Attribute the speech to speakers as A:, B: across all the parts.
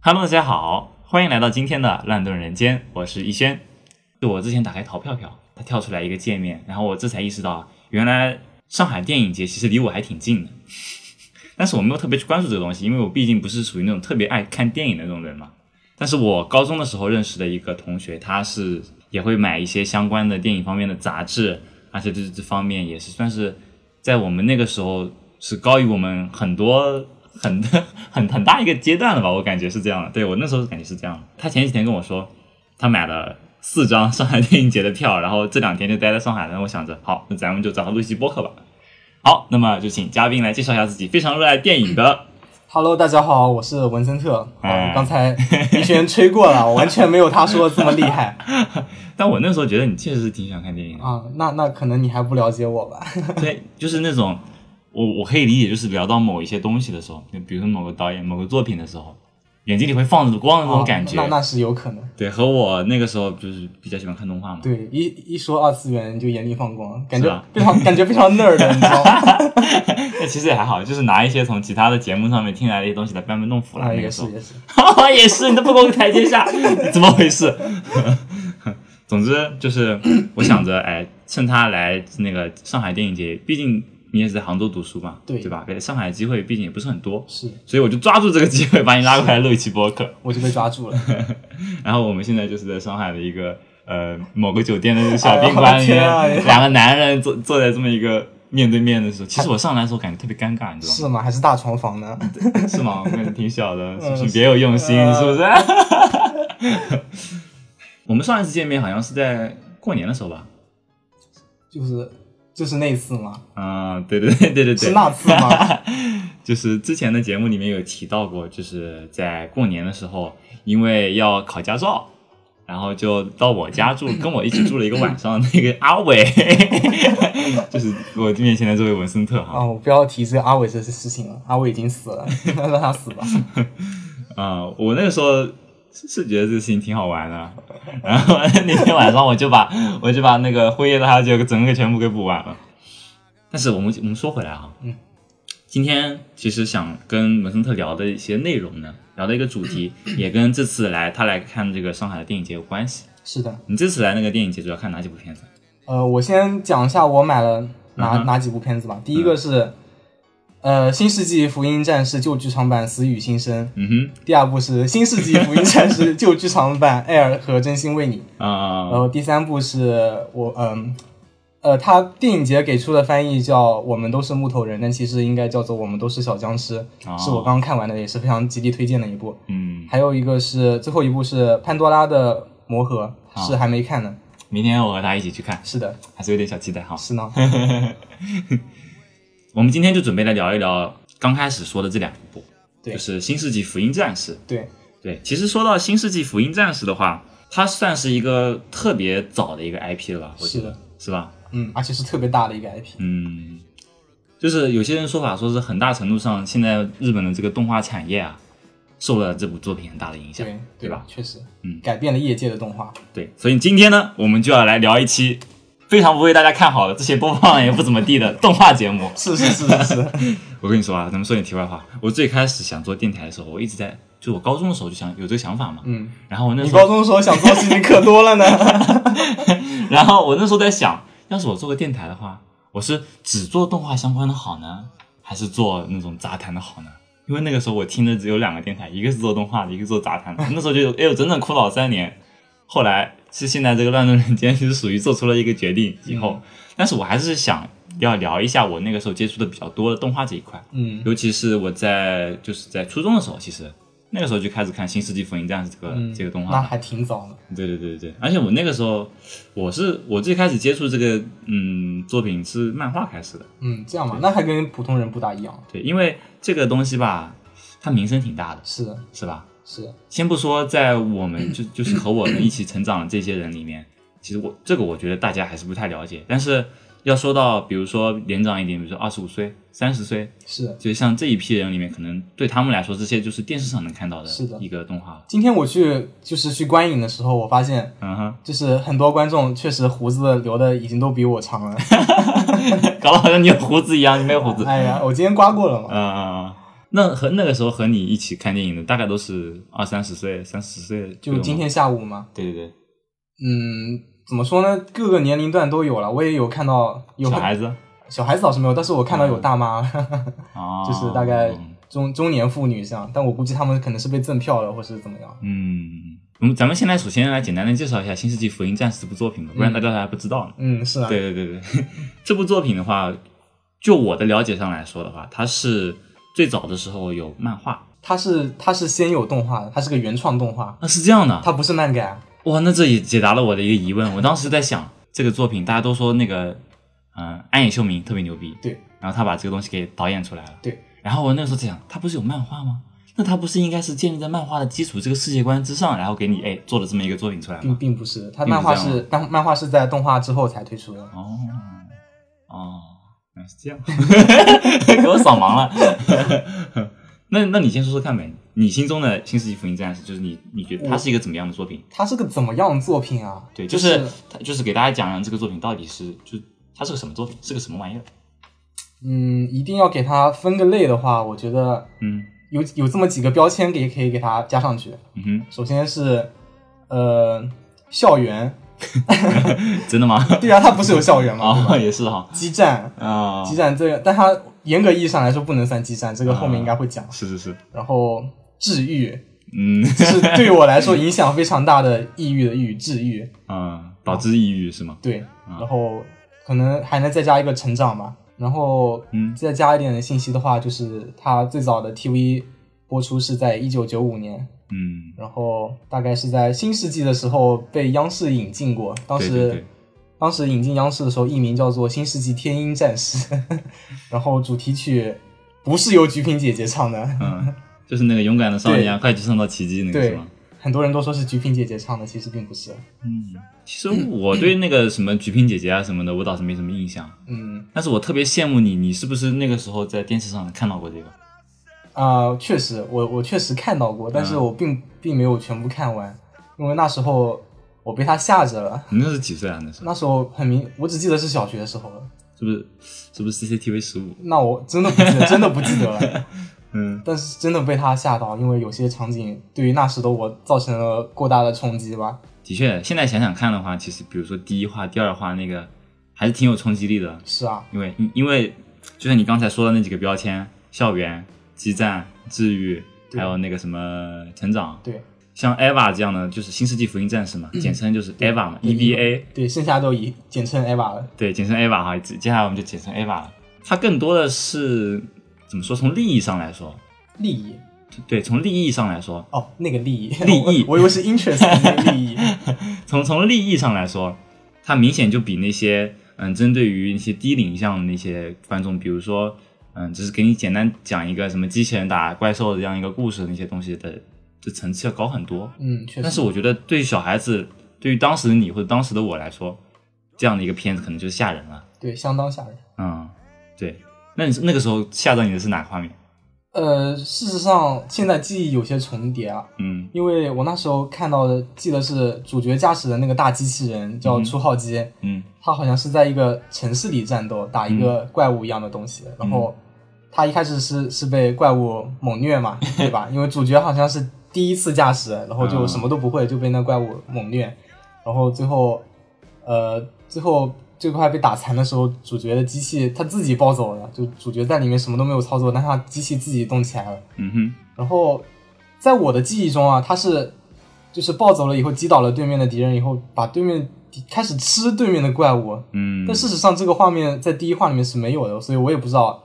A: Hello，大家好，欢迎来到今天的乱炖人间，我是逸轩。就我之前打开淘票票，它跳出来一个界面，然后我这才意识到，原来上海电影节其实离我还挺近的。 但是我没有特别去关注这个东西，因为我毕竟不是属于那种特别爱看电影的那种人嘛。但是我高中的时候认识的一个同学，他是也会买一些相关的电影方面的杂志，而且对这方面也是算是在我们那个时候是高于我们很多很很很大一个阶段了吧？我感觉是这样的。对我那时候感觉是这样的。他前几天跟我说，他买了四张上海电影节的票，然后这两天就待在上海了。我想着，好，那咱们就找他录一期播客吧。好，那么就请嘉宾来介绍一下自己非常热爱电影的。
B: Hello，大家好，我是文森特。
A: 哎
B: 啊，刚才一轩吹过 了，我完全没有他说的这么厉害
A: 但我那时候觉得你确实是挺喜欢看电影的，
B: 啊。那那可能你还不了解 我吧？
A: 对，就是那种我我可以理解，就是聊到某一些东西的时候，就比如说某个导演、某个作品的时候，眼睛里会放着光的那种感觉。
B: 啊那那是有可能。
A: 对，和我那个时候就是比较喜欢看动画嘛。
B: 对，一一说二次元就眼里放光，感
A: 是啊吧
B: 觉非常感觉非常 nerd，你知 啊道吗？
A: 那其实也还好，就是拿一些从其他的节目上面听来的一些东西来班门弄斧了。
B: 啊，
A: 那
B: 也
A: 个时
B: 是
A: 候 哦
B: 也是。
A: 也是，你都不给我个台阶下，你怎么回事？ 总之就是，我想着，哎，趁他来那个上海电影节，毕竟你也是在杭州读书嘛，
B: 对
A: 对吧？上海的机会毕竟也不是很多，
B: 是，
A: 所以我就抓住这个机会把你拉过来录一期播 客。
B: 我就被 抓住了。
A: 然后我们现在就是在上海的一个呃某个酒店的小宾馆里
B: 哎
A: 面，
B: 呀我的天啊
A: 两个男人坐坐在这么一个面对面的时候，其实我上来的时候感觉特别尴尬，你知道吗？
B: 是吗？还是大床房呢？
A: 是吗？我感觉挺小的，是不是？
B: 嗯
A: 别有用心，
B: 是
A: 是不是？ 我们上一次见面好像是在过年的时候吧？
B: 就是就是那次吗？
A: 嗯，对对对对对
B: 是
A: 对，
B: 那次 吗？
A: 就是之前的节目里面有提到过，就是在过年的时候，因为要考驾照。然后就到我家住，跟我一起住了一个晚上。那个阿伟， 就是我面前的这位文森特哈，
B: 啊，我不要提这个阿伟这些事情了，阿伟已经死了， 让他死吧。
A: 啊、我那个时候是是觉得这个事情挺好玩的，然后那天晚上我就把我就把那个辉夜的还有九个整个全部给补完了。但是我们我们说回来啊，
B: 嗯，
A: 今天其实想跟文森特聊的一些内容呢，聊的一个主题也跟这次来他来看这个上海的电影节有关系。
B: 是的，
A: 你这次来那个电影节主要看哪几部片子？
B: 呃，我先讲一下我买了哪、
A: 嗯哼
B: 哪几部片子吧。第一个是，呃，《新世纪福音战士》旧剧场版《死与新生
A: 嗯》，
B: 第二部是《新世纪福音战士》旧剧场版《艾尔和真心为你》，
A: 哼，啊、
B: 然后第三部是我嗯。呃，他电影节给出的翻译叫“我们都是木头人”，但其实应该叫做“我们都是小僵尸”，
A: 哦
B: 呃是我刚刚看完的，也是非常极力推荐的一部。
A: 嗯，
B: 还有一个是最后一部是《潘多拉的魔盒》，
A: 啊
B: 是还没看呢。
A: 明天我和他一起去看，
B: 是的，
A: 还是有点小期待哈。
B: 是 呢。
A: 我们今天就准备来聊一聊刚开始说的这两部，
B: 对
A: 就是《新世纪福音战士》。
B: 对，
A: 对，其实说到《新世纪福音战士》的话，它算是一个特别早的一个 IP 了吧？我觉
B: 是
A: 得
B: 的
A: 是吧？
B: 嗯，而且是特别大的一个 IP。
A: 嗯，就是有些人说法说是很大程度上，现在日本的这个动画产业啊，受了这部作品很大的影响。
B: 对
A: 对吧？
B: 确实，
A: 嗯
B: 改变了业界的动 画。
A: 对，所以今天呢，我们就要来聊一期非常不为大家看好的、这些播放量也不怎么地的动画节目。
B: 是是是是是，
A: 我跟你说啊，咱们说点题外话。我最开始想做电台的时候，我一直在，就我高中的时候就想有这个想法嘛。
B: 嗯，
A: 然后我那
B: 你
A: 时候
B: 高中的时候想做的事情可多 了呢。
A: 然后我那时候在想，要是我做个电台的话，我是只做动画相关的好呢，还是做那种杂谈的好呢？因为那个时候我听的只有两个电台，一个是做动画的，一个做杂 谈的。那时候就有，哎呦，整整苦恼三年。后来是现在这个乱炖人间，就是属于做出了一个决定以
B: 嗯
A: 后，但是我还是想要聊一下我那个时候接触的比较多的动画这一块，
B: 嗯，
A: 尤其是我在就是在初中的时候，其实那个时候就开始看《新世纪福音战士》这个、
B: 嗯
A: 呃这个动画了。
B: 那还挺早的。
A: 对对对对对，而且我那个时候，我是我最开始接触这个嗯作品是漫画开始的，
B: 嗯，这样吧，那还跟普通人不大一样。
A: 对，因为这个东西吧，它名声挺大的，
B: 是
A: 是吧？
B: 是，
A: 先不说在我们就就是和我们一起成长的这些人里面，其实我这个我觉得大家还是不太了解，但是要说到比如说年长一点，比如说二十五岁、三十岁，
B: 是。
A: 就像这一批人里面，可能对他们来说，这些就是电视上能看到的
B: 是的
A: 一个动画，
B: 今天我去就是去观影的时候，我发现
A: 嗯哼，
B: 就是很多观众确实胡子留的已经都比我长了。
A: 搞得好像你有胡子一样，你没有胡子，
B: 哎呀，我今天刮过了嘛。
A: 嗯嗯嗯。那和那个时候和你一起看电影的，大概都是二三十岁、三四十岁。
B: 就今，天下午嘛，
A: 对对
B: 嗯，怎么说呢？各个年龄段都有了，我也有看到
A: 对，
B: 有
A: 小孩子嗯
B: 小孩子倒是没有，但是我看到有大妈，
A: 啊，
B: 就是大概
A: 嗯
B: 中中年妇女这样，但我估计他们可能是被赠票了，或是怎么样。
A: 嗯，我们咱们现在首先来简单的介绍一下《新世纪福音战士》这部作品吧，不然大家还不知道呢。
B: 嗯，是啊，
A: 对对对对， 这部作品的话，就我的了解上来说的话，它是最早的时候有漫画
B: 它是它是先有动画的，它是个原创动画，
A: 啊，是这样的。
B: 它不是漫改。啊
A: 哇，那这也解答了我的一个疑问。我当时在想，这个作品大家都说那个，嗯、安野秀明特别牛逼，
B: 对，
A: 然后他把这个东西给导演出来了，
B: 对。
A: 然后我那个时候在想，他不是有漫画吗？那他不是应该是建立在漫画的基础这个世界观之上，然后给你哎做了这么一个作品出来
B: 并
A: 吗？
B: 并不是，它
A: 并不
B: 漫
A: 是
B: 画
A: 这样
B: 是漫漫画是在动画之后才推出的。
A: 哦，哦，原来是这样， 给我扫盲了。那那你先说说看呗，你心中的《新世纪福音战士》就是你你觉得它是一个怎么样的作品？
B: 它是个怎么样的作品啊？
A: 对，就
B: 就是
A: 它就是给大家讲讲这个作品到底是就它是个什么作品，是个什么玩意儿？
B: 嗯，一定要给它分个类的话，我觉得
A: 嗯
B: 有有这么几个标签给可以给它加上去。
A: 嗯
B: 首先是呃校园，
A: 哼，真的吗？
B: 对啊，它不是有校园吗？对吧
A: 哦，也是哈，
B: 激战，
A: 啊，
B: 激战这个，但它严格意义上来说不能算激战，这个后面应该会讲。
A: 是是是，
B: 然后治 愈，
A: 嗯
B: 这是对我来说影响非常大的抑郁的抑郁治愈，
A: 嗯，导致抑郁是吗？
B: 对，
A: 啊
B: 然后可能还能再加一个成长吧。然后
A: 嗯
B: 再加一点信息的话，就是它最早的 TV 播出是在一九九五年，
A: 嗯，
B: 然后大概是在新世纪的时候被央视引进过，当时
A: 对对啊对，
B: 当时引进央视的时候，艺名叫做《新世纪天鹰战士》， 然后主题曲不是由菊萍姐姐唱的，
A: 嗯，就是那个勇敢的少年啊，快去创造奇迹那个是
B: 对
A: 吗？
B: 很多人都说是菊萍姐姐唱的，其实并不是。
A: 嗯，其实我对那个什么菊萍姐姐啊什么的，我倒是没什么印象。
B: 嗯
A: 但是我特别羡慕你，你是不是那个时候在电视上看到过这个？
B: 啊、确实，我我确实看到过，但是
A: 嗯
B: 我并并没有全部看完，因为那时候我被他吓着了。
A: 你那是几岁啊？那时候
B: 那时候很明，我只记得是小学的时候了。
A: 是不是是不是 CCTV 十五？
B: 那我真的不记 得，真的不记得了。
A: 嗯
B: 但是真的被他吓到，因为有些场景对于那时的我造成了过大的冲击吧。，
A: 的确，现在想想看的话，其实比如说第一话、第二话那个还是挺有冲击力的，
B: 是啊，
A: 因为因为就像你刚才说的那几个标签：校园、激战、治愈，
B: 对
A: 还有那个什么成长。
B: 对
A: 像 EVA 这样的，就是新世纪福音战士嘛，简称就是 EVA 嘛
B: 嗯对
A: ，EVA。
B: 对，剩下都以简称 EVA 了。
A: 对，简称 AVA 哈，接接下来我们就简称 AVA 了。它更多的是怎么说？从利益上来说，
B: 利益
A: 对，从利益上来说，
B: 哦，那个利益，
A: 利益
B: 我我以为是 interest 的那个 利益。
A: 从从利益上来说，它明显就比那些嗯，针对于那些低龄向的那些观众，比如说嗯，只是给你简单讲一个什么机器人打怪兽的这样一个故事，那些东西的这层次要高很多。
B: 嗯，确实。
A: 但是我觉得对于小孩子，对于当时的你或者当时的我来说，这样的一个片子可能就吓人了。
B: 对相当吓人。
A: 嗯，对。那你是那个时候吓到你的是哪个画面？
B: 呃，事实上现在记忆有些重叠啊，
A: 嗯
B: 因为我那时候看到的记得是主角驾驶的那个大机器人叫
A: 嗯
B: 初号机，
A: 嗯
B: 他好像是在一个城市里战斗，打一个怪物一样的东西，然后他一开始是是被怪物猛虐嘛，对吧？因为主角好像是第一次驾驶，然后就
A: 嗯
B: 什么都不会，就被那怪物猛虐，然后最后，呃，最后最后还被打残的时候，主角的机器他自己暴走了，就主角在里面什么都没有操作，但他机器自己动起来了。
A: 嗯哼，
B: 然后在我的记忆中啊，他是就是暴走了以后击倒了对面的敌人以后，把对面敌开始吃对面的怪物，
A: 嗯，
B: 但事实上，这个画面在第一话里面是没有的，所以我也不知道，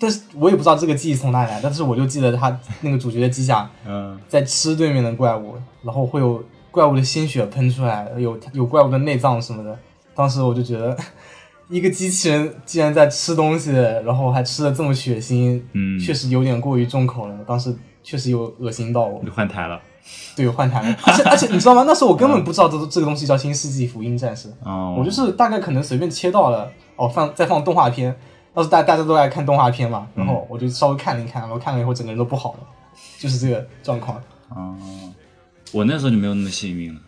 B: 但是我也不知道这个记忆从哪里来。但是我就记得他那个主角的机甲
A: 嗯
B: 在吃对面的怪物，然后会有怪物的鲜血喷出来，有有怪物的内脏什么的。当时我就觉得， 一个机器人竟然在吃东西，然后还吃的这么血腥，
A: 嗯，
B: 确实有点过于重口了。当时确实有恶心到我
A: 你，换台了
B: 对换台了。而且而且你知道吗？那时候我根本不知道这这个东西叫《新世纪福音战士》。
A: 哦，
B: 我就是大概可能随便切到了，哦，放再放动画片，当时大大家都爱看动画片嘛，然后我就稍微看了一看，然后看了以后整个人都不好了，就是这个状况。
A: 哦，我那时候就没有那么幸运了。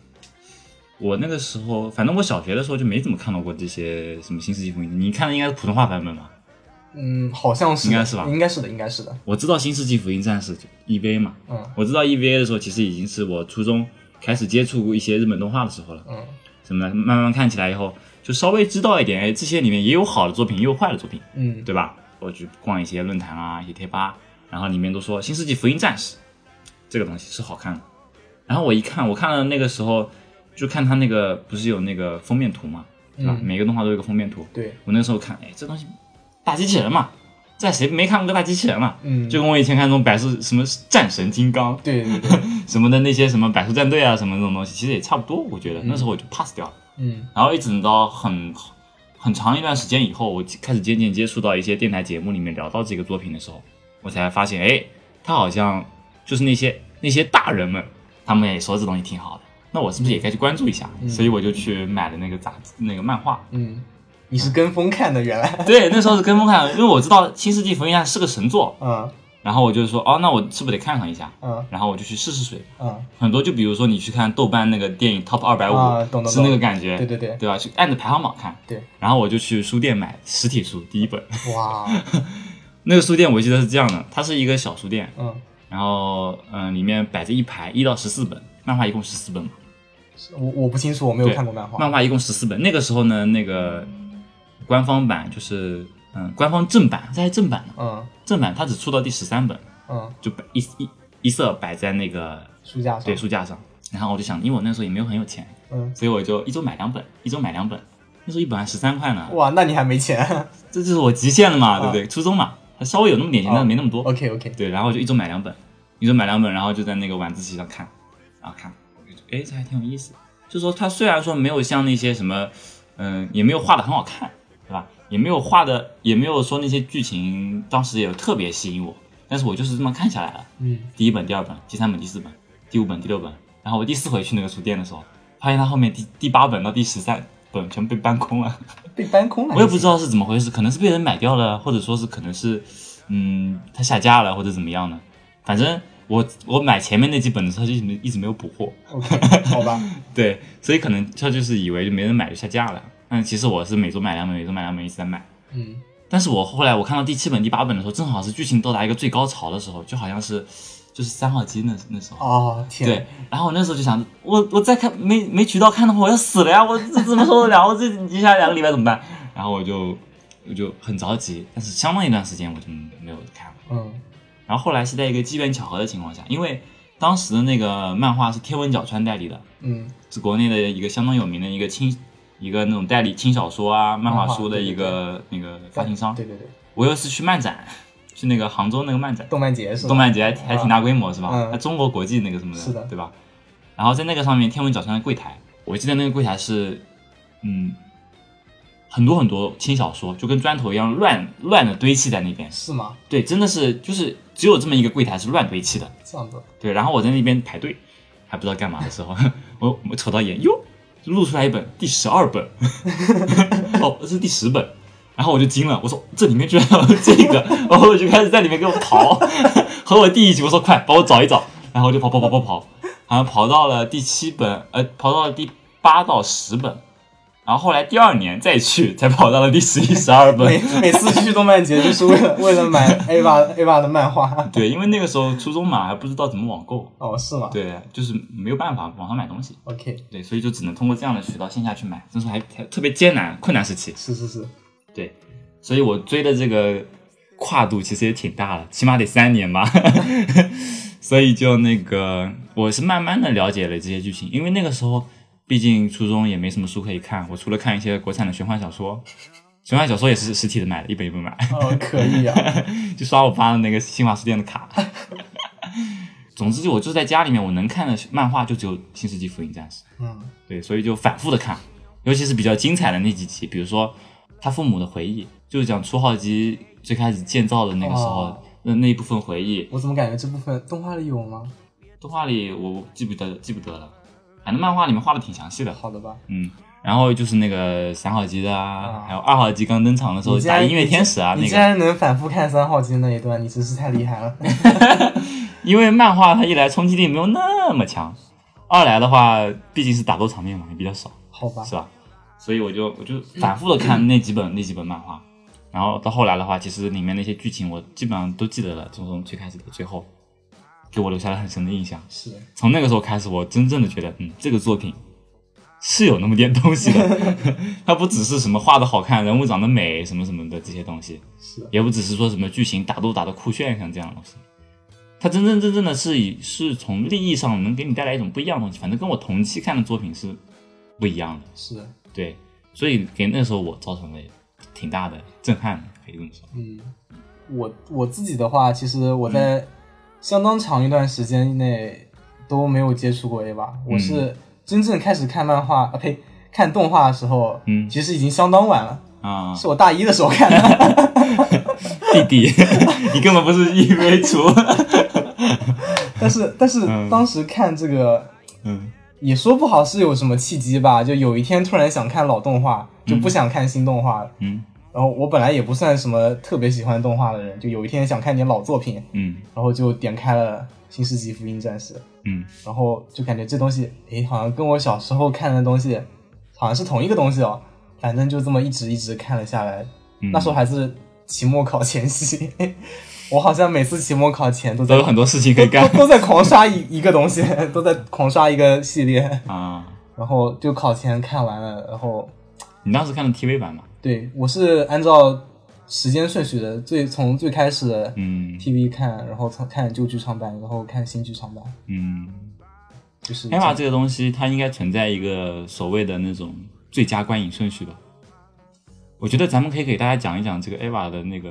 A: 我那个时候，反正我小学的时候就没怎么看到过这些什么新世纪福音，你看的应该是普通话版本吧？
B: 嗯，好像是，
A: 应该是吧
B: 应该是的，应该是的。
A: 我知道《新世纪福音战士》EVA 嘛，
B: 嗯
A: 我知道 EVA 的时候，其实已经是我初中开始接触一些日本动画的时候了。
B: 嗯
A: 什么呢？慢慢看起来以后，就稍微知道一点，哎，这些里面也有好的作品，也有坏的作品，
B: 嗯
A: 对吧？我去逛一些论坛啊，一些贴吧，然后里面都说《新世纪福音战士》这个东西是好看的。然后我一看，我看了那个时候，就看他那个不是有那个封面图嘛，对吧？
B: 嗯，
A: 每个动画都有个封面图。
B: 对，
A: 我那时候看，哎，这东西大机器人嘛，在谁没看过个大机器人嘛？
B: 嗯，
A: 就跟我以前看那种百兽什么战神金刚
B: 对对对，
A: 什么的那些什么百兽战队啊什么那种东西，其实也差不多，我觉得那时候我就 pass 掉了。
B: 嗯
A: 然后一直等到很很长一段时间以后，我开始渐渐接触到一些电台节目里面聊到这个作品的时候，我才发现，哎，他好像就是那些那些大人们，他们也说这东西挺好的，那我是不是也该去关注一下？所以我就去买了那个杂志，那个漫画。
B: 嗯，你是跟风看的，原来，
A: 对，那时候是跟风看，因为我知道《新世纪福音战士》是个神作，
B: 嗯
A: 然后我就说，哦，那我是不是得看上一下？
B: 嗯
A: 然后我就去试试水。
B: 嗯，
A: 很多就比如说你去看豆瓣那个电影 Top 二百
B: 啊懂懂
A: 五，
B: 懂
A: 是那个感觉，
B: 对对对，
A: 对吧？去按着排行榜看。
B: 对。
A: 然后我就去书店买实体书第一本。
B: 哇，
A: 那个书店我记得是这样的，它是一个小书店，
B: 嗯，
A: 然后嗯、呃里面摆着一排一到十四本漫画，一共十四本嘛。
B: 我我不清楚，我没有
A: 对
B: 看过漫画，
A: 漫画一共十四本。那个时候呢，那个官方版就是嗯，官方正版，这还正版呢，
B: 嗯
A: 正版它只出到第十三本，
B: 嗯，
A: 就摆一一一色摆在那个
B: 书架上，
A: 对书架上。然后我就想，因为我那时候也没有很有钱，
B: 嗯，
A: 所以我就一周买两本，一周买两本。那时候一本还十三块呢，
B: 哇，那你还没钱
A: 这就是我极限了嘛，对不对？初中嘛，稍微有那么点钱，但是没那 么多。
B: ？OK OK，
A: 对，然后我就一周买两本，一周买两本，然后就在那个晚自习上看，然后看，我就觉得哎，这还挺有意思。就说它虽然说没有像那些什么，嗯、也没有画的很好看，对吧？也没有画的，也没有说那些剧情当时也有特别吸引我，但是我就是这么看下来了。
B: 嗯
A: 第一本、第二本、第三本、第四本、第五本、第六本，然后我第四回去那个书店的时候，发现它后面第第八本到第十三本全被搬空了。
B: 被搬空了，
A: 我也不知道是怎么回事，可能是被人买掉了，或者说是可能是，嗯，它下架了或者怎么样的。反正我我买前面那几本的时候就一直没一直没有补货，
B: ，OK，好 吧，
A: 对，所以可能他就是以为就没人买就下架了。但其实我是每周买两本，每周买两本一直在买。
B: 嗯
A: 但是我后来我看到第七本、第八本的时候，正好是剧情到达一个最高潮的时候，就好像是就是三号机那那时候。
B: 哦天，
A: 对，然后我那时候就想，我我再看没没渠道看的话，我要死了呀！我这怎么受得了？我这接下来两个礼拜怎么办？然后我就我就很着急，但是相当一段时间我就没有看了。
B: 嗯
A: 然后后来是在一个机缘巧合的情况下，因为当时的那个漫画是天文角川代理的，
B: 嗯
A: 是国内的一个相当有名的一个轻一个那种代理轻小说啊、漫画
B: 漫画
A: 书的
B: 对对
A: 一个那个发行商。
B: 对对对，
A: 我又是去漫展，去那个杭州那个漫展，
B: 动漫节是吧？
A: 动漫节还还挺大规模是吧？
B: 嗯
A: 还中国国际那个什么
B: 是的
A: 对吧？然后在那个上面，天文角川的柜台，我记得那个柜台是，嗯，很多很多轻小说，就跟砖头一样乱乱的堆砌在那边。
B: 是吗？
A: 对，真的是就是只有这么一个柜台是乱堆砌的。
B: 这样子，
A: 对，然后我在那边排队，还不知道干嘛的时候， 我我瞅到眼哟，就露出来一本第十二本， 哦，这是第十本，然后我就惊了，我说这里面居然有这个，然后我就开始在里面给我刨， 和我弟一起我说快帮我找一找，然后我就跑跑跑跑跑，好像刨到了第七本，呃，刨到了第八到十本。然后后来第二年再去，才跑到了第十一、十二本。
B: 每每次去动漫节就是为了为了买 AVA AVA 的漫画，
A: 对，因为那个时候初中嘛，还不知道怎么网购。
B: 哦是吗？
A: 对，就是没有办法网上买东西。
B: ，OK，
A: 对，所以就只能通过这样的渠道线下去买，那时候还还特别艰难困难时期。
B: 是 是是，
A: 对，所以我追的这个跨度其实也挺大的，起码得三年吧。 所以就那个，我是慢慢的了解了这些剧情，因为那个时候毕竟初中也没什么书可以看，我除了看一些国产的玄幻小说，玄幻小说也是实体的买的，一本一本买。
B: 哦可以啊，
A: 就刷我爸的那个新华书店的卡。 总之，就我就在家里面，我能看的漫画就只有《新世纪福音战士》。
B: 嗯，
A: 对，所以就反复的看，尤其是比较精彩的那几集，比如说他父母的回忆，就是讲初号机最开始建造的那个时候
B: 哦
A: 那、那一部分回忆。
B: 我怎么感觉这部分动画里有吗？
A: 动画里我记不得记不得了，反正漫画里面画的挺详细的。
B: 好的吧，
A: 嗯，然后就是那个三号机的啊，
B: 啊
A: 还有二号机刚登场的时候
B: 你竟
A: 打
B: 然
A: 音乐天使啊，
B: 你
A: 那
B: 竟
A: 个
B: 然能反复看三号机那一段，你真是太厉害了。
A: 因为漫画它一来冲击力没有那么强，二来的话毕竟是打斗场面嘛，也比较少，
B: 好吧，
A: 是吧？所以我就我就反复的看那几本那几本漫画，然后到后来的话，其实里面那些剧情我基本上都记得了，从从最开始到最后，给我留下了很深的印象。
B: 是的，
A: 从那个时候开始，我真正的觉得，嗯，这个作品是有那么点东西的， 它不只是什么画的好看、人物长得美什么什么的这些东西，
B: 是的，
A: 也不只是说什么剧情打斗打的酷炫像这样的东西，它真真正正的是以是从利益上能给你带来一种不一样的东西，反正跟我同期看的作品是不一样的，
B: 是的，
A: 对，所以给那时候我造成了挺大的震撼，可以这么说。
B: 嗯，我我自己的话，其实我在相当长一段时间内都没有接触过 A 吧，我
A: 嗯
B: 是真正开始看漫画啊呸，看动画的时候，
A: 嗯
B: 其实已经相当晚了，
A: 啊，
B: 是我大一的时候看的，
A: 弟弟， 你根本不是一为厨，
B: 但是但是
A: 嗯
B: 当时看这个。
A: 嗯
B: 也说不好是有什么契机吧，就有一天突然想看老动画，就不想看新动画了。
A: 嗯
B: 然后我本来也不算什么特别喜欢动画的人，就有一天想看点老作品，
A: 嗯
B: 然后就点开了《新世纪福音战士》，
A: 嗯
B: 然后就感觉这东西，诶，好像跟我小时候看的东西好像是同一个东西哦。反正就这么一直一直看了下来，
A: 嗯，
B: 那时候还是期末考前夕，我好像每次期末考前都在
A: 都有很多事情可以干
B: 都都在狂刷一一个东西，都在狂刷一个系列，
A: 啊。
B: 然后就考前看完了，然后
A: 你当时看的 TV 版嘛？
B: 对我是按照时间顺序的，最从最开始的
A: 嗯
B: TV 看，然后从看旧剧场版，然后看新剧场版，
A: 嗯
B: 就是
A: ，EVA 这个东西它应该存在一个所谓的那种最佳观影顺序吧？我觉得咱们可以给大家讲一讲这个 EVA 的那个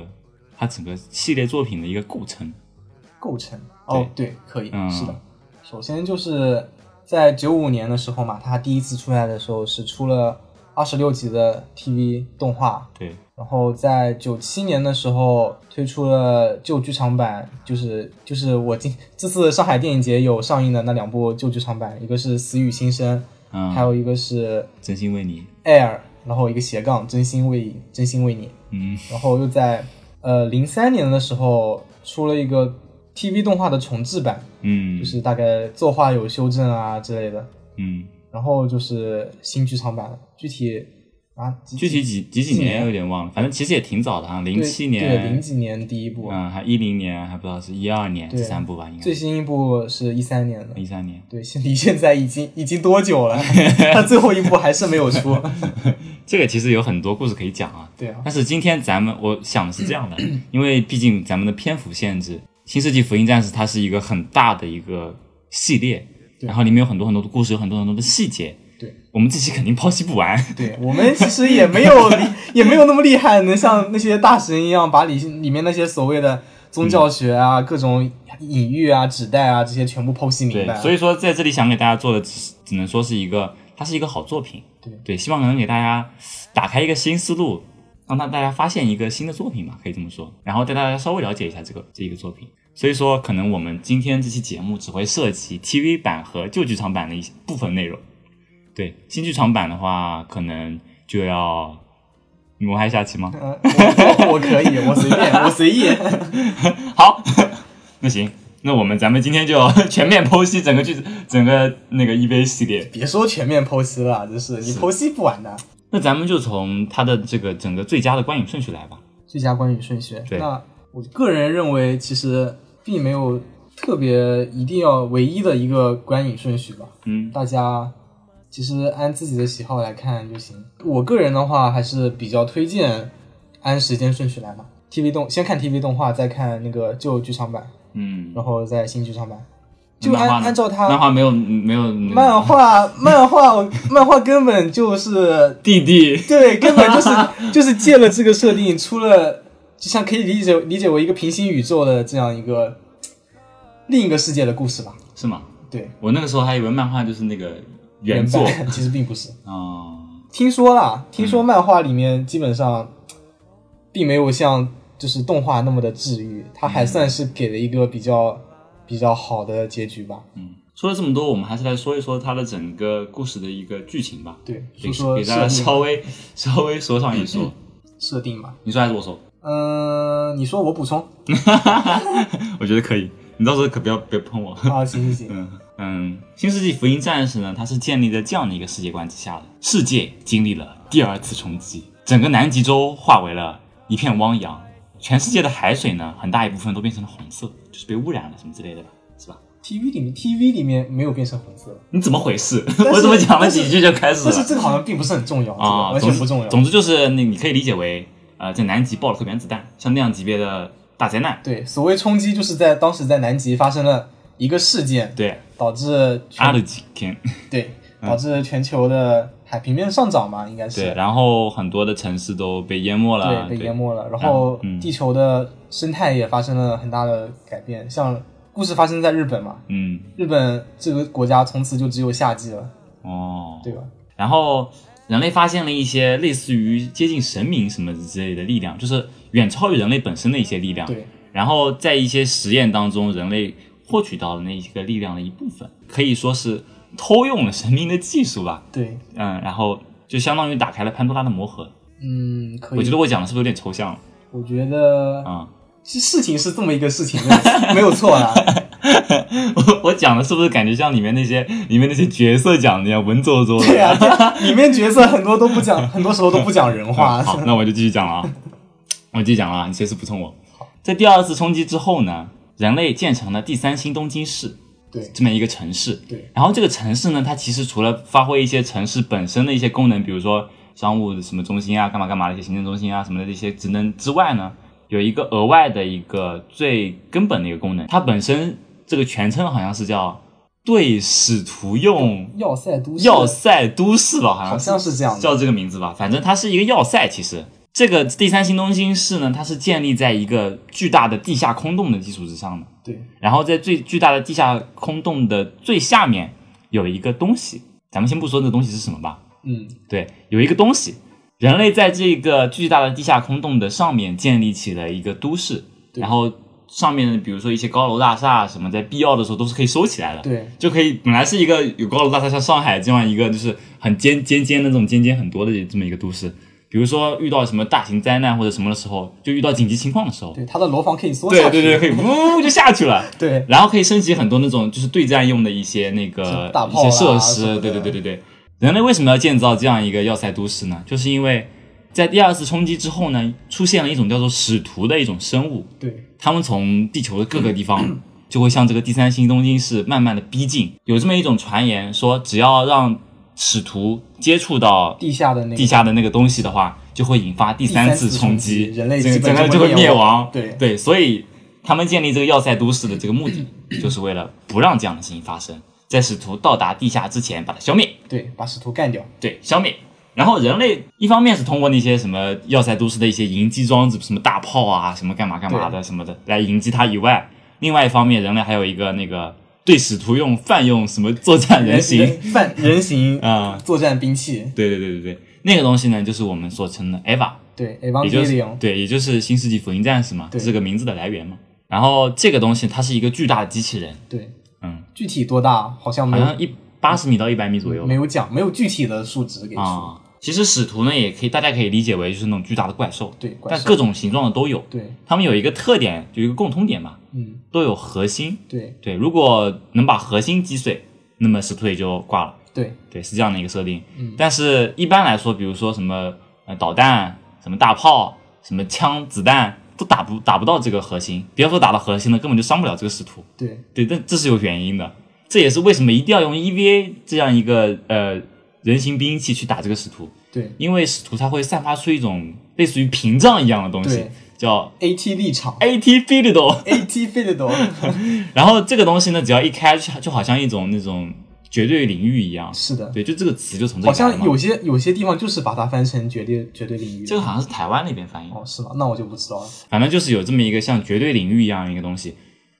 A: 它整个系列作品的一个构成。
B: 构成。哦，对，可以，
A: 嗯
B: 是的。首先就是在九五年的时候嘛，它第一次出来的时候是出了二十六集的 TV 动画，
A: 对，
B: 然后在九七年的时候推出了旧剧场版，就是就是我今这次上海电影节有上映的那两部旧剧场版，一个是《死与新生》，
A: 嗯，
B: 还有一个是
A: 真心为你，
B: 《Air》，然后一个斜杠真心为真心为你。
A: 嗯
B: 然后又在呃零三年的时候出了一个 TV 动画的重制版，
A: 嗯，
B: 就是大概作画有修正啊之类的，
A: 嗯，
B: 然后就是新剧场版了，具体啊几
A: 具体几几几
B: 几
A: 年
B: 年
A: 有点忘了，反正其实也挺早的啊，零
B: 对
A: 七
B: 对零
A: 年，
B: 几年第一部，
A: 嗯，还一零年，还不知道是一二年，
B: 对
A: 这三部吧，应该
B: 最新一部是一三年的。
A: 一三年。
B: 对，现离现在已经已经多久了？他最后一部还是没有出。
A: 这个其实有很多故事可以讲啊，
B: 对啊，
A: 但是今天咱们我想的是这样的，因为毕竟咱们的篇幅限制，《新世纪福音战士》它是一个很大的一个系列，
B: 对
A: 然后里面有很多很多的故事，有很多很多的细节。
B: 对，
A: 我们这期肯定剖析不完。
B: 对我们其实也没有也没有那么厉害，能像那些大神一样把里里面那些所谓的宗教学啊、各种隐喻啊、指代啊这些全部剖析明
A: 对
B: 白。，
A: 所
B: 以
A: 以说在这里想给大家做的，只是只能说是一个，它是一个好作品。
B: 对
A: 希望能给大家打开一个新思路，让大大家发现一个新的作品吧，可以这么说。然后带大家稍微了解一下这个这一个作品。所以说，可能我们今天这期节目只会涉及 TV 版和旧剧场版的一些部分内容。对，新剧场版的话，可能就要你们还下棋 吗？
B: 嗯我我我可以，我随便，我随意。
A: 好，那行，那我们咱们今天就全面剖析整个剧整个那个 EV 系列。
B: 别说全面剖析了，真是你剖析不完的。
A: 那咱们就从它的这个整个最佳的观影顺序来吧。
B: 最佳关于顺序，
A: 对
B: 那我个人认为其实并没有特别一定要唯一的一个观影顺序吧。
A: 嗯
B: 大家其实按自己的喜好来看就行。我个人的话还是比较推荐按时间顺序来嘛。TV 动先看 TV 动画，再看那个旧剧场版，
A: 嗯，
B: 然后再新剧场版，
A: 那
B: 就按
A: 漫画呢
B: 按照它
A: 漫画没有没有那个
B: 漫画漫画漫画根本就是
A: 弟弟，
B: 对，根本就是就是借了这个设定，出了就像可以理解理解为一个平行宇宙的这样一个另一个世界的故事吧。
A: 是吗？
B: 对，
A: 我那个时候还以为漫画就是那个原作
B: 版其实并不是。
A: 啊，
B: 听说啦，听说漫画里面基本上并没有像就是动画那么的治愈，它还算是给了一个比较比较好的结局吧。
A: 嗯。说了这么多，我们还是来说一说它的整个故事的一个剧情吧，
B: 对，
A: 给
B: 说说
A: 给大家
B: 设定
A: 稍微稍微说上一 说。
B: 设定吧。
A: 你说还是我说？
B: 嗯、你说我补充
A: 我觉得可以，你到时候可不要别喷我。
B: 啊？行行行，
A: 嗯，嗯，《新世纪福音战士》呢，它是建立在这样的一个世界观之下的。世界经历了第二次冲击，整个南极洲化为了一片汪洋，全世界的海水呢，很大一部分都变成了红色，就是被污染了什么之类的吧，是吧？
B: TV 里面 TV 里面没有变成红色，
A: 你怎么回事？
B: 是
A: 我怎么讲了几句就开始
B: 但是
A: 了
B: 这个好像并不是很重要，这个
A: 啊？
B: 完
A: 总
B: 全
A: 之
B: 不重要。
A: 总之就是你你可以理解为，呃，在南极爆了颗原子弹，像那样级别的大灾难，
B: 对，所谓冲击，就是在当时在南极发生了一个事件，
A: 对，
B: 导致全
A: 阿鲁吉天，
B: 对导致全球的海平面上涨吧，应该是
A: 对，然后很多的城市都被淹没了，
B: 对被
A: 对
B: 淹没了，然后
A: 嗯
B: 地球的生态也发生了很大的改变。像故事发生在日本嘛，
A: 嗯，
B: 日本这个国家从此就只有夏季了，
A: 哦，
B: 对吧？
A: 然后人类发现了一些类似于接近神明什么之类的力量，就是远超于人类本身的一些力量。
B: 对，
A: 然后在一些实验当中，人类获取到了那一个力量的一部分，可以说是偷用了神明的技术吧。
B: 对，
A: 嗯，然后就相当于打开了潘多拉的魔盒。
B: 嗯，可以。
A: 我觉得我讲的是不是有点抽象了？
B: 我觉得
A: 啊、
B: 是事情是这么一个事情， 没有错啊啦。
A: 我我讲的是不是感觉像里面那些里面那些角色讲的呀，文绉绉的
B: 对？呀、 里面角色很多都不讲，很多时候都不讲人话。
A: 好，那我就继续讲了啊，我继续讲了啊，你随时补充我。在第二次冲击之后呢，人类建成了第三新东京市
B: 对
A: 这么一个城市。
B: 对，
A: 然后这个城市呢，它其实除了发挥一些城市本身的一些功能，比如说商务什么中心啊、干嘛干嘛的一些行政中心啊什么的这些职能之外呢，有一个额外的一个最根本的一个功能，它本身这个全称好像是叫对使徒用
B: 要塞都市，
A: 要塞都市吧，好像
B: 好像是这样的。
A: 叫这个名字吧，反正它是一个要塞。其实这个第三新东京市呢，它是建立在一个巨大的地下空洞的基础之上的，
B: 对，
A: 然后在最巨大的地下空洞的最下面有一个东西，咱们先不说这东西是什么吧，
B: 嗯，
A: 对，有一个东西，人类在这个巨大的地下空洞的上面建立起了一个都市，
B: 对
A: 然后上面比如说一些高楼大厦什么，在必要的时候都是可以收起来的，
B: 对
A: 就可以本来是一个有高楼大厦，像上海这样一个就是很尖尖尖的那种尖尖很多的这么一个都市。比如说遇到什么大型灾难或者什么的时候，就遇到紧急情况的时候，
B: 对，它的楼房可以缩
A: 对
B: 下
A: 对
B: 去。
A: 对，可以呜就下去了。
B: 对
A: 然后可以升级很多那种就是对战用的一些那个
B: 是大
A: 一
B: 炮啦
A: 些设
B: 什么
A: 施，
B: 的
A: 对对对对对。人类为什么要建造这样一个要塞都市呢？就是因为在第二次冲击之后呢，出现了一种叫做使徒的一种生物，
B: 对
A: 他们从地球的各个地方就会向这个第三新东京市慢慢的逼近。有这么一种传言说，只要让使徒接触到
B: 地下的那个
A: 地下的那个东西的话，就会引发第三次冲
B: 第三次冲击人类
A: 整个
B: 基
A: 整
B: 本
A: 个
B: 就
A: 就
B: 会
A: 会
B: 灭
A: 灭亡。
B: 对
A: 对，所以他们建立这个要塞都市的这个目的，就是为了不让这样的事情发生，在使徒到达地下之前把它消灭，
B: 对，把使徒干掉。
A: 对，消灭。然后人类一方面是通过那些什么要塞都市的一些迎击装置，什么大炮啊，什么干嘛干嘛的什么的来迎击它以外，另外一方面人类还有一个那个对使徒用泛用什么作战人形
B: 人 嗯犯人形
A: 啊、
B: 作战兵器，
A: 对对对对对，那个东西呢就是我们所称的 EVA。
B: 对
A: 也就是
B: ，Evangelion，
A: 对，也就是《新世纪福音战士》嘛，
B: 对
A: 这个名字的来源嘛。然后这个东西它是一个巨大的机器人，
B: 对，
A: 嗯，
B: 具体多大好像
A: 好
B: 没有
A: 像一八十米到一百米左右
B: 没有讲，没有具体的数值给出。
A: 啊。其实使徒呢，也可以大家可以理解为就是那种巨大的怪兽，
B: 对，怪
A: 但
B: 兽
A: 各种形状的都有。
B: 对，
A: 它们有一个特点，有一个共通点嘛，
B: 嗯，
A: 都有核心。
B: 对
A: 对，如果能把核心击碎，那么使徒也就挂了。
B: 对
A: 对，是这样的一个设定。
B: 嗯
A: 但是一般来说，比如说什么呃导弹、什么大炮、什么枪、子弹，都打不打不到这个核心。不要说打到核心了，根本就伤不了这个使徒。
B: 对
A: 对，但这是有原因的，这也是为什么一定要用 EVA 这样一个呃人形兵器去打这个使徒，
B: 对
A: 因为使徒它会散发出一种类似于屏障一样的东西
B: 对，
A: 叫
B: ，AT 立 场
A: AT f i d d l e
B: ，AT Fiddle，
A: 然后这个东西呢，只要一开，就就好像一种那种绝对领域一样。
B: 是的，
A: 对，就这个词就从这
B: 好
A: 里来的
B: 像
A: 嘛。
B: 有些有些地方就是把它翻成绝对绝对领域。
A: 这个好像是台湾那边翻译，
B: 哦，是吗？那我就不知道了。
A: 反正就是有这么一个像绝对领域一样一个东西，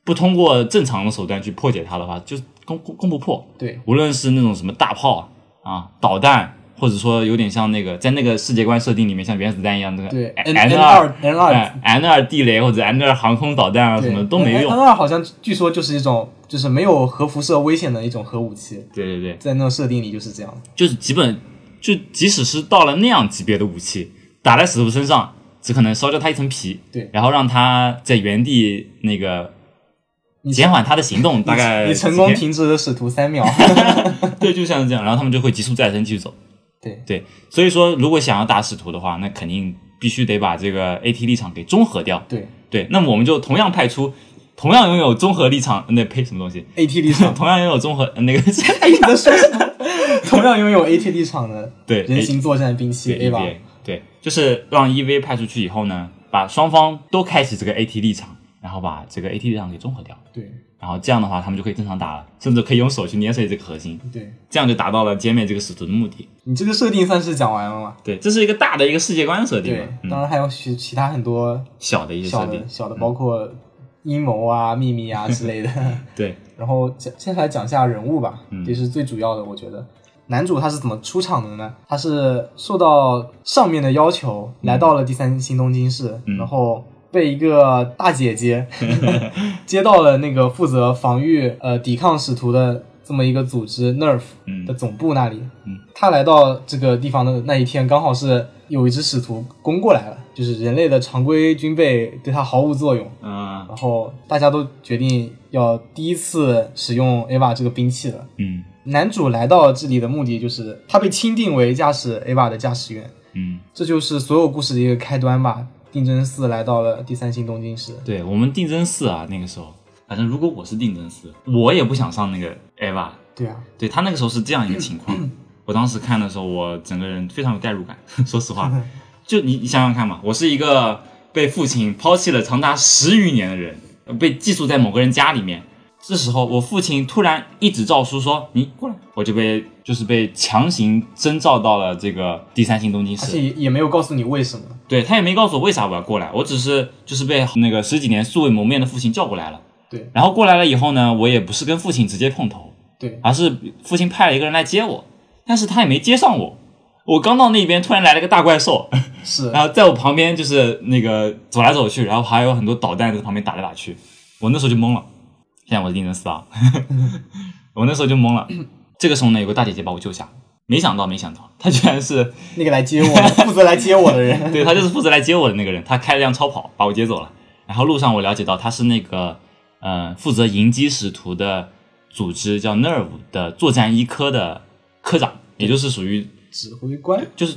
A: 不通过正常的手段去破解它的话，就攻攻攻不破。
B: 对
A: 无论是那种什么大炮啊、导弹，或者说有点像那个在那个世界观设定里面像原子弹一样，那个
B: 对
A: N
B: ，N
A: 哎 N
B: N
A: 二
B: 二 N 二
A: N 二地雷或者 N 二航空导弹啊什么都没
B: ，N 哎
A: 用。
B: 二好像据说就是一种就是没有核辐射危险的一种核武器，
A: 对对对，
B: 在那个设定里就是这样。
A: 就是基本就即使是到了那样级别的武器，打在使徒身上，只可能烧掉他一层皮，
B: 对
A: 然后让他在原地那个
B: 你
A: 减缓他的行动，大概
B: 你成
A: 几
B: 功
A: 天
B: 停止了使徒 三秒。
A: 对，就像是这样，然后他们就会急速再生继续走。
B: 对
A: 对，所以说如果想要打使徒的话，那肯定必须得把这个 AT 立场给综合掉。
B: 对
A: 对，那么我们就同样派出同样拥有综合立场，那呸什么东西？
B: ，AT 立场，
A: 同样拥有综合呃那个
B: 哎，你在说什么？同样拥有 AT 立场的
A: 对
B: 人
A: A-
B: 形作战兵器
A: 对
B: A 吧，
A: EVA 对，就是让 EV 派出去以后呢，把双方都开启这个 AT 立场，然后把这个 AT 立场给综合掉，
B: 对
A: 然后这样的话他们就可以正常打了，甚至可以用手去捏碎这个核心，
B: 对，
A: 这样就达到了歼灭这个使徒的目的。
B: 你这个设定算是讲完了嘛？
A: 对，这是一个大的一个世界观设定
B: 对
A: 嘛，，嗯
B: 当然还有其其他很多
A: 小的一些设
B: 小
A: 定
B: 的，小的，包括阴谋啊、 秘密啊之 类的。
A: 对，
B: 然后讲，接下来讲一下人物吧，
A: 嗯
B: 这是最主要的，我觉得。男主他是怎么出场的呢？他是受到上面的要求，来到了第三新东京市，
A: 嗯
B: 然后被一个大 姐姐 接到了那个负责防御呃抵抗使徒的这么一个组织 NERF
A: 嗯
B: 的总部那里。
A: 嗯
B: 他来到这个地方的那一天，刚好是有一只使徒攻过来了，就是人类的常规军备对他毫无作用。
A: 嗯
B: 然后大家都决定要第一次使用 AVA 这个兵器了。
A: 嗯
B: 男主来到这里的目的就是他被钦定为驾驶 AVA 的驾驶员，
A: 嗯，
B: 这就是所有故事的一个开端吧。定真寺来到了第三星东京市，
A: 对我们定真寺啊，那个时候，反正如果我是定真寺，我也不想上那个 EVA，
B: 对啊，
A: 对他那个时候是这样一个情况。我当时看的时候，我整个人非常有代入感。 说实话，就你你想想看嘛，我是一个被父亲抛弃了长达十余年的人，呃被寄宿在某个人家里面。这时候，我父亲突然一纸诏书说：“你过来。”我就被就是被强行征召到了这个第三星东京
B: 而
A: 市
B: 且。也也没有告诉你为什么。
A: 对他也没告诉我为啥我要过来，我只是就是被那个十几年素未谋面的父亲叫过来了。
B: 对
A: 然后过来了以后呢，我也不是跟父亲直接碰头，
B: 对，
A: 而是父亲派了一个人来接我，但是他也没接上我。我刚到那边，突然来了个大怪兽，
B: 是
A: 然后在我旁边就是那个走来走去，然后还有很多导弹在旁边打来打去，我那时候就懵了。现在我是定真四啊， 我那时候就懵了。 这个时候呢，有个大姐姐把我救下，没想到，没想到，她居然是
B: 那个来接我的，负责来接我 的人。
A: 对他就是负责来接我的那个人，他开了辆超跑把我接走了。然后路上我了解到他是那个呃负责迎击使徒的组织叫 NERV 的作战一科的科长，也就是属于
B: 指挥官，
A: 就是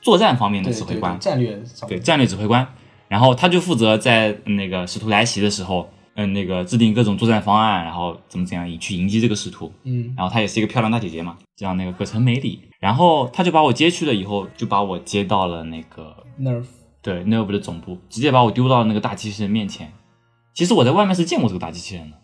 A: 作战方面的
B: 对
A: 指
B: 对
A: 挥
B: 对，
A: 官，
B: 战略上
A: 对战略指挥官。然后他就负责在那个使徒来袭的时候，嗯、那个制定各种作战方案，然后怎么怎样以去迎击这个使徒。
B: 嗯，
A: 然后她也是一个漂亮大姐姐嘛，叫那个葛城美里。然后她就把我接去了以后，就把我接到了那个
B: nerf，
A: 对 n e r v 的总部，直接把我丢到那个大机器人面前。其实我在外面是见过这个大机器人的，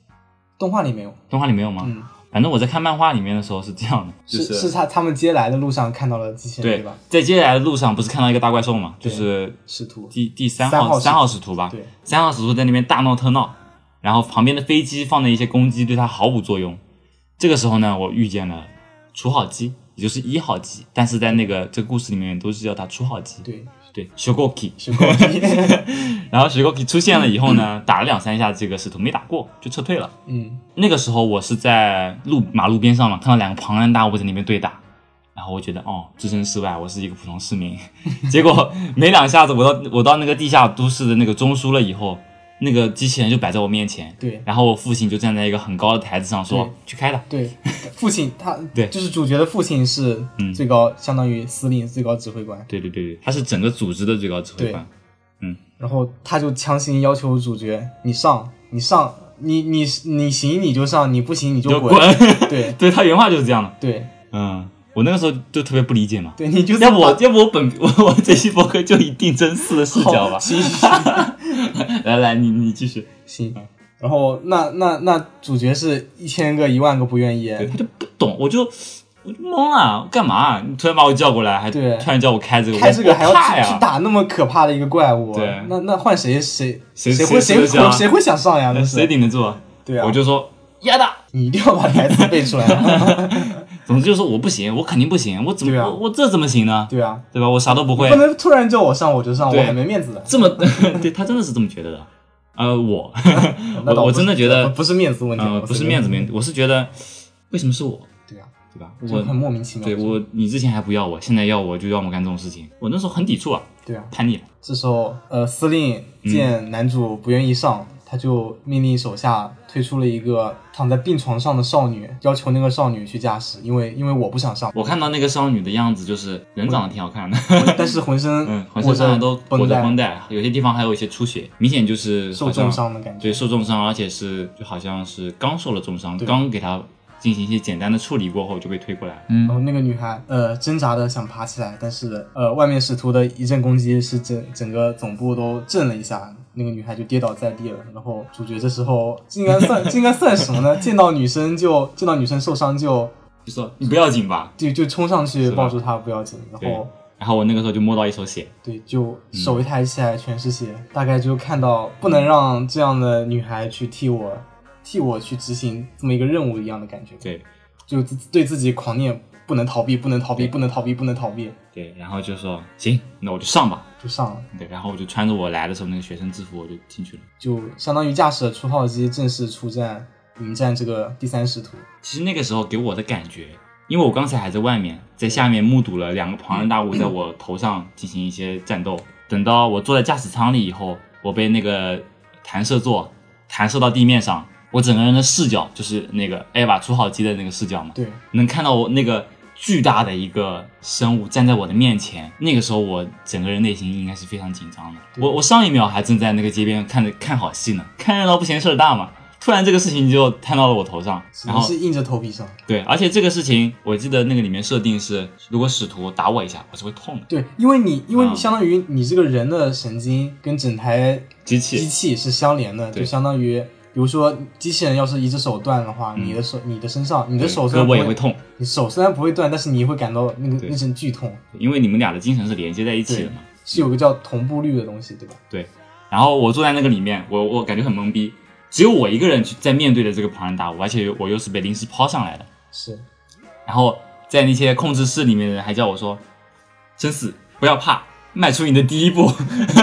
B: 动画里没有，
A: 动画里没有吗？
B: 嗯，
A: 反正我在看漫画里面的时候是这样的，就是
B: 是他他们接来的路上看到了机器人
A: 对
B: 对吧？，
A: 在接下来的路上不是看到一个大怪兽嘛，就
B: 对
A: 是
B: 使徒，
A: 第第三
B: 三
A: 号
B: 号使徒
A: 三号使徒吧，
B: 对
A: 三号使徒在那边大闹特闹，然后旁边的飞机放的一些攻击对他毫无作用。这个时候呢，我遇见了初号机，也就是一号机，但是在那个这个故事里面都是叫他初号机，
B: 对，
A: 对 s h o g o k i
B: 是高级，
A: 然后 s h o g o k i 出现了以后呢，打了两三下这个使徒没打过，就撤退了。
B: 嗯。
A: 那个时候我是在路马路边上嘛，看到两个庞然大物在那边对打，然后我觉得哦，置身事外，我是一个普通市民。结果没两下子，我到我到那个地下都市的那个中枢了以后，那个机器人就摆在我面前，
B: 对
A: 然后我父亲就站在一个很高的台子上说
B: 对：“
A: 去开它。
B: 对，父亲他
A: 对
B: 就是主角的父亲是
A: 嗯
B: 最高，相当于司令、最高指挥官。
A: 对对对对，他是整个组织的最高指挥官。
B: 然后他就强行要求主角，你上，你上，你你你行你就上，你不行你
A: 就
B: 就
A: 滚
B: 滚。！对
A: 对他原话就是这样的。
B: 对
A: 嗯，我那个时候就特别不理解嘛。
B: 对，你就
A: 要不我要不我 本我我这期博客就以定真寺的视角吧。
B: 行行
A: 来来，你你继续。
B: 行。然后那那那主角是一千个一万个不愿意，
A: 哎对他就不懂，我就我就懵了，干嘛？啊你突然把我叫过来，还突
B: 对
A: 然叫我开这个，
B: 开这个还要
A: 我怕
B: 去去
A: 呀？哎
B: 打那么可怕的一个怪物啊
A: 对，
B: 那那换谁谁
A: 谁谁
B: 会
A: 谁
B: 谁
A: 上
B: 会谁会想上呀？那
A: 谁
B: 是
A: 顶得住啊？
B: 对啊，
A: 我就说压的。
B: 你一定要把台词背出来，啊
A: 总之就是我不行，我肯定不行，我怎么、
B: 对啊
A: 我我这怎么行呢？
B: 对啊，
A: 对吧？我啥都不会
B: 不，能突然叫我上我就上，
A: 对
B: 我很没面子的。
A: 这么 对他真的是这么觉得的。呃， 我
B: 那
A: 我
B: 倒不
A: 我
B: 是
A: 真的觉得
B: 不不是面子问题，
A: 呃
B: 我
A: 不是
B: 随
A: 面
B: 便
A: 子面子，我是觉得为什么是我，
B: 对啊，
A: 对吧？
B: 就很
A: 我
B: 莫名其妙。
A: 对我你之前还不要我，现在要我就让我干这种事情，我那时候很抵触啊，
B: 对啊，
A: 叛逆了。嗯
B: 这时候呃，司令见男主不愿意上，他就命令手下推出了一个躺在病床上的少女，要求那个少女去驾驶，因为因为我不 想上，
A: 我看到那个少女的样子，就是人长得挺好看的，
B: 但是浑身
A: 嗯，
B: 我
A: 浑身上下都裹
B: 绷
A: 着绷
B: 带，
A: 带，啊有些地方还有一些出血，明显就是
B: 受
A: 好像
B: 重伤的感觉
A: 对，。受重伤，而且是就好像是刚受了重伤，
B: 对
A: 刚给他进行一些简单的处理过后就被推过来。
B: 然后那个女孩呃挣扎的想爬起来，但是呃外面使徒的一阵攻击是整整个总部都震了一下，那个女孩就跌倒在地了。然后主角这时候这应该算 这应该算什么呢？见到女生就见到女生受伤就
A: 就说你不要紧吧。
B: 就就冲上去
A: 吧
B: 抱住她不要紧，然
A: 对
B: 后
A: 然后我那个时候就摸到一手血，
B: 对就手一抬起来全是血，大概就看到不能让这样的女孩去替我替我去执行这么一个任务一样的感觉，
A: 对
B: 就自对自己狂念不能逃避，不能逃避，不能逃避，不能逃避，
A: 对，然后就说行，那我就上吧。
B: 就上了。
A: 对，然后我就穿着我来的时候那个学生制服，我就进去了。
B: 就相当于驾驶了出号机正式出战迎战这个第三使徒。
A: 其实那个时候给我的感觉，因为我刚才还在外面，在下面目睹了两个庞然大物在我头上进行一些战斗。等到我坐在驾驶舱里以后，我被那个弹射座弹射到地面上，我整个人的视角就是那个艾娃出号机的那个视角嘛，
B: 对，
A: 能看到我那个巨大的一个生物站在我的面前。那个时候我整个人内心应该是非常紧张的。
B: 对
A: 我我上一秒还正在那个街边看着看好戏呢，看热闹不嫌事儿大嘛，突然这个事情就摊到了我头上，
B: 只
A: 然
B: 能
A: 后
B: 是硬着头皮上。
A: 对，而且这个事情我记得那个里面设定是，如果使徒打我一下，我是会痛的。
B: 对，因为你，因为你
A: 嗯
B: 相当于你这个人的神经跟整台
A: 机
B: 机
A: 器，
B: 器是相连的，
A: 对
B: 就相当于，比如说机器人要是一只手断的话，
A: 嗯
B: 你的手、你的身上、你的手虽
A: 胳
B: 然不
A: 膊也
B: 会，
A: 会痛，
B: 你手虽然不会断，但是你会感到那个
A: 对
B: 那阵剧痛，
A: 因为你们俩的精神是连接在一起的嘛。
B: 是有个叫同步率的东西，对吧？
A: 然后我坐在那个里面，我我感觉很懵逼，只有我一个人去在面对着这个庞然大物，而且我又是被临时抛上来的。
B: 是，
A: 然后在那些控制室里面的人还叫我说：“真是不要怕，迈出你的第一步。”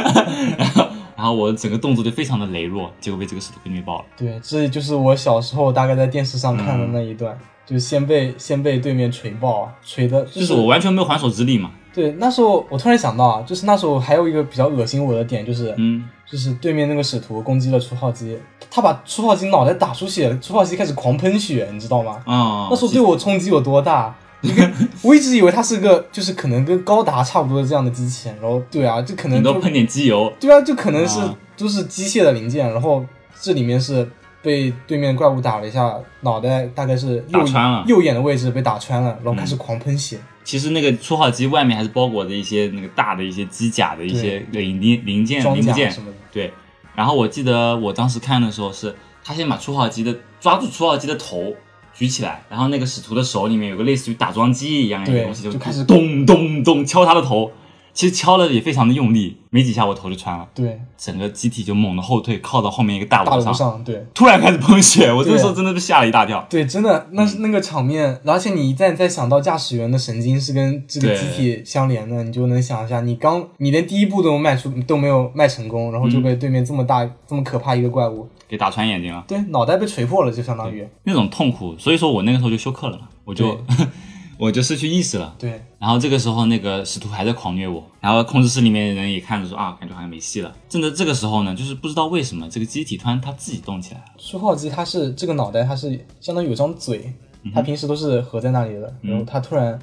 A: 然后，然后我整个动作就非常的羸弱，结果被这个石头给虐爆了。
B: 对，这就是我小时候大概在电视上看
A: 嗯
B: 的那一段，就先被先被对面锤爆，啊锤的
A: 就是我完全没有还手之力嘛。
B: 对，那时候我突然想到啊，就是那时候还有一个比较恶心我的点，就是、
A: 嗯，
B: 就是对面那个使徒攻击了初号机，他把初号机脑袋打出血了，初号机开始狂喷血，你知道吗？
A: 啊、
B: 那时候对我冲击有多大？ 一个我一直以为它是个就是可能跟高达差不多的这样的机器，然后对啊，就可能
A: 你
B: 就
A: 都喷点机油，
B: 对啊，就可能是
A: 啊
B: 都是机械的零件，然后这里面是被对面怪物打了一下，脑袋大概是右
A: 打穿了
B: 右眼的位置被打穿了，然后开始狂喷血。
A: 其实那个初号机外面还是包裹着一些那个大的一些机甲的一些零零零件
B: 装
A: 嗯零部
B: 甲
A: 件
B: 什，么的，
A: 对。然后我记得我当时看的时候是，他先把初号机的抓住初号机的头举起来，然后那个使徒的手里面有个类似于打桩机一样的一个
B: 对
A: 东西，
B: 就开始
A: 咚咚咚敲他的头，其实敲了也非常的用力，没几下我头就穿了，
B: 对，
A: 整个机体就猛地后退，靠到后面一个大
B: 大
A: 楼
B: 楼
A: 上，
B: 上对。
A: 突然开始喷血，我那时候
B: 对
A: 真的被吓了一大跳。
B: 对，真的，那是那个场面，而且你一旦再想到驾驶员的神经是跟这个
A: 对
B: 机体相连的，你就能想一下，你刚你连第一步都迈出都没有迈成功，然后就被对面这么大、这么可怕一个怪物，
A: 给打穿眼睛了，
B: 对，脑袋被锤破了，就相当于
A: 那种痛苦，所以说我那个时候就休克了嘛，我就 我就失去意识了。
B: 对
A: 然后这个时候，那个使徒还在狂虐我，然后控制室里面的人也看着说啊，感觉好像没戏了。正在这个时候呢，就是不知道为什么这个机体突然它自己动起来了，
B: 书浩机它是这个脑袋它是相当于有张嘴，
A: 嗯
B: 它平时都是合在那里的，然后它突然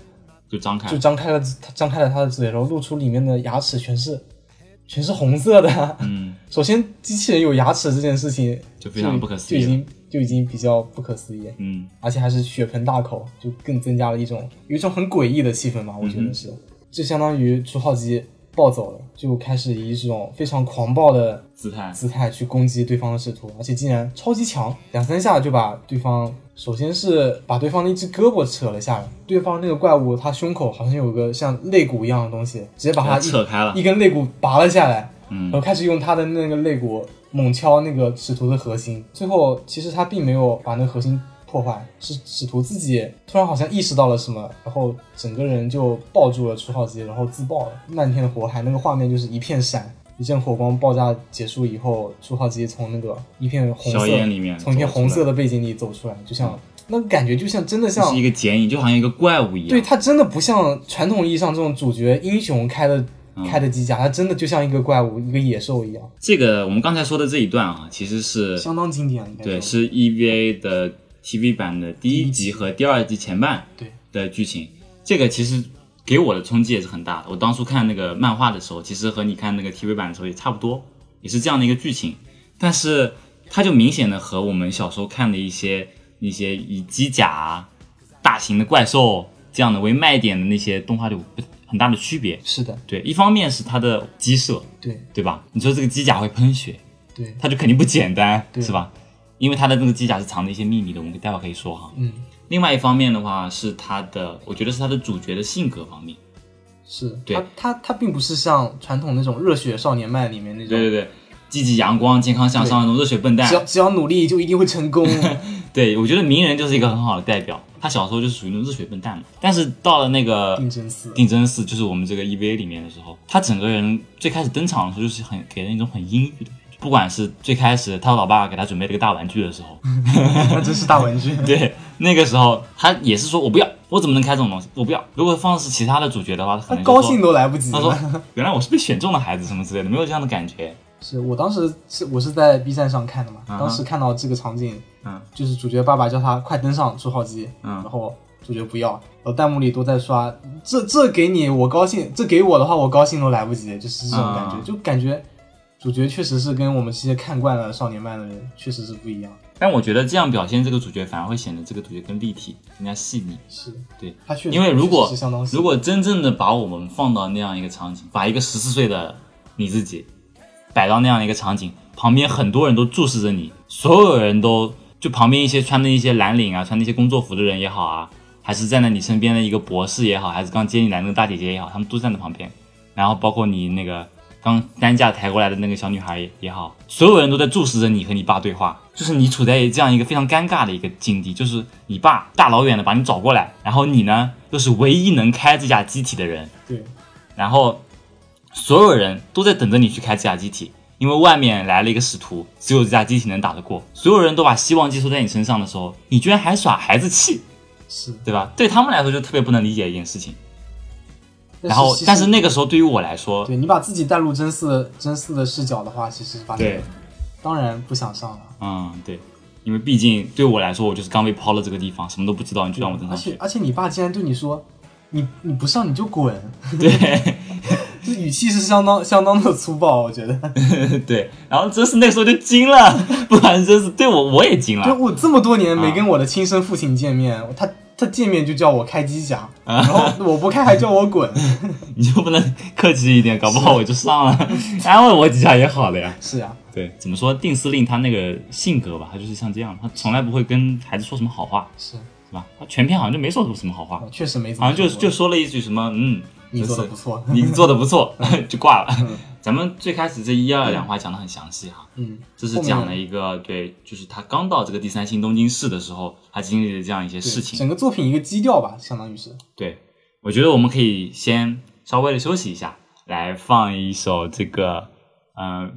A: 就张开
B: 就，张开了它张开了它的嘴，然后露出里面的牙齿全是全是红色的。
A: 嗯，
B: 首先，机器人有牙齿这件事情
A: 就非常不可思
B: 就已
A: 议了，
B: 经就已经比较不可思议了。
A: 嗯，
B: 而且还是血盆大口，就更增加了一种有一种很诡异的气氛吧，我觉
A: 嗯
B: 得是，就相当于初号机暴走了，就开始以这种非常狂暴的
A: 姿态，
B: 姿态去攻击对方的使徒，而且竟然超级强，两三下就把对方，首先是把对方的一只胳膊扯了下来，对方那个怪物他胸口好像有个像肋骨一样的东西，直接把他
A: 它
B: 一
A: 扯开了，
B: 一根肋骨拔了下来，
A: 嗯
B: 然后开始用他的那个肋骨猛敲那个使徒的核心。最后其实他并没有把那个核心破坏，是使徒自己突然好像意识到了什么，然后整个人就抱住了初号机，然后自爆了，漫天的火海，那个画面就是一片闪。一阵火光爆炸结束以后，初号机从那个一片红
A: 硝
B: 色，
A: 烟里面
B: 从一片
A: 走出
B: 红色
A: 来
B: 的背景里走出来，就像、那个感觉，就像真的
A: 这
B: 像
A: 是
B: 啊
A: 一个剪影，就好像一个怪物一样，
B: 对，它真的不像传统意义上这种主角英雄开的
A: 嗯
B: 开的机甲，它真的就像一个怪物、一个野兽一样，
A: 这个我们刚才说的这一段啊，其实是
B: 相当经典。应该
A: 对，
B: 说
A: 是 EVA 的 TV 版的第一集和第二集前半
B: 对
A: 的剧情。这个其实给我的冲击也是很大的。我当初看那个漫画的时候，其实和你看那个 TV 版的时候也差不多，也是这样的一个剧情。但是它就明显的和我们小时候看的一些一些以机甲、大型的怪兽这样的为卖点的那些动画有很大的区别。
B: 是的，
A: 对，一方面是它的机设，
B: 对
A: 对吧？你说这个机甲会喷血，
B: 对，
A: 它就肯定不简单，
B: 对
A: 是吧？因为它的那个机甲是藏着一些秘密的，我们待会儿可以说哈。
B: 嗯，
A: 另外一方面的话是它的，我觉得是它的主角的性格方面。
B: 是
A: 对
B: 它它它并不是像传统那种热血少年漫里面那种，
A: 对对对，积极阳光、健康向上的那种热血笨蛋
B: 只。要只要努力就一定会成功。
A: 对我觉得鸣人就是一个很好的代表，他小时候就是属于那种热血笨蛋嘛。但是到了那个
B: 定 真寺，
A: 定真寺，就是我们这个 EVA 里面的时候，他整个人最开始登场的时候就是很给人一种很阴郁的感觉。不管是最开始他老爸给他准备了个大玩具的时候，
B: 那真是大 玩具。
A: 对，那个时候他也是说我不要，我怎么能开这种东西？我不要。如果放的是其他的主角的话，他可
B: 他
A: 能就
B: 高
A: 说
B: 兴。都来不及
A: 他说
B: 了。：“
A: 原来我是被选中的孩子，什么之类的，没有这样的感觉。
B: 是我当时是我是在 B 站上看的嘛，
A: 啊哈
B: 当时看到这个场景，
A: 嗯，
B: 就是主角爸爸叫他快登上出号机，
A: 嗯
B: 然后主角不要，然后弹幕里都在刷这这给你我高兴，这给我的话我高兴都来不及，就是这种感觉，
A: 啊
B: 就感觉主角确实是跟我们这些看惯了少年漫的人确实是不一样，”
A: 但我觉得这样表现这个主角，反而会显得这个主角更立体、更加细腻。
B: 是
A: 对，
B: 他确实
A: 因为如果
B: 确实是相当喜
A: 如果真正的把我们放到那样一个场景，把一个十四岁的你自己摆到那样一个场景，旁边很多人都注视着你，所有人都就旁边一些穿的一些蓝领啊，穿那些工作服的人也好啊，还是站在你身边的一个博士也好，还是刚接你来那个大姐姐也好，他们都站在旁边，然后包括你那个刚担架抬过来的那个小女孩也也好，所有人都在注视着你和你爸对话，就是你处在这样一个非常尴尬的一个境地，就是你爸大老远的把你找过来，然后你呢又是唯一能开这架机体的人，
B: 对
A: 然后所有人都在等着你去开这架机体，因为外面来了一个使徒，只有这架机体能打得过，所有人都把希望寄托在你身上的时候，你居然还耍孩子气，
B: 是，
A: 对吧？对他们来说就特别不能理解一件事情。然后
B: 其，实
A: 但是那个时候对于我来说，
B: 对你把自己带入真嗣真嗣的视角的话，其实发现
A: 对
B: 当然不想上了。
A: 嗯，对，因为毕竟对我来说，我就是刚被抛了这个地方，什么都不知道，你就让我登
B: 而
A: 上
B: 且
A: 去。
B: 而且你爸竟然对你说，你你不上你就滚，
A: 对
B: 这语气是相当相当的粗暴，我觉得。
A: 对，然后真是那个时候就惊了， 不然真是对我我也惊
B: 就
A: 了。
B: 我这么多年没跟我的亲生父亲见
A: 啊
B: 面，他他见面就叫我开机甲，然后我不开还叫我滚，
A: 你就不能客气一点，搞不好我就上 了，安慰我几下也好的呀。
B: 是啊呀、
A: 对，怎么说？定司令他那个性格吧，他就是像这样，他从来不会跟孩子说什么好话，
B: 是
A: 是吧？他全篇好像就没说什么好话
B: 啊，，确实没怎么
A: 好像就
B: 说过
A: 就说了一句什么，嗯，
B: 你做
A: 真
B: 的
A: 是
B: 不错，
A: 你做的不错， 就挂了
B: 嗯。
A: 咱们最开始这一二两话讲的很详细哈，
B: 嗯，
A: 这是讲了一个对，就是他刚到这个第三星东京市的时候，他经历了这样一些
B: 对
A: 事情。
B: 整个作品一个基调吧，相当于是
A: 对，我觉得我们可以先稍微的休息一下，来放一首这个，嗯、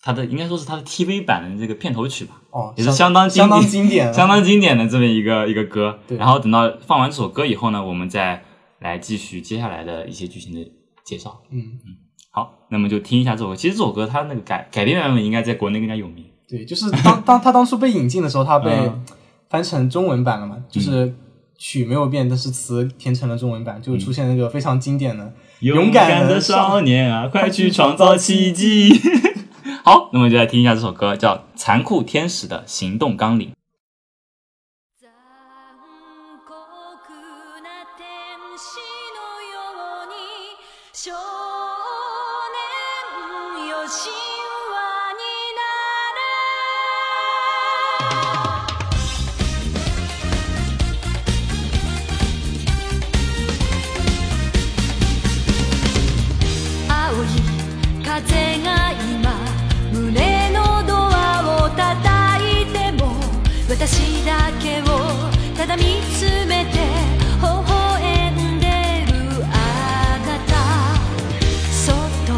A: 他的应该说是他的 TV 版的这个片头曲吧，
B: 哦，
A: 也是
B: 相
A: 相当
B: 相
A: 经
B: 当
A: 典
B: 经典了，
A: 相当经典的这么一个一个歌。
B: 对
A: 然后等到放完这首歌以后呢，我们再来继续接下来的一些剧情的介绍。
B: 嗯，
A: 好，那么就听一下这首歌。其实这首歌它那个改改编版本应该在国内更加有名。
B: 对，就是当 当他当初被引进的时候，他被
A: 嗯
B: 翻成中文版了嘛，就是曲没有变，但是词填成了中文版，
A: 嗯
B: 就出现那个非常经典的。勇敢的少
A: 年啊，
B: 快去创造奇
A: 迹！ 好，那么就来听一下这首歌，叫《残酷天使的行动纲领》。
C: 残酷な天使のように少年よ神話になれ青い風が今胸のドアを叩いても私だけをただ見つめて微笑んでるあなたそっと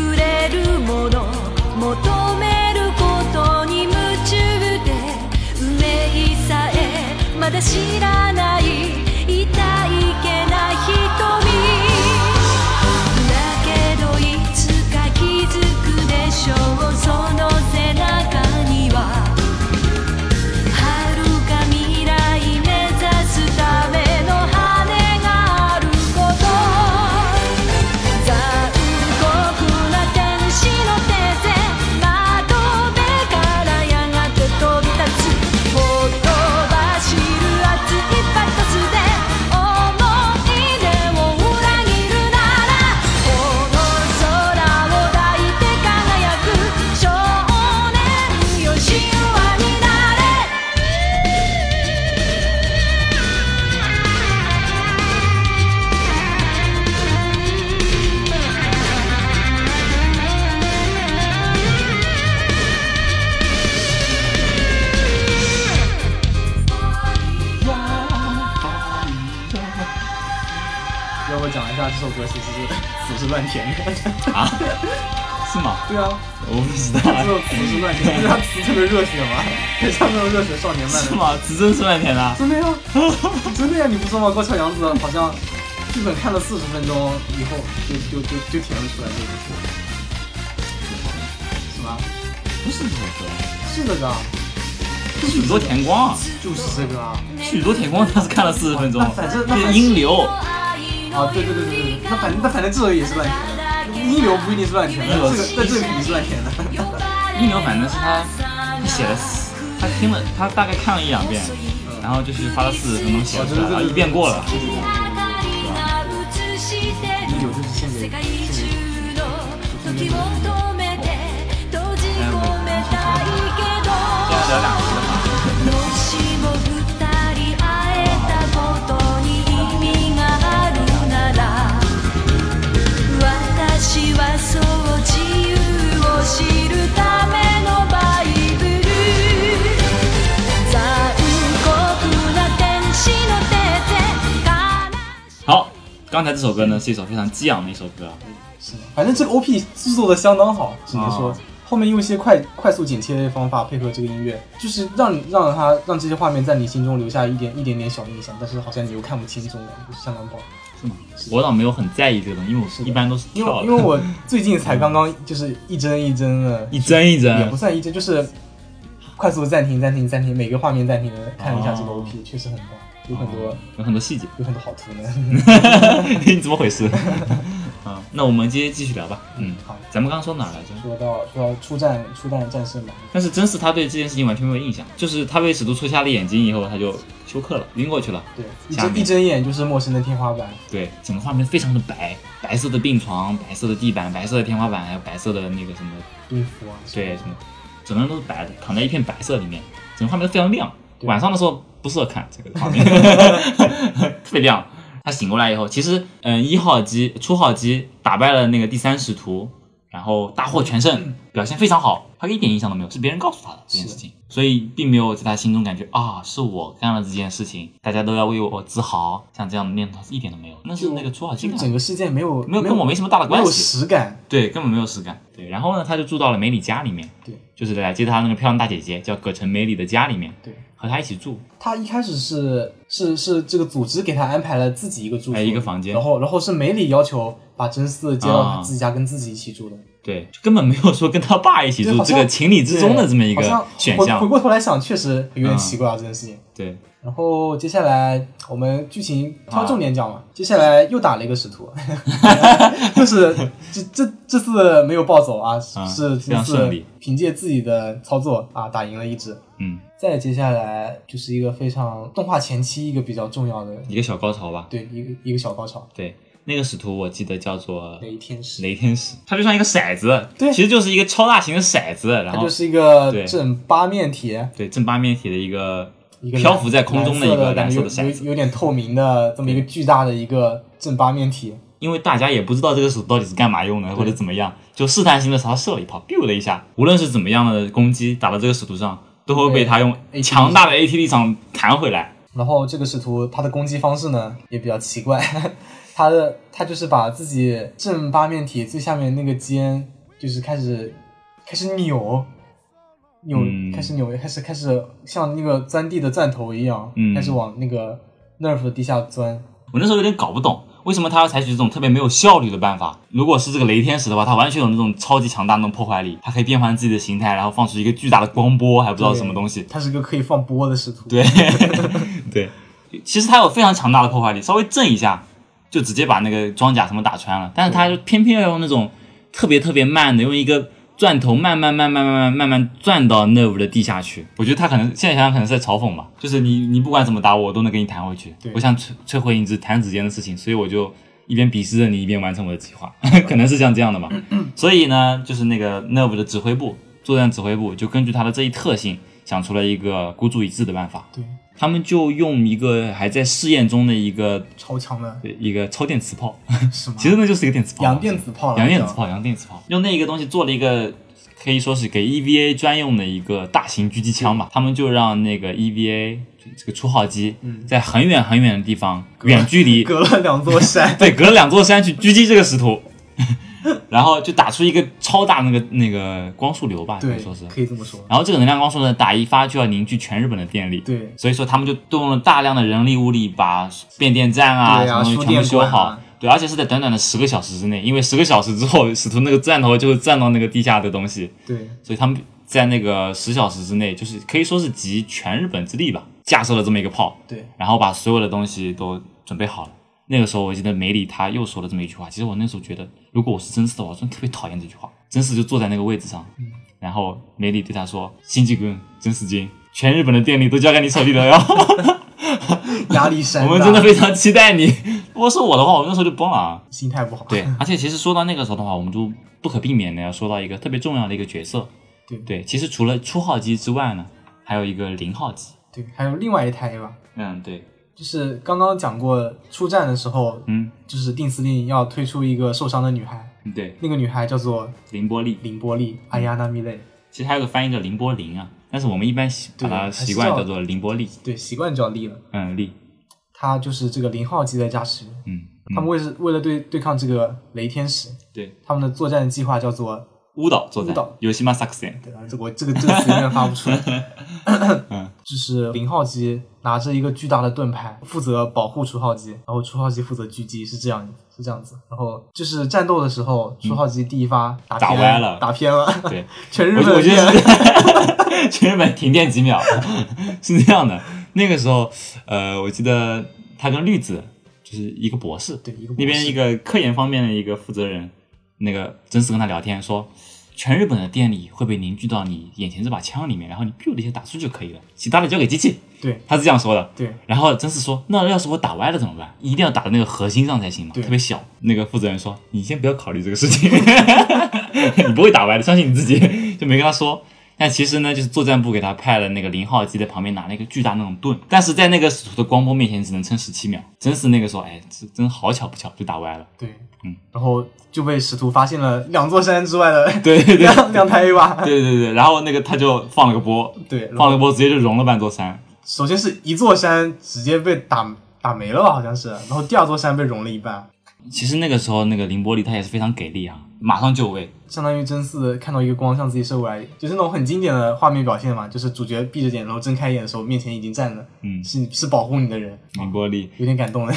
C: 触れるもの求めることに夢中で運命さえまだ知らない痛いけな瞳だけど
B: 下这首歌其实是词是乱填的。
A: 啊？是吗？
B: 对啊，
A: 我不知道
B: 这
A: 啊。
B: 首词 是乱填，因为他词特别热血嘛，很像那种热血少年漫
A: 是
B: 的。
A: 吗？只真是乱填的啊？
B: 真的呀，真的呀，你不知道吗？高桥洋子好像剧本看了四十分钟以后就就就就填了出来这个词，是吧？
A: 不是这首歌，
B: 是这个啊，
A: 是宇宙田光啊。
B: 就是这个啊。
A: 是宇宙田光，他是看了四十分钟
B: 那，反正那
A: 这
B: 反
A: 音流，
B: 啊，对对对对对，那反正那反正这个也是乱填的，一流不一定是乱填的，这个但这个肯定是乱填的。
A: 音流反正是他他写了四，他听了他大概看了一两遍，然后就是花了四十分钟写出来，然后一遍过了。
B: 一流就是献给献给
A: 这样聊两期的话，
C: 私はそう自由を知るためのバイブル残酷な天使の手で悲し
A: 好，刚才这首歌呢是一首非常激昂的一首歌，啊
B: 是的反正这个 OP 制作的相当好，只能说、
A: 啊
B: 后面用一些快快速剪切的方法配合这个音乐，就是让你让它让这些画面在你心中留下一点一点点小印象，但是好像你又看不清这种感觉，就是相当棒。
A: 是吗？我倒没有很在意这个东西，因为我一般都是
B: 因
A: 跳
B: 为
A: 的，
B: 因为我最近才刚刚就是一帧一帧的，
A: 一帧一
B: 也不
A: 帧，
B: 算一帧，就是快速暂停暂停暂停，每个画面暂停的看一下这个
A: 哦
B: OP，、确实很棒，有很多、
A: 有很多细节。
B: 有很多好图呢。
A: 你怎么回事？ 啊，那我们接着继续聊吧。嗯，
B: 好，
A: 咱们刚刚说哪儿来着？
B: 说到说到出战出战战胜嘛，
A: 但是真是他对这件事情完全没有印象，就是他被史都戳瞎了眼睛以后，他就休克了，晕过去了。
B: 对，一
A: 下
B: 睁
A: 面
B: 一睁眼就是陌生的天花板。
A: 对，整个画面非常的白，白色的病床、白色的地板、白色的天花板，还有白色的那个什么，
B: 音符啊，什么
A: 对，什么，整个人都是白的，躺在一片白色里面，整个画面都非常亮。
B: 对
A: 晚上的时候不适合看这个画 面，特别亮。他醒过来以后，其实，嗯，一号机、初号机打败了那个第三使徒，然后大获全
B: 嗯
A: 胜，表现非常好。他一点印象都没有，是别人告诉他的这件事情，所以并没有在他心中感觉啊，是我干了这件事情，大家都要为我自豪，像这样的念头是一点都没有。那是那个初号机
B: 就
A: 干的
B: 整个事件没有
A: 没有跟我没什么大的
B: 没
A: 关
B: 有
A: 系，
B: 实感，
A: 对，根本没有实感。对，然后呢，他就住到了梅里家里面，
B: 对
A: 就是来接他那个漂亮大姐姐叫葛城梅里的家里面，
B: 对。
A: 和他一起住。
B: 他一开始是是是这个组织给他安排了自己一个住宿，
A: 哎一个房间啊
B: 然后然后是梅里要求把真嗣接到他自己家跟自己一起住的，
A: 对，就根本没有说跟他爸一起
B: 对
A: 住
B: 好
A: 这
B: 像
A: 个情理之中的这么一
B: 好像
A: 个选
B: 回回
A: 项。
B: 过头来想，确实有点奇怪啊、这件事情。
A: 对，
B: 然后接下来我们剧情挑重点讲嘛，接下来又打了一个使 徒，就是这这这次没有暴走啊，
A: 啊
B: 是
A: 非
B: 这
A: 常
B: 次
A: 顺利
B: 凭借自己的操作啊打赢了一只。
A: 嗯，
B: 再接下来就是一个非常动画前期一个比较重要的，
A: 一个小高潮吧。
B: 对一个一个小高潮，
A: 对，那个使徒我记得叫做
B: 雷天使，
A: 雷天使，他就像一个骰子，
B: 对
A: 其实就是一个超大型的骰子，然
B: 它
A: 后
B: 就是一个
A: 哦对
B: 正八面体，
A: 对正八面体的一个
B: 一个
A: 漂浮在空中
B: 的
A: 的一个蓝
B: 感觉
A: 色
B: 有
A: 的骰子
B: 有，有点透明的这么一个巨大的一个正八面体，
A: 因为大家也不知道这个手到底是干嘛用的，或者怎么样，就试探性的朝他射了一炮，biu 的一下，无论是怎么样的攻击打到这个使徒上，都会被他用
B: 对 ATD
A: 强大的 ATD 上弹回来。
B: 然后这个使徒他的攻击方式呢也比较奇怪， 他的他就是把自己正八面体最下面那个尖就是开始开始扭。扭
A: 嗯
B: 开始扭，开始开始像那个钻地的钻头一样，
A: 嗯
B: 开始往那个 nerf 地下钻。
A: 我那时候有点搞不懂，为什么他要采取这种特别没有效率的办法？如果是这个雷天使的话，他完全有那种超级强大的那种破坏力，他可以变换自己的形态，然后放出一个巨大的光波，还不知道是什么东西。
B: 他是个可以放波的使徒。
A: 对， 对，其实他有非常强大的破坏力，稍微震一下就直接把那个装甲什么打穿了。但是他就偏偏要用那种特别特别慢的，用一个钻头慢慢慢慢慢慢慢慢钻到 nerve 的地下去。我觉得他可能现在想想可能是在嘲讽吧，就是你你不管怎么打我，我都能给你弹回去
B: 对。
A: 我想摧摧毁你这弹指间的事情，所以我就。一边鄙视着你，一边完成我的计 划，可能是像这样的吧。所以呢，就是那个 nerve 的指挥部，作战指挥部就根据他的这一特性，想出了一个孤注一掷的办法。
B: 对，
A: 他们就用一个还在试验中的一个
B: 超强的
A: 一个超电磁炮，
B: 是吗？
A: 其实那就是一个电磁炮，
B: 啊洋电子炮了，
A: 洋电子炮，洋电磁炮，用那一个东西做了一个可以说是给 EVA 专用的一个大型狙击枪吧。他们就让那个 EVA 这个初号机
B: 嗯
A: 在很远很远的地方，远距离，
B: 隔了两座山
A: 对，隔了两座山去狙击这个石头， 然后就打出一个超大那个那个光束流吧， 可
B: 对
A: 以说是，。
B: 可以这么说。
A: 然后这个能量光束呢，打一发就要凝聚全日本的电力，
B: 对，
A: 所以说他们就动用了大量的人力物力，把变电站啊
B: 对
A: 什
B: 啊
A: 么东西
B: 输
A: 全部
B: 电
A: 修
B: 管啊
A: 好。对，而且是在短短的十个小时之内，因为十个小时之后，使徒那个钻头就会钻到那个地下的东西，
B: 对，
A: 所以他们在那个十小时之内，就是可以说是集全日本之力吧，架设了这么一个炮。
B: 对，
A: 然后把所有的东西都准备好了。那个时候我记得梅里他又说了这么一句话，其实我那时候觉得，如果我是真嗣的话，我真的特别讨厌这句话。真嗣就坐在那个位置上，然后梅里对他说：“新纪君，真嗣君，全日本的电力都交给你手里 了哟，
B: 压力山
A: 我
B: 大，
A: 们真的非常期待你。”如果是我的话，我那时候就崩了啊。
B: 心态不好。
A: 对，而且其实说到那个时候的话，我们就不可避免的要说到一个特别重要的一个角色。
B: 对
A: 对，其实除了初号机之外呢，还有一个零号机。
B: 对，还有另外一台吧，
A: 嗯，对，
B: 就是刚刚讲过出战的时候，
A: 嗯，
B: 就是定司令要推出一个受伤的女孩，
A: 对，
B: 那个女孩叫做
A: 凌波丽。
B: 凌波丽
A: 嗯
B: 阿亚纳米类，
A: 其实还有个翻译叫凌波林啊，但是我们一般习把
B: 对
A: 它
B: 还是
A: 习惯
B: 叫
A: 叫做凌波丽，
B: 对，习惯叫丽了。
A: 嗯，丽，
B: 她就是这个零号机的驾驶员，
A: 嗯，
B: 他们为是为了对对抗这个雷天使，
A: 对
B: 他们的作战计划叫做
A: 乌岛作
B: 乌
A: 战
B: 岛，
A: 有西马萨克 森，
B: 对啊，这我这个这个词永远发不出来。
A: 嗯
B: 就是零号机拿着一个巨大的盾牌，负责保护初号机，然后初号机负责狙击，是这样是这样子。然后就是战斗的时候，初号机第一发打
A: 嗯打
B: 偏
A: 歪了
B: 打偏了，
A: 对，
B: 全日
A: 我
B: 本
A: 我觉得
B: 人
A: 是全日本停电几秒， 是这样的。那个时候，呃，我记得他跟绿子就是一个博士，
B: 对一个
A: 那边一
B: 个
A: 个科研方面的一个负责人，那个真嗣跟他聊天说，全日本的电力会被凝聚到你眼前这把枪里面，然后你 biu 的一下打出就可以了，其他的交给机器。
B: 对
A: 他是这样说的。
B: 对
A: 然后真是说，那要是我打歪了怎么办？一定要打到那个核心上才行嘛，
B: 对
A: 特别小。那个负责人说，你先不要考虑这个事情， 你不会打歪的，相信你自己。 就没跟他说。但其实呢，就是作战部给他派了那个零号机在旁边拿了一个巨大那种盾，但是在那个使徒的光波面前只能撑十七秒。真是那个时候，哎，这真好巧不巧就打歪了。
B: 对，
A: 嗯，
B: 然后就被使徒发现了两座山之外的
A: 对对对
B: 两两台 A 吧，
A: 对对对，然后那个他就放了个波，
B: 对，然
A: 放了
B: 后
A: 个波直接就融了半座山。
B: 首先是一座山直接被打打没了吧，好像是，然后第二座山被融了一半。
A: 其实那个时候那个凌波丽她也是非常给力啊，马上就位。
B: 相当于真嗣看到一个光向自己射过来，就是那种很经典的画面表现嘛，就是主角闭着眼，然后睁开眼的时候，面前已经站了，
A: 嗯，
B: 是是保护你的人，
A: 凌波丽
B: 有点 感动了。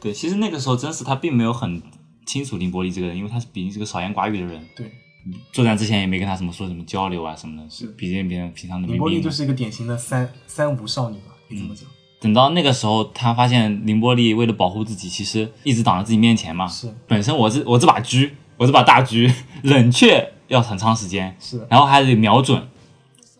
A: 对，其实那个时候真是他并没有很清楚林伯利这个人，因为他是毕竟是个少言寡语的人，
B: 对，
A: 作战之前也没跟他什么说什么交流啊什么的，
B: 是
A: 毕竟别人平常的
B: 林
A: 民
B: 波丽
A: 兵
B: 就
A: 嘛。
B: 是一个典型的三三无少女嘛，可以这么讲，
A: 等到那个时候，他发现林伯利为了保护自己，其实一直挡在自己面前嘛。
B: 是
A: 本身我这我这把狙，我这把大狙 冷却要很长时间，
B: 是，
A: 然后还得瞄准，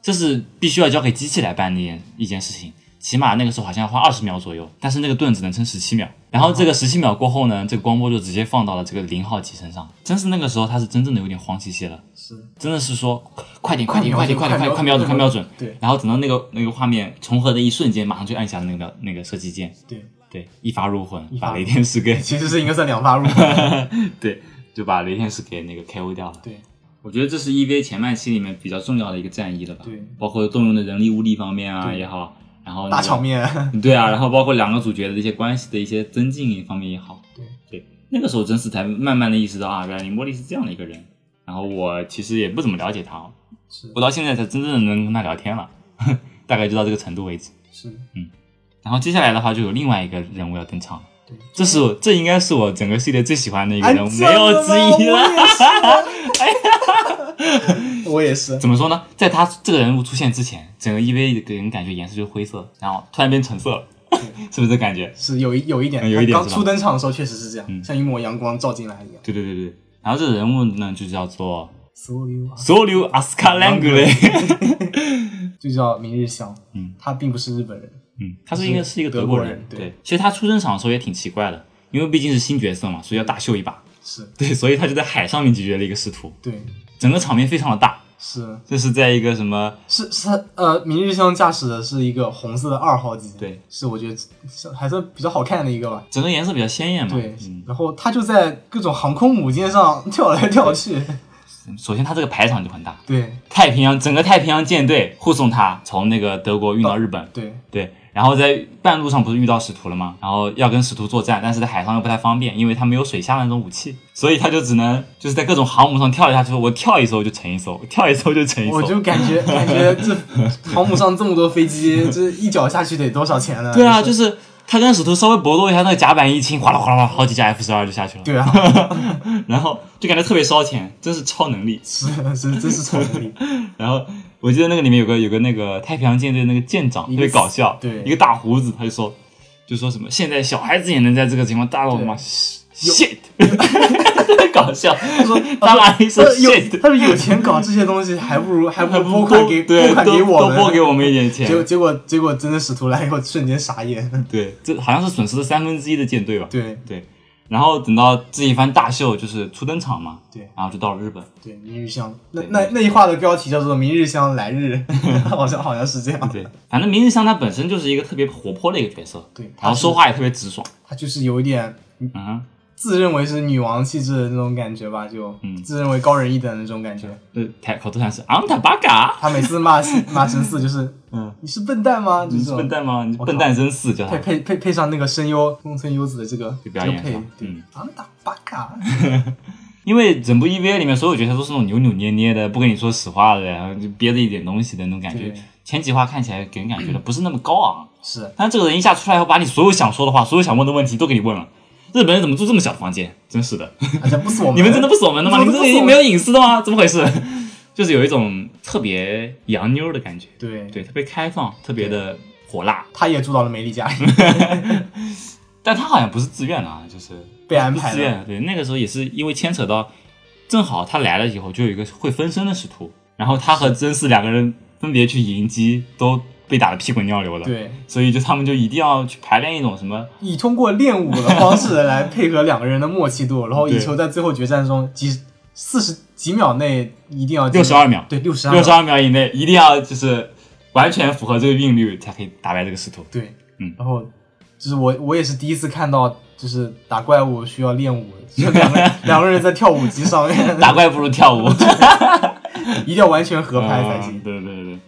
A: 这是必须要交给机器来办的一件一件事情。起码那个时候好像要花二十秒左右，但是那个盾只能撑十七秒。然后这个十七秒过后呢，这个光波就直接放到了这个零号机身上。真是那个时候，他是真正的有点慌兮兮了，
B: 是
A: 真的是说快点快点快
B: 快
A: 点
B: 瞄准
A: 快点快点快
B: 快
A: 瞄
B: 瞄
A: 准
B: 准
A: 快瞄准。
B: 对
A: 然后等到那个那个画面重合的一瞬间，马上就按下了那个那个射击键。
B: 对，
A: 对，一发入魂，
B: 一发
A: 把雷天使给
B: 其实是应该算两发入魂。
A: 对，就把雷天使给那个 KO 掉了。
B: 对
A: 我觉得这是 EVA 前半期里面比较重要的一个战役了吧？
B: 对
A: 包括动用的人力物力方面啊
B: 对
A: 也好，然后、那个、
B: 大场面，
A: 对啊，然后包括两个主角的一些关系的一些增进方面也好，
B: 对
A: 对，那个时候真是才慢慢的意识到啊，原来林波丽是这样的一个人。然后我其实也不怎么了解他哦，
B: 是
A: 我到现在才真正的能跟他聊天了， 大概就到这个程度为止。
B: 是，
A: 然后接下来的话就有另外一个人物要登场了
B: 对，
A: 这是我这应该是我整个系列最喜欢的一个
B: 哎
A: 人物，没有之一了。
B: 我也是，
A: 怎么说呢？在他这个人物出现之前，整个 EVA 给人感觉颜色就是灰色，然后突然变橙色了， 是不是这感觉？
B: 是有一有一点，
A: 嗯有一点
B: 他刚
A: 是吧
B: 初登场的时候确实是这
A: 嗯
B: 样，像一抹阳光照进来一样。
A: 对对对对。然后这个人物呢，就叫做
B: So you are-
A: Solu a s k a l a n g u l e
B: 就叫明日香，
A: 嗯，
B: 他并不是日本人，
A: 嗯，他是应该是一个
B: 德
A: 国
B: 国人对
A: 对，其实他出生场的时候也挺奇怪的，因为毕竟是新角色嘛，所以要大秀一把。
B: 是
A: 对，所以他就在海上面解决了一个师徒，
B: 对，
A: 整个场面非常的大。
B: 是
A: 这是在一个什么？
B: 是是他呃，明日香驾驶的是一个红色的二号机，
A: 对，
B: 是我觉得还算比较好看的一个吧。
A: 整个颜色比较鲜艳嘛。
B: 对
A: 嗯，，
B: 然后他就在各种航空母舰上跳来跳去，
A: 嗯首先它这个排场就很大，
B: 对
A: 太平洋整个太平洋舰队护送他从那个德国运到日本，
B: 对
A: 对，然后在半路上不是遇到使徒了吗？然后要跟使徒作战，但是在海上又不太方便，因为他没有水下那种武器，所以他就只能就是在各种航母上跳一下，就是我跳一艘就沉一艘，我跳一艘就沉一艘。
B: 我就感 觉感觉这航母上这么多飞机，这一脚下去得多少钱呢？
A: 对啊，
B: 就
A: 就是是他跟使徒稍微搏斗一下，那个甲板一清，哗啦哗啦哗啦，好几架 F 十二就下去了。
B: 对啊，
A: 然后就感觉特别烧钱，真是超能力。
B: 是是真是超能力，
A: 然后我记得那个里面有个有个那个太平洋舰队那个舰长特
B: 一个
A: 别搞笑，
B: 对
A: 一个大胡子，他就说就说什么现在小孩子也能在这个情况大到什么
B: 对
A: shit，搞笑，他
B: 说
A: 大骂一声
B: 他说有
A: shit，
B: 他说有钱搞这些东西，还不如还不如拨款
A: 多
B: 给拨
A: 对
B: 款
A: 多
B: 给我
A: 多拨给
B: 们。
A: 我们一点钱
B: 结，果结果结果真的使徒来以后，瞬间傻 眼。
A: 对，这好像是损失了三分之一的舰队吧，
B: 对
A: 对。然后等到这一番大秀就是初登场嘛，
B: 对
A: 然后就到了日本，
B: 对，明日香，那
A: 对
B: 那那一话的标题叫做“明日香来日”， 好像好像是这样。
A: 对，反正明日香她本身就是一个特别活泼的一个角色，
B: 对
A: 然后说话也特别直爽，
B: 他就是有一点
A: 嗯哼，
B: 自认为是女王气质的那种感觉吧，就、
A: 嗯
B: 自认为高人一等的那种感觉。
A: 呃，台口头禅是昂塔巴嘎，
B: 他每次骂 骂神四就是，
A: 嗯，
B: 你是笨蛋吗？
A: 你
B: 就是这种
A: 笨。蛋吗？你
B: 我靠
A: 笨蛋真是叫
B: 配
A: 他。
B: 配配配上那个声优宫村优子的这个
A: 就
B: 这
A: 表
B: 个
A: 演
B: 配
A: 上，
B: 对
A: 嗯，
B: 昂打巴卡，
A: 因为整部 EVA 里面所有角色都是那种扭扭捏捏的，不跟你说实话的，然后就憋着一点东西的那种感觉
B: 对。
A: 前几话看起来给人感觉的不是那么高昂，
B: 是
A: 但这个人一下出来以后，把你所有想说的话、所有想问的问题都给你问了。日本人怎么住这么小的房间？真是的，
B: 啊，这不是我们，
A: 你们真的不是我们的吗？你
B: 怎
A: 们这
B: 么都
A: 里
B: 不是我们
A: 没有隐私的吗？怎么回事？就是有一种特别洋妞的感觉，
B: 对
A: 对，特别开放，特别的火辣。
B: 他也住到了梅丽家，
A: 但他好像不是自愿的啊，就是
B: 被安
A: 不
B: 排
A: 自
B: 了，
A: 愿，对，那个时候也是因为牵扯到，正好他来了以后，就有一个会分身的使徒，然后他和真嗣两个人分别去迎击，都被打得屁滚尿流的，，
B: 对，
A: 所以就他们就一定要去排练一种什么，
B: 以通过练武的方式 来配合两个人的默契度，然后以
A: 对
B: 求在最后决战中几四十几秒内一定要进
A: 62秒
B: 对，六十二
A: 六十，二秒以内一定要就是完全符合这个韵律才可以打败这个使徒，
B: 对，
A: 嗯
B: 然后就是我我也是第一次看到，就是打怪物需要练武，就 两个两个人在跳舞机上面，
A: 打怪不如跳舞，
B: 一定要完全合拍才
A: 嗯
B: 行，
A: 对对对对。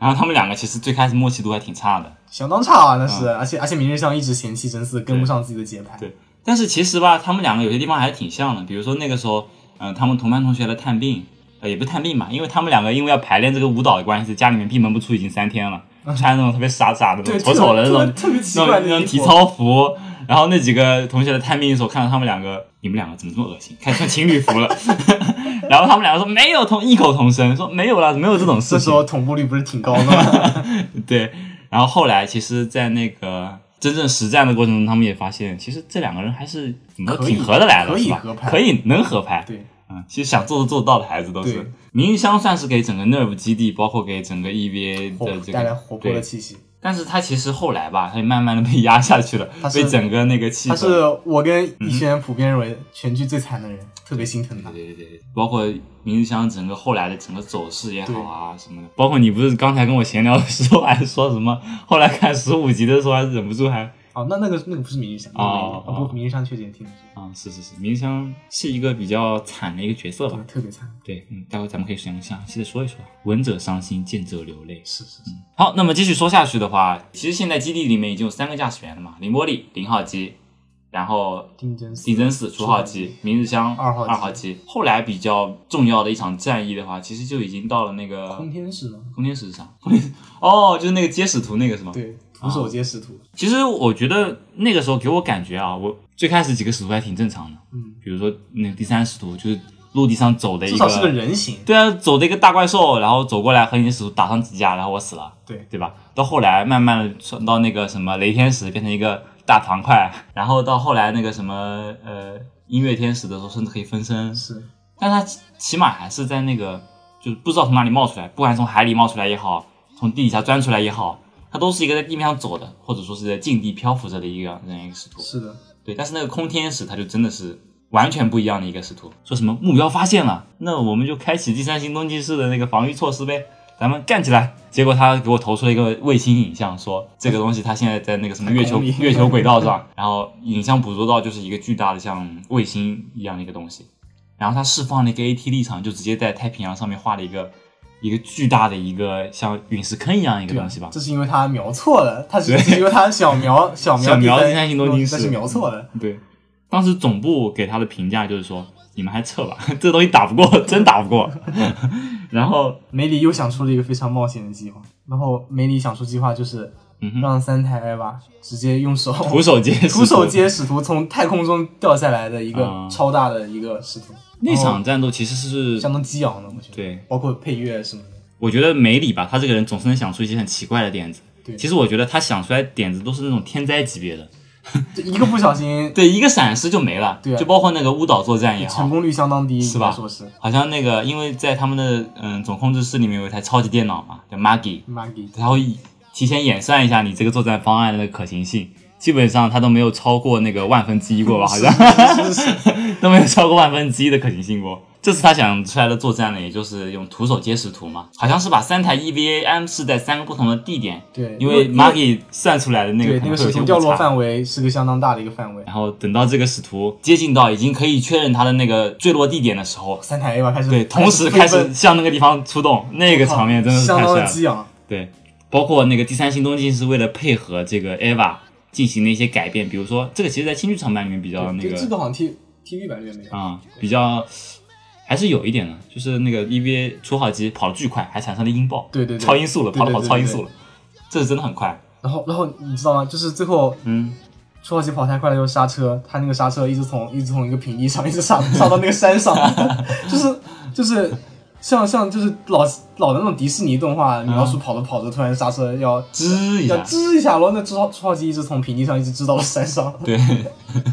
A: 然后他们两个其实最开始默契度还挺差的，
B: 相当差啊，那是，而且而且明日香一直嫌弃真嗣跟不上自己的节拍，
A: 对，但是其实吧，他们两个有些地方还挺像的，比如说那个时候，嗯、他们同班同学来探病，呃，也不是探病嘛，因为他们两个因为要排练这个舞蹈的关系，家里面闭门不出已经三天了，穿那种特别傻傻的、那种
B: 嗯对，
A: 丑丑的那
B: 特
A: 种
B: 别特别奇
A: 那种
B: 怪的
A: 那种
B: 衣
A: 体
B: 服，
A: 操服。然后那几个同学来探病的时候，看到他们两个，你们两个怎么这么恶心？开始穿情侣服了。 然后他们两个说没有同异口同声，说没有啦，没有这种事
B: 这时
A: 情。
B: 候同步率不是挺高的吗？
A: 对，然后后来其实，在那个真正实战的过程中，他们也发现，其实这两个人还是怎么说
B: 可以
A: 挺合得来的，
B: 可以
A: 是吧
B: 合拍
A: 可以能合拍。，
B: 对，
A: 嗯，其实想做的做得到的孩子都
B: 对
A: 是。明日香算是给整个 NERV 基地，包括给整个 EVA
B: 活
A: 的这
B: 带来
A: 个
B: 活泼的
A: 对，
B: 气息。
A: 但是他其实后来吧，他就慢慢的被压下去了
B: 他，是
A: 被整个那个气
B: 他是
A: 氛，
B: 我跟逸轩普遍认为全剧最惨的人，特别心疼他。
A: 嗯对对对，包括明日香整个后来的整个走势也好啊什么的，包括你不是刚才跟我闲聊的时候还说什么，后来看十五集的时候还忍不住还
B: 哦，那那个那个不是明日香，那个
A: 哦
B: 没有哦不，明日香确实也挺难受，
A: 啊、是是是，明香是一个比较惨的一个角色吧
B: 对，？特别惨。
A: 对，嗯，待会咱们可以详详细的说一说。闻者伤心，见者流泪。
B: 是是是，
A: 好，那么继续说下去的话，其实现在基地里面已经有三个驾驶员了嘛，林波丽零号机，然后
B: 丁真
A: 地真寺初号机，明日香
B: 二号机
A: 二号机。后来比较重要的一场战役的话，其实就已经到了那个
B: 空天使吗？
A: 空天使是啥？ 空天哦，就是那个接使徒那个是吗？
B: 对，徒手皆使徒。
A: 其实我觉得那个时候给我感觉啊，我最开始几个使徒还挺正常的，
B: 嗯，
A: 比如说那个第三使徒就是陆地上走的一
B: 至
A: 个，
B: 少是个人形。
A: 对啊，走的一个大怪兽，然后走过来和你的使徒打上几架，然后我死了，
B: 对，
A: 对吧？到后来慢慢的传到那个什么雷天使变成一个大糖块，然后到后来那个什么呃音乐天使的时候，甚至可以分身，
B: 是
A: 但他起起码还是在那个，就是不知道从哪里冒出来，不管从海里冒出来也好，从地底下钻出来也好，他都是一个在地面上走的，或者说是在近地漂浮着的一个这样一个使徒。
B: 是的，
A: 对，但是那个空天使他就真的是完全不一样的一个使徒，说什么目标发现了，那我们就开启第三行动技师的那个防御措施呗。咱们干起来！结果他给我投出了一个卫星影像，说这个东西它现在在那个什么月球
B: 太空里
A: 月球轨道上，然后影像捕捉到就是一个巨大的像卫星一样的一个东西，然后他释放了一个 AT 立场，就直接在太平洋上面画了一个一个巨大的一个像陨石坑一样一个
B: 对啊
A: 东西吧
B: 这。是因为他描错 了，他只
A: 对
B: 是因为他小描小描
A: 小苗
B: 第
A: 第三行动
B: 那
A: 军事
B: 是描错了。
A: 对，当时总部给他的评价就是说，你们还撤吧， 这东西打不过，真打不过。 然后，
B: 梅里又想出了一个非常冒险的计划，然后梅里想出计划就是
A: 嗯哼，
B: 让三台艾娃直接 用手
A: 徒手接，
B: 徒手。接使徒从太空中掉下来的一个
A: 啊
B: 超大的一个使徒，
A: 那
B: 然
A: 场
B: 后
A: 战斗其实是
B: 相当激昂的，我觉得，
A: 对，
B: 包括配乐什么的，
A: 我觉得梅里吧，他这个人总是能想出一些很奇怪的点子。
B: 对
A: 其实我觉得他想出来的点子都是那种天灾级别的，
B: 这一个不小 心
A: 对，一个闪失就没了，
B: 对啊
A: 就包括那个乌岛作战也好
B: 成，功率相当低，
A: 是吧
B: 应该说是
A: 好像那个因为在他们的嗯总控制室里面有一台超级电脑嘛，叫 Maggie，
B: Maggie，
A: 他会提前演算一下你这个作战方案的可行性，基本上他都没有超过那个万分之一过吧，好像
B: 是是是，
A: 都没有超过万分之一的可行性过。 这次他想出来的作战呢，也就是用徒手接使徒嘛，好像是把三台 E EVA 安置在三个不同的地点，
B: 对，
A: 因为 Maggie 算出来的那个
B: 对
A: 可能会
B: 那个
A: 有
B: 使
A: 一些
B: 徒
A: 误
B: 掉落
A: 差。
B: 范围是个相当大的一个范围，
A: 然后等到这个使徒接近到已经可以确认他的那个坠落地点的时候，
B: 三台 A 吧开始
A: 对，同时开始向那个地方出动，那
B: 这
A: 个场面真的是
B: 相
A: 太
B: 当
A: 帅
B: 的
A: 了。
B: 激昂，
A: 对，包括那个第三行动镜是为了配合这个 EVA 进行的一些改变，比如说这个其实，在新剧场版里面比较那
B: 对
A: 个
B: 这个好像 T TV 版里面没有，
A: 啊、比较还是有一点的，就是那个 E EVA 除号机跑得巨快，还产生了音爆，
B: 对对对
A: 超音速了，
B: 对对
A: 跑得跑
B: 对
A: 超音
B: 对
A: 速了，这是真的很快。
B: 然后然后你知道吗？就是最后
A: 嗯，
B: 初号机跑太快了，又刹车，他那个刹车一直从一直从一个平地上一直刹刹到那个 山上，就是就是像像就是老老的那种迪士尼动画，米老鼠跑着跑着突然刹车要
A: 嗯吱一
B: 要
A: 下，
B: 吱一下，然后那初号初号机一直从平地上一直吱到了山上。
A: 对，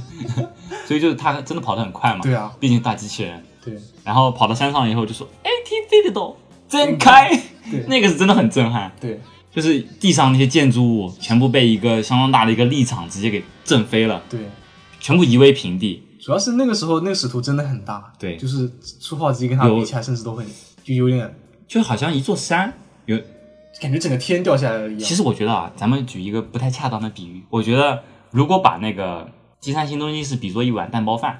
A: 所以就是他真的跑得很快嘛。
B: 对啊，
A: 毕竟大机器人。
B: 对
A: 然后跑到山上以后就说哎 ATC 的都真开，
B: 对
A: 那个是真的很震撼。
B: 对
A: 就是地上那些建筑物全部被一个相当大的一个立场直接给震飞了，
B: 对，
A: 全部夷为平地。
B: 主要是那个时候那个使徒真的很大，
A: 对
B: 就是初号机跟他
A: 有
B: 比起来，甚至都会就有点
A: 就好像一座山有，
B: 感觉整个天掉下来了一样。
A: 其实我觉得啊，咱们举一个不太恰当的比喻，我觉得如果把那个《第三行动记》是比作一碗蛋包饭，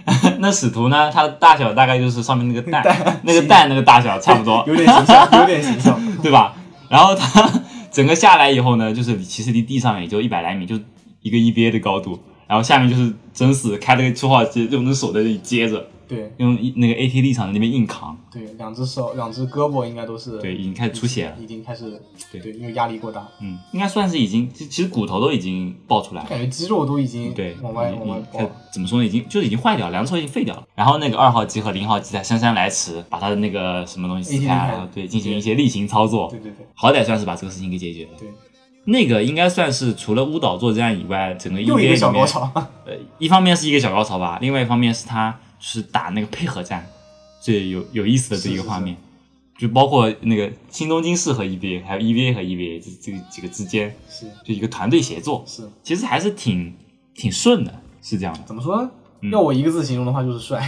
A: 那使徒呢，它的大小大概就是上面那个 蛋，那个蛋那个大小差不多，
B: 有点形象，有点形象。
A: 对吧？然后它 整个下来以后呢，就是其实离地上也就一百来米，就一个 EVA 的高度。然后下面就是真是开了个粗话机，用那手在那里接着，
B: 对
A: 用一那个 AT 立场在那边硬扛，
B: 对，两只手、两只胳膊应该都是
A: 对，已经开始出血了，
B: 已经开始
A: 对
B: 对，因为压力过大，
A: 嗯，应该算是已经，其其实骨头都已经爆出来了，
B: 感觉肌肉都已经
A: 对，
B: 嗯往外
A: 已
B: 往外
A: 已
B: 爆
A: 开。怎么说呢，已经就是已经坏掉了，两只手已经废掉了。然后那个二号机和零号机在姗姗来迟，把他的那个什么东西撕
B: AT
A: 开，
B: 离开
A: 然后对，进行一些例行操作
B: 对，对对
A: 好歹算是把这个事情给解决了。
B: 对，
A: 那个应该算是除了乌岛作战以外，整个 EVA
B: 又一个小
A: 里
B: 高
A: 面，
B: 潮。
A: 呃，一方面是一个小高潮吧，另外一方面是他就是打那个配合战，最有有意思的这一个
B: 是是
A: 画面，就包括那个新东京市和 EVA，还有 EVA 和 EVA 这这几个之间，
B: 是
A: 就一个团队协作，
B: 是，
A: 其实还是挺挺顺的，是这样的，
B: 怎么说呢？
A: 嗯
B: 要我一个字形容的话，就是帅，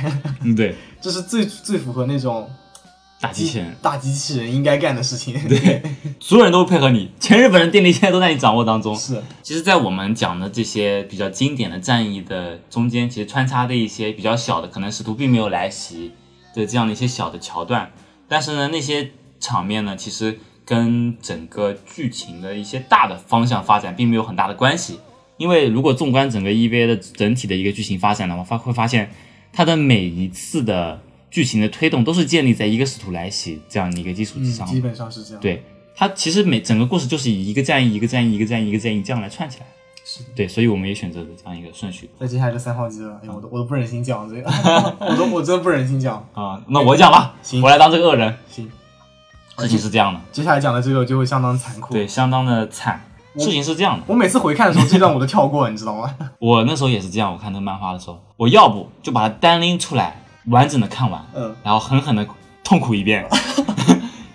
A: 嗯，对，
B: 这是最最符合那种
A: 打机器人，
B: 大机器人应该干的事 情。对，
A: 所有人都配合你，全日本人电力现在都在你掌握当中，
B: 是
A: 其实，在我们讲的这些比较经典的战役的中间，其实穿插的一些比较小的，可能使徒并没有来袭的这样的一些小的桥段，但是呢，那些场面呢，其实跟整个剧情的一些大的方向发展并没有很大的关系。因为如果纵观整个 EVA 的整体的一个剧情发展的话，发会发现它的每一次的剧情的推动都是建立在一个使徒来袭这样的一个基础
B: 嗯
A: 之上的。
B: 基本上是这样。
A: 对，它其实每整个故事就是以一个战役、一个战役、一个战役、一个战役这样来串起来。
B: 是的
A: 对，所以我们也选择了这样一个顺序
B: 再接下来就三号机了，哎呦，我都我都不忍心讲这个， 我都我真的不忍心讲。
A: 啊、那我讲吧，
B: 行
A: 我来当这个恶人。
B: 行，
A: 事情是这样的，
B: 接下来讲的这个就会相当残酷。
A: 对，，相当的惨。事情是这样的，
B: 我每次回看的时候，这段我都跳过，你知道吗？
A: 我那时候也是这样，我看那个漫画的时候，我要不就把它单拎出来完整的看完，
B: 嗯，
A: 然后狠狠的痛苦一 遍，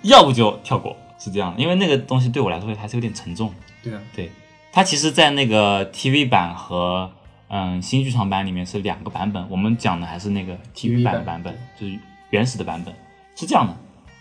A: 要不就跳过，是这样的，因为那个东西对我来说还是有点沉重。
B: 对啊，
A: 对，它其实，在那个 TV 版和嗯新剧场版里面是两个版本，我们讲的还是那个 TV 版的版
B: TV 版
A: 本，就是原始的版本。是这样的，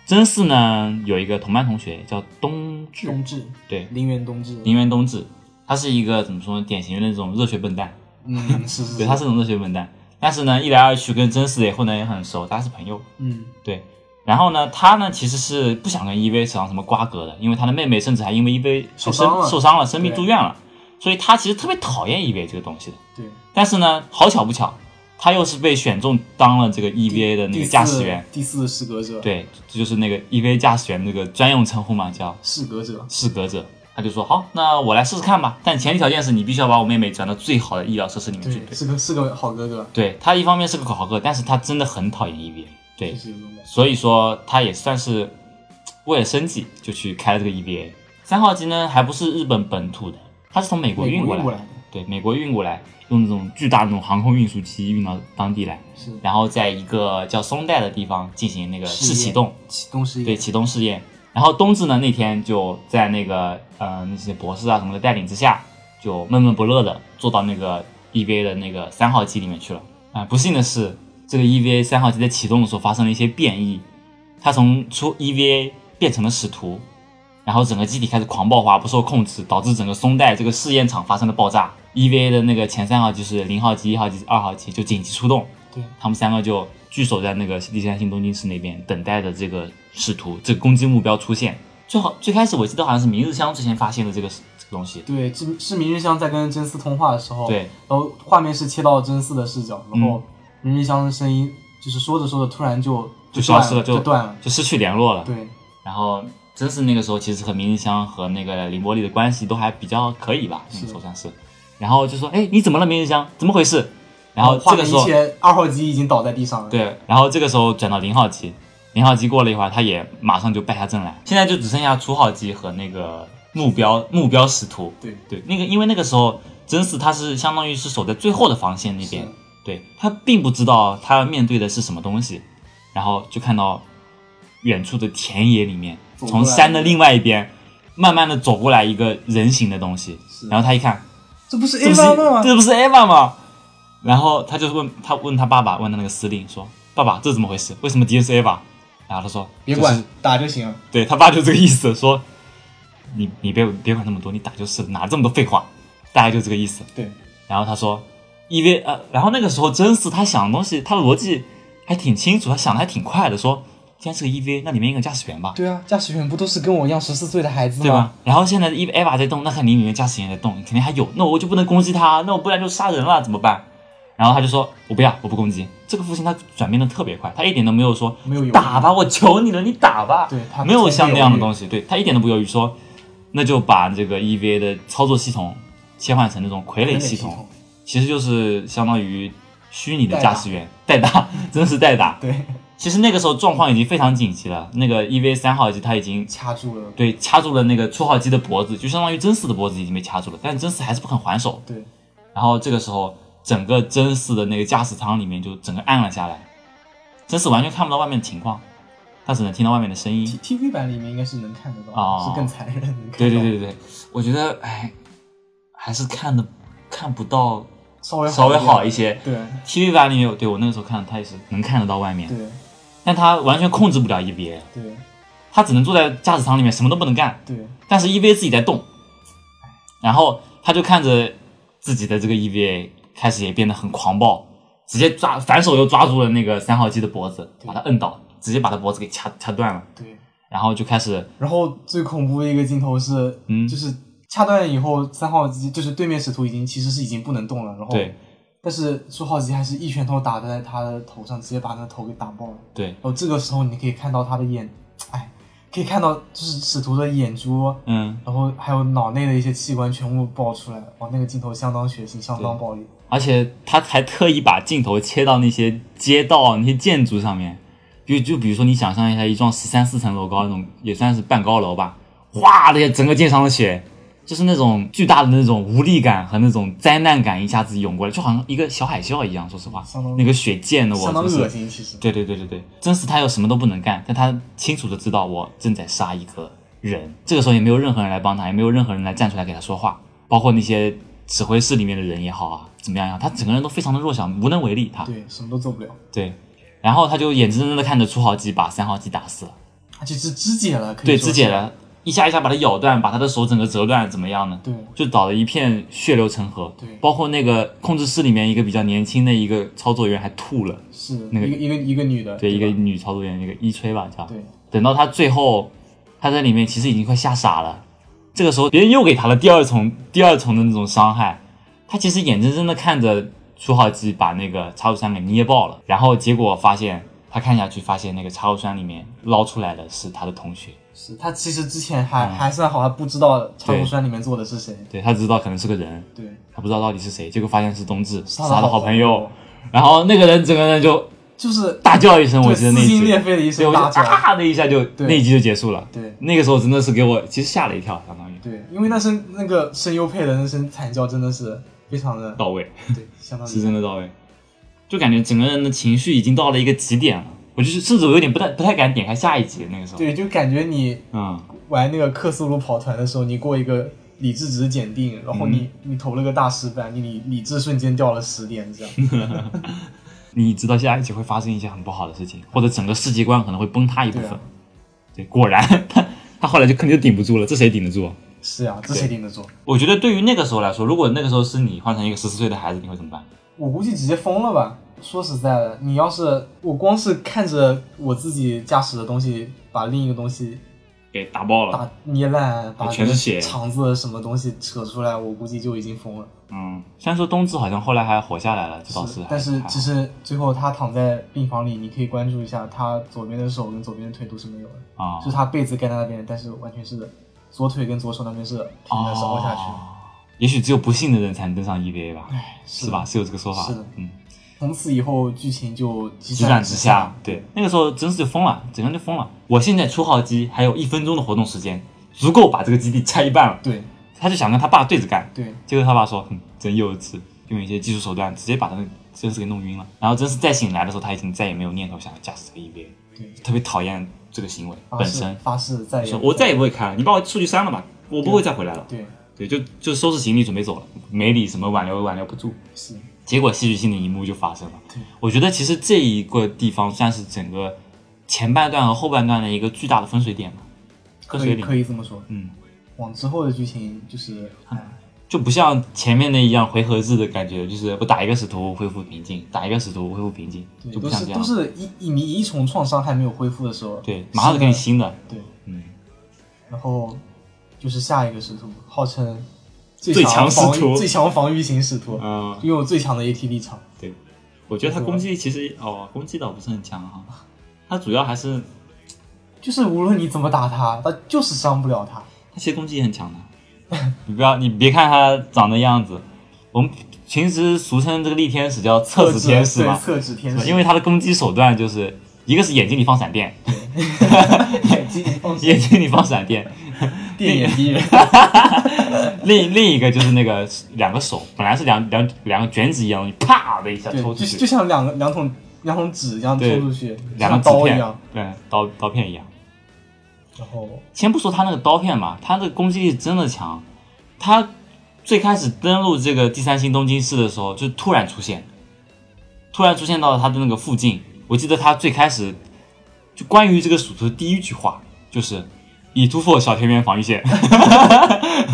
A: 真嗣呢有一个同班同学叫东志，
B: 冬至，
A: 对，
B: 陵园冬至，
A: 林原东志，他是一个怎么说呢，典型的那种热血笨蛋，
B: 嗯，是是
A: 对，
B: 是
A: 他，是那种热血笨蛋。但是呢，一来二去跟真嗣也混得也很熟，大家是朋友。
B: 嗯
A: 对，然后呢，他呢其实是不想跟 E EV 扯上什么瓜葛的，因为他的妹妹甚至还因为 EV
B: 受
A: 受
B: 伤
A: 伤
B: 了
A: 受伤了，生病
B: 对
A: 住院了，所以他其实特别讨厌 EV 这个东西的。
B: 对，
A: 但是呢，好巧不巧，他又是被选中当了这个 EVA 的那
B: 第
A: 个
B: 四
A: 驾驶员，
B: 第四适格者，，
A: 对，这就是那个 EVA 驾驶员那个专用称呼嘛，叫
B: 适格者，
A: 适格者。他就说好，那我来试试看吧，但前提条件是你必须要把我妹妹转到最好的医疗设施里面去。
B: 对，是个是个好哥哥，
A: 对他一方面是个考核，但是他真的很讨厌 EVA，对
B: 就，是有这种感觉。
A: 所以说他也算是为了生计就去开了这个 EVA。三号机呢，还不是日本本土的，它是从美国
B: 美
A: 运
B: 国
A: 过
B: 运
A: 来
B: 过
A: 的，
B: 来的，
A: 对，美国运过来，用那种巨大的那种航空运输机运到当地来，
B: 是
A: 然后在一个叫松代的地方进行那个
B: 试
A: 试
B: 验
A: 呃启动，
B: 启动是一
A: 对，启动试验。然后冬至呢那天就在那个呃那些博士啊什么的带领之下，就闷闷不乐的坐到那个 EVA 的那个三号机里面去了。啊、不幸的是，这个 EVA 三号机在启动的时候发生了一些变异，它从出 EVA 变成了使徒，然后整个机体开始狂爆发，不受控制，导致整个松带这个试验场发生了爆炸。EVA 的那个前三号机是零号机、一号机、二号机就紧急出动，
B: 对，
A: 他们三个就据守在那个第三性东京市那边，等待着这个使徒这个攻击目标出现。最好最开始我记得好像是明日香之前发现的这个这个东西，
B: 对，是是明日香在跟真嗣通话的时候，，
A: 对嗯
B: 然后画面是切到真嗣的视角，然后明日香的声音就是说着说着突然就
A: 就消失
B: 断
A: 了就
B: 断了，
A: 就失去联络了。
B: 对，
A: 然后真是那个时候，其实和明日香和那个林波丽的关系都还比较可以吧，那个时候算是。然后就说：“哎，你怎么了，明日香？怎么回事？”然后
B: 哦画
A: 这个
B: 面
A: 时
B: 一
A: 候，
B: 切，二号机已经倒在地上了，，
A: 对，然后这个时候转到零号机，零号机过了一会儿，他也马上就败下阵来。现在就只剩下初号机和那个目标目标使徒。
B: 对
A: 对，那个因为那个时候真嗣他是相当于是守在最后的防线那边
B: 是，
A: 对他并不知道他要面对的是什么东西，然后就看到远处的田野里面，
B: 走过
A: 从
B: 来
A: 山的另外一边慢慢的走过来一个人形的东西，
B: 是
A: 然后他一看，
B: 这不是
A: 这
B: A
A: 不是
B: 妈妈吗？
A: 这不是 Eva 吗？然后他就问他问他爸爸，问他那个司令说：“爸爸，这怎么回事？为什么敌人是 Eva？” 然后他说：“
B: 别
A: 就
B: 管
A: 是，
B: 打就行，
A: 对他爸就这个意思，说你你别别管那么多，你打就是了，哪这么多废话？大概就这个意思。
B: 对，
A: 然后他说因为呃，然后那个时候真是他想的东西，他的逻辑还挺清楚，他想的还挺快的，说既然是个 EV，那里面应该有驾驶员吧？
B: 对啊，驾驶员不都是跟我一样十四岁的孩子吗？
A: 对吧？然后现在 EV Eva 在动，那肯定里面驾驶员在动，肯定还有，那我就不能攻击他，那我不然就杀人了，怎么办？然后他就说：“我不要，我不攻击。”这个父亲他转变的特别快，他一点都没有说
B: 没有犹豫
A: 打吧，我求你了，你打吧，
B: 对他
A: 没有像那样
B: 从不犹
A: 的东
B: 豫
A: 西，对他一点都不犹豫，说那就把这个 EVA 的操作系统切换成那种傀
B: 傀
A: 儡
B: 儡
A: 系
B: 系
A: 统，
B: 统，
A: 其实就是相当于虚拟的驾驶员代打，真的是代打。
B: 对，
A: 其实那个时候状况已经非常紧急了，那个 EVA 三号机他已经
B: 掐住了，
A: 对，掐住了那个初号机的脖子，就相当于真嗣的脖子已经被掐住了，但是真嗣还是不肯还手。
B: 对，
A: 然后这个时候，整个真嗣的那个驾驶舱里面就整个暗了下来，真嗣完全看不到外面的情况，他只能听到外面的声
B: T
A: 音。
B: T V 版里面应该是能看得到，
A: 哦
B: 是更残忍，能看到
A: 对对，对对，我觉得哎，还是看的看不到
B: 稍微
A: 稍微
B: 点
A: 好一，些。
B: 对
A: TV 版里面有，对我那个时候看，他也是能看得到外面，
B: 对
A: 但他完全控制不了 EVA，
B: 对
A: 他只能坐在驾驶舱里面什么都不能干。
B: 对，
A: 但是 EVA 自己在动，然后他就看着自己的这个 EVA 开始也变得很狂暴，直接抓反手又抓住了那个三号机的脖子，把他摁倒，直接把他脖子给掐掐断了，
B: 对，
A: 然后就开始
B: 然后最恐怖的一个镜头是，
A: 嗯
B: 就是掐断以后，三号机就是对面使徒已经其实是已经不能动了，然后
A: 对，
B: 但是初号机还是一拳头打在他的头上，直接把他的头给打爆了。
A: 对
B: 然后哦这个时候你可以看到他的眼，哎，可以看到就是使徒的眼珠，
A: 嗯，
B: 然后还有脑内的一些器官全部爆出来，哇，那个镜头相当血腥，相当暴力。
A: 而且他还特意把镜头切到那些街道、那些建筑上面，就就比如说你想象一下一幢十三四层楼高那种，也算是半高楼吧，哗的整个街上的血，就是那种巨大的那种无力感和那种灾难感一下子涌过来，就好像一个小海啸一样。说实话
B: 相当，
A: 那个血溅的我
B: 相当
A: 真是
B: 恶心，其实
A: 对对对对对，真实他又什么都不能干，但他清楚的知道我正在杀一个人。这个时候也没有任何人来帮他，也没有任何人来站出来给他说话，包括那些指挥室里面的人也好啊，怎么样呀、他整个人都非常的弱小，无能为力。他
B: 对，什么都做不了，
A: 对，然后他就眼睁睁的看着初号机把三号机打死了，
B: 而且是肢解了，可以
A: 对，
B: 说
A: 肢
B: 是
A: 解了。一下一下把它咬断，把他的手整个折断，怎么样呢？
B: 对，
A: 就搞得一片血流成河。
B: 对
A: 包括那个控制室里面一个比较年轻的一个操作员还吐了，
B: 是
A: 那个
B: 一个一个一个女的，
A: 对，一个
B: 吧
A: 女操作员，那个一吹吧叫。
B: 对，
A: 等到他最后，他在里面其实已经快吓傻了。这个时候，别人又给他了第二重、第二重的那种伤害。他其实眼睁睁的看着楚浩基把那个插入栓给捏爆了，然后结果发现他看下去，发现那个插入栓里面捞出来的是他的同学。
B: 是她其实之前
A: 嗯
B: 还、还算好，还不知道长谷川里面做的是谁，
A: 对他只知道可能是个人，
B: 对，
A: 他不知道到底是谁，结果发现是冬至，是
B: 她
A: 他的好朋
B: 好朋
A: 友
B: 友。
A: 然后那个人整个人就
B: 就是
A: 大叫一声，我
B: 对
A: 记得
B: 撕
A: 那一集
B: 心裂肺的一
A: 对，
B: 声
A: 我就
B: 大叫，
A: 啊的一下就
B: 对
A: 那一集就结束了。
B: 对
A: 那个时候真的是给我其实吓了一跳，相当于
B: 对，因为那声那个声优配的那声惨叫真的是非常的
A: 到位，
B: 对，相当
A: 嗯是
B: 于
A: 真的到位，就感觉整个人的情绪已经到了一个极点了。我就是甚至我有点不太不太敢点开下一集那个时候。
B: 对，就感觉你
A: 嗯，
B: 玩那个克苏鲁跑团的时候，你过一个理智值检定，然后你、
A: 嗯
B: 你投了个大失败，你理理智瞬间掉了十点，这样。
A: 嗯你知道下一集会发生一些很不好的事情，或者整个世界观可能会崩塌一部
B: 对
A: 分。
B: 啊，
A: 对，果然 他他后来就肯定顶不住了，这谁顶得住啊？
B: 是呀、这谁顶得住？
A: 我觉得对于那个时候来说，如果那个时候是你换成一个十四岁的孩子，你会怎么办？
B: 我估计直接疯了吧。说实在的，你要是我光是看着我自己驾驶的东西把另一个东西
A: 给打爆了。
B: 打捏烂，把
A: 啊全是血
B: 肠子什么东西扯出来，我估计就已经疯了。
A: 嗯，虽然说冬至好像后来还活下来了，这倒是还。
B: 但是
A: 还好
B: 其实最后他躺在病房里，你可以关注一下，他左边的手跟左边的腿都是没有的。
A: 啊，
B: 就是他被子盖在那边，但是完全是左腿跟左手那边是平的是凹下去的。
A: 哦啊也许只有不幸的人才能登上 EVA 吧，
B: 唉，
A: 哎是吧？？是有这个说法。
B: 是的
A: 嗯，
B: 从此以后剧情就急
A: 急转
B: 转
A: 直
B: 下
A: 下。。对，那个时候真是就疯了，整个人就疯了。我现在出号机还有一分钟的活动时间，足够把这个基地拆一半了。
B: 对
A: 他就想跟他爸对着干，
B: 对
A: 结果他爸说：“哼，真幼稚，用一些技术手段直接把他们真是给弄晕了。”然后真是再醒来的时候，他已经再也没有念头想要驾驶这个 EVA，
B: 对，
A: 特别讨厌这个行为
B: 发
A: 本
B: 誓
A: 身。
B: 发誓再也
A: 说我再也不会开了，你把我数据删了吧，我不会再回来了。
B: 对
A: 对，就就收拾行李准备走了，没理什么挽留挽留不住。
B: 是
A: 结果戏剧性的一幕就发生了
B: 对。
A: 我觉得其实这一个地方算是整个前半段和后半段的一个巨大的分水点吧。分
B: 可
A: 水
B: 以可
A: 岭，
B: 以这么说。
A: 嗯，
B: 往之后的剧情就是，哎，
A: 就不像前面那一样回合制的感觉，就是我打一个使徒恢复平静，打一个使徒恢复平静，
B: 对，
A: 就
B: 都
A: 不像
B: 是
A: 这
B: 都
A: 样。
B: 是一一你一重创伤还没有恢复的时候，
A: 对，马上就给你
B: 是
A: 新的。
B: 的对，
A: 嗯，
B: 然后就是下一个使徒，号称最
A: 最强
B: 防
A: 使徒
B: 御最强防御型使徒，
A: 呃，
B: 拥有最强的 AT 立场。
A: 我觉得他攻击力其实哦，攻击倒不是很强哈、他主要还是
B: 就是无论你怎么打他，他就是伤不了他。
A: 他其实攻击力很强的。 你不要，你别看他长的样子，我们平时俗称这个力天使叫厕
B: 指
A: 纸天使嘛
B: 对，，厕纸天
A: 是吧
B: 使，
A: 因为他的攻击手段就是一个是眼睛里放闪电，
B: 眼睛放
A: 眼睛里放闪电，
B: 电眼逼人，
A: 另另一个就是那个两个手，本来是两两两个卷纸一样的东西，啪的一下
B: 对，
A: 抽
B: 就
A: 出
B: 就
A: 去，
B: 像两个两桶两桶纸一样
A: 对
B: 抽出去，
A: 两
B: 像
A: 个纸
B: 刀一
A: 片
B: 样。，
A: 对，刀刀片一样。
B: 然后
A: 先不说他那个刀片吧，他的攻击力真的强。他最开始登陆这个第三星东京市的时候，就突然出现，突然出现到了他的那个附近。我记得他最开始就关于这个鼠图的第一句话就是“已突破小田园防御线”，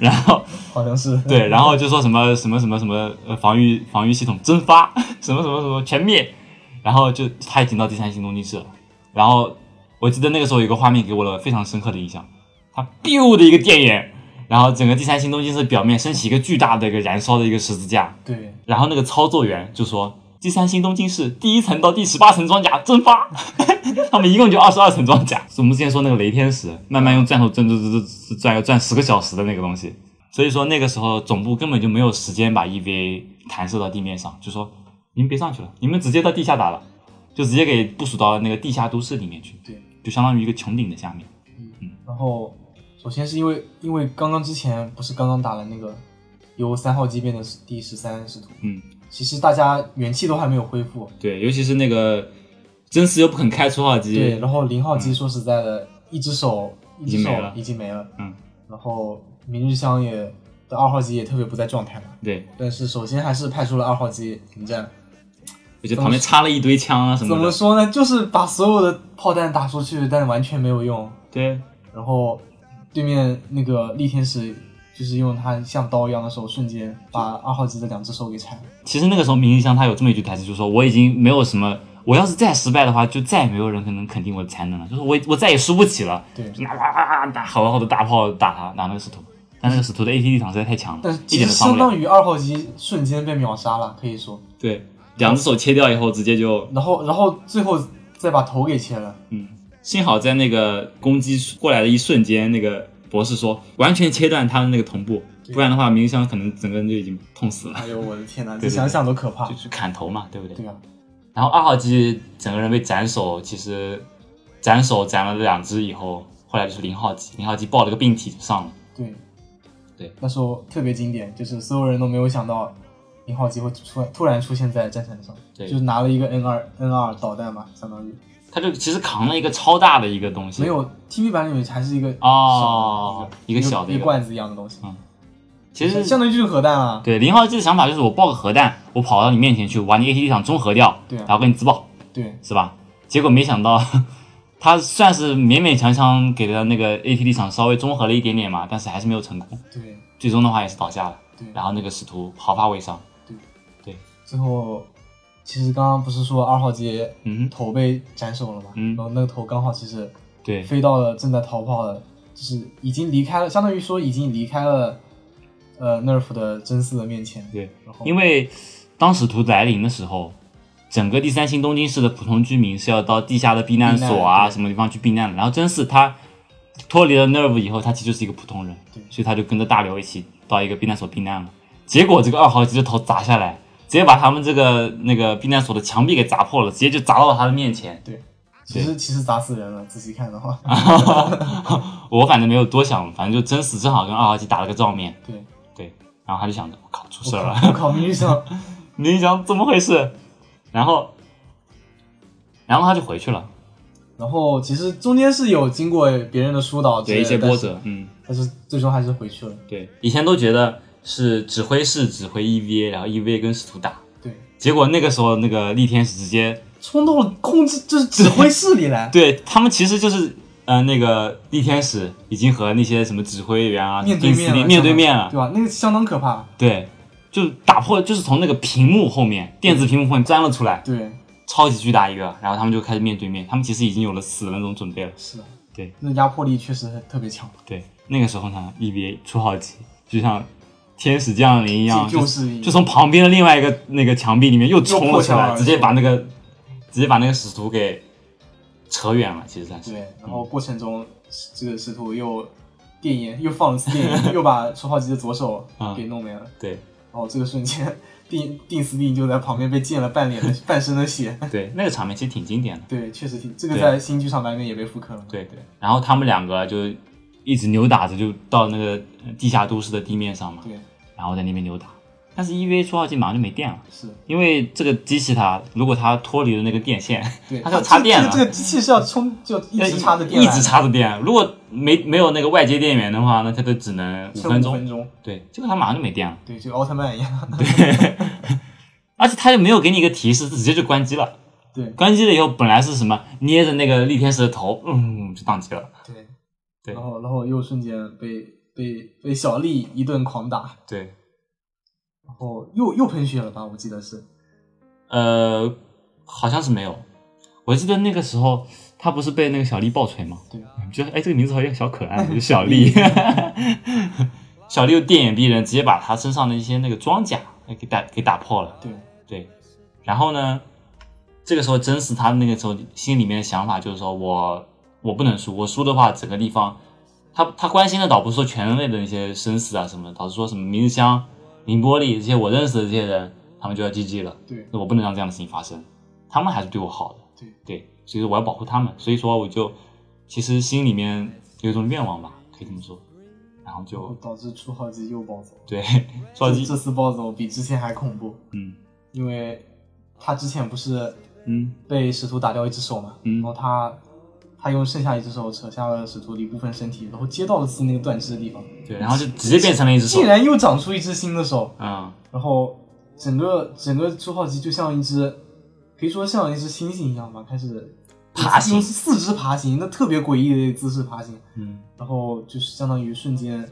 A: 然后
B: 好像是
A: 对，然后就说什么什么什么什么呃防御防御系统蒸发， 什么什么什么全灭，然后就他已经到第三星东京市了。然后我记得那个时候有个画面给我了非常深刻的印象，他 biu 的一个电眼，然后整个第三星东京市表面升起一个巨大的一个燃烧的一个十字架，
B: 对
A: 然后那个操作员就说。第三星东京市第一层到第十八层装甲蒸发， 他们一共就二十二层装甲。我们之前说那个雷天使，慢慢用钻头转转转转转要转十个小时的那个东西，所以说那个时候总部根本就没有时间把 EVA 弹射到地面上，就说你们别上去了，你们直接到地下打了，就直接给部署到那个地下都市里面去，
B: 对。
A: 就相当于一个穹顶的下面。
B: 然后首先是因为因为刚刚之前不是刚刚打了那个由三号机变的第十三使徒，
A: 嗯，
B: 其实大家元气都还没有恢复，
A: 对，尤其是那个真丝又不肯开出号机，
B: 对，然后零号机说实在的，一只手一
A: 嗯已
B: 只
A: 经
B: 手
A: 没了
B: 已经没了，
A: 嗯，
B: 然后明日香也的二号机也特别不在状态嘛，
A: 对，
B: 但是首先还是派出了二号机迎战。
A: 我觉得旁边插了一堆枪啊什
B: 怎
A: 么
B: 么
A: 的，
B: 说呢？就是把所有的炮弹打出去，但完全没有用。
A: 对，
B: 然后对面那个力天使就是用他像刀一样的手，瞬间把二号机的两只手给拆了。
A: 其实那个时候，明日香他有这么一句台词，就是说我已经没有什么，我要是再失败的话，就再也没有人可能肯定我的才能了，就是我我再也输不起了，
B: 对
A: 就拿哇哇哇打好好的大炮打他，拿那个使徒，但那个使徒的 AT 力场实在太强
B: 但
A: 了
B: 是，
A: 一
B: 其
A: 点
B: 实
A: 都伤
B: 相
A: 不了。
B: 当于二号机瞬间被秒杀了，可以说。
A: 对，两只手切掉以后，直接就
B: 然后，然后最后再把头给切了。
A: 幸好在那个攻击过来的一瞬间，那个博士说完全切断他的那个同步，不然的话，明日香可能整个人就已经痛死了，
B: 哎呦我的天哪，
A: 对
B: 这想想都可怕
A: 就。是砍头嘛，对不对？
B: 对啊，
A: 然后二号机整个人被斩首，其实斩首斩了两只以后，后来就是零号机，零号机抱了个病体就上了。
B: 对，
A: 对，
B: 那时候特别经典，就是所有人都没有想到零号机会突然突然出现在战场上，
A: 对
B: 就是拿了一个 N 二 N 二导弹嘛，相当于
A: 他就其实扛了一个超大的一个东西，
B: 没有 TV 版里面还是一个
A: 哦
B: 小的
A: 一个小的
B: 一
A: 一
B: 个
A: 个
B: 罐子一样的东西，
A: 其实
B: 相当于就是核弹啊。
A: 对零号机的想法就是我爆个核弹，我跑到你面前去，把你 ATD 场中和掉，
B: 对啊
A: 然后给你自爆，
B: 对，
A: 是吧？结果没想到他算是勉勉强强给他那个 ATD 场稍微中和了一点点嘛，但是还是没有成功，
B: 对
A: 最终的话也是倒下了，
B: 对，
A: 然后那个使徒毫发未伤。
B: 最后其实刚刚不是说二号机
A: 嗯，
B: 头被斩首了嘛，
A: 嗯
B: 然后那个头刚好其实
A: 对，
B: 飞到了正在逃跑的，就是已经离开了，相当于说已经离开了呃 nerf 的真嗣的面前。
A: 对，
B: 然后
A: 因为当使徒来临的时候，整个第三星东京市的普通居民是要到地下的避难所
B: 避
A: 啊
B: 难对
A: 什么地方去避难的。然后真嗣他脱离了 Nerve 以后，他其实就是一个普通人
B: 对，
A: 所以他就跟着大刘一起到一个避难所避难了。结果这个二号机的头砸下来，直接把他们这个那个避难所的墙壁给砸破了，直接就砸到了他的面前。
B: 其实其实砸死人了，仔细看的话，
A: 啊我反正没有多想，反正就真嗣正好跟二号机打了个照面，
B: 对，
A: 然后他就想着我靠出
B: 我
A: 事儿了。
B: 靠，我靠，明 日香，
A: 你想怎么回事？然后，然后他就回去了，
B: 然后其实中间是有经过别人的疏导之
A: 对
B: 类
A: 一
B: 的，
A: 些波折，嗯，
B: 但是，但是最终还是回去了。
A: 对，以前都觉得是指挥室指挥 EVA，然后 EVA 跟使徒打，
B: 对，
A: 结果那个时候那个力天使直接
B: 冲到了控制，就是指挥室里来，
A: 对他们其实就是。呃，那个力天使已经和那些什么指挥员啊、
B: 面对
A: 兵司
B: 面
A: 令
B: 了，
A: 面对面
B: 相当
A: 了
B: 于，对吧？那个相当可怕。
A: 对，就打破，就是从那个屏幕后面，电子屏幕后面钻了出来，
B: 对，
A: 超级巨大一个，然后他们就开始面对面，他们其实已经有了死的那种准备了。
B: 是的，
A: 对，
B: 那压迫力确实特别强，
A: 对，那个时候呢，EVA ，E 初号机就像天使降临一样，啊
B: 就
A: 就
B: 就是一
A: 就从旁边的另外一个那个墙壁里面又冲了出
B: 又破墙
A: 来，
B: 而
A: 直接
B: 出
A: 把那个直接把那个使徒给扯远了，其实算是。
B: 对，然后过程中这个使徒又电眼又放了次 电眼，又把初号机的左手
A: 嗯
B: 给弄没了，
A: 对
B: 然后这个瞬间。定定斯定就在旁边被溅了半脸的半身的血，
A: 对，那个场面其实挺经典的。
B: 对，确实挺这个
A: 对
B: 在新剧场版里面也被复刻了嘛。
A: 对
B: 对
A: 然后他们两个就一直扭打着，就到那个地下都市的地面上嘛，
B: 对，
A: 然后在那边扭打。但是 E EVA 初号机马上就没电了，
B: 是，
A: 因为这个机器它如果它脱离了那个电线，
B: 对，
A: 它是要插电
B: 这
A: 了
B: 个这个机器是要充，就一直插着电
A: 一
B: 来的，
A: 直插着电。啊如果没没有那个外接电源的话，那它就只能五
B: 剩
A: 分
B: 五
A: 钟。
B: 分钟，
A: 对，结果它马上就没电了，
B: 对，就奥特曼一样，
A: 而且它又没有给你一个提示，直接就关机了。
B: 对
A: 关机了以后，本来是什么捏着那个力天使的头，嗯，就宕机了。
B: 对
A: 对
B: 然后然后又瞬间被被被小丽一顿狂打，
A: 对，
B: 然后又又喷血了吧？我记得是，
A: 呃，好像是没有。我记得那个时候，他不是被那个小丽爆锤吗？
B: 对，
A: 觉得哎，这个名字好像小可爱，就 小丽。 小丽又电眼逼人，直接把他身上的一些那个装甲给打给打破了。
B: 对，
A: 对，然后呢，这个时候真实他那个时候心里面的想法就是说我我不能输，我输的话整个地方，他他关心的倒不是说全人类的那些生死啊什么的，倒是说什么明日香、宁波丽这些我认识的这些人，他们就要 GG 了，
B: 对
A: 那我不能让这样的事情发生，他们还是对我好的，
B: 对
A: 对，所以说我要保护他们，所以说我就其实心里面有一种愿望吧，可以这么说，然后
B: 然后
A: 就
B: 导致初号机又暴走。
A: 对，
B: 这
A: 说机，
B: 这次暴走比之前还恐怖，
A: 嗯
B: 因为他之前不是
A: 嗯
B: 被使徒打掉一只手嘛，
A: 嗯
B: 然后他他用剩下一只手扯下了使徒的一部分身体，然后接到了自己那个断肢的地方，
A: 对，然后就直接变成了一只手
B: 竟，然又长出一只新的手，
A: 嗯。
B: 然后整个整个初号机就像一只，可以说像一只猩猩一样吧，开始
A: 爬行
B: 用四肢爬行，那特别诡异的姿势爬行，
A: 嗯，
B: 然后就是相当于瞬间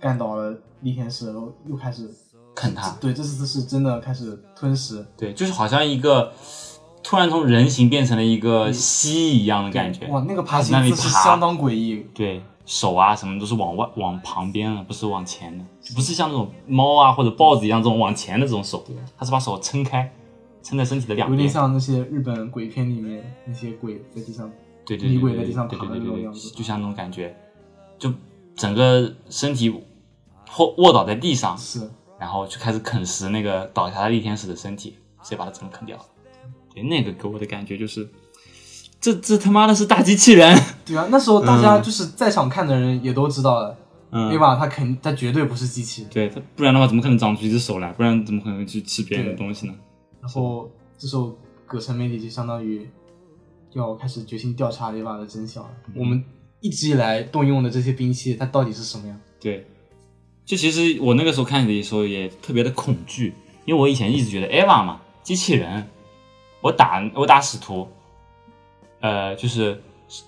B: 干倒了李天师，然后又开始
A: 啃它。
B: 啊对，这次是真的开始吞食，
A: 对，就是好像一个突然从人形变成了一
B: 嗯
A: 个蜥一样的感觉。哎
B: 哇，那个爬
A: 那
B: 行
A: 你
B: 姿势
A: 爬
B: 相当诡异，
A: 对，手啊什么都是往外往旁边了，不是往前的，就不是像那种猫啊或者豹子一样这种往前的这种手，它是把手撑开，撑在身体的两
B: 有点
A: 边。
B: 像那些日本鬼片里面那些鬼在地上。
A: 对对
B: 女
A: 对
B: 鬼
A: 对
B: 在
A: 对
B: 地上
A: 对
B: 爬
A: 对对
B: 的那种
A: 对
B: 样子，
A: 就像那种感觉，就整个身体或卧倒在地上，
B: 是，
A: 然后就开始啃食那个倒下的力天使的身体，直接把它整个啃掉了。对，那个给我的感觉就是，这这他妈的是大机器人，
B: 对啊，那时候大家
A: 嗯
B: 就是在场看的人也都知道了，
A: 嗯
B: 对吧？他肯他绝对不是机器人。
A: 对它，不然的话怎么可能长出一只手来？不然怎么可能去吃别人的东西呢？
B: 然后这时候葛城媒体就相当于要开始决心调查雷瓦的真相了。
A: 嗯
B: 我们一直以来动用的这些兵器，它到底是什么呀？
A: 对，就其实我那个时候看的时候也特别的恐惧，因为我以前一直觉得 Eva 嘛，机器人，我打我打使徒，呃，就是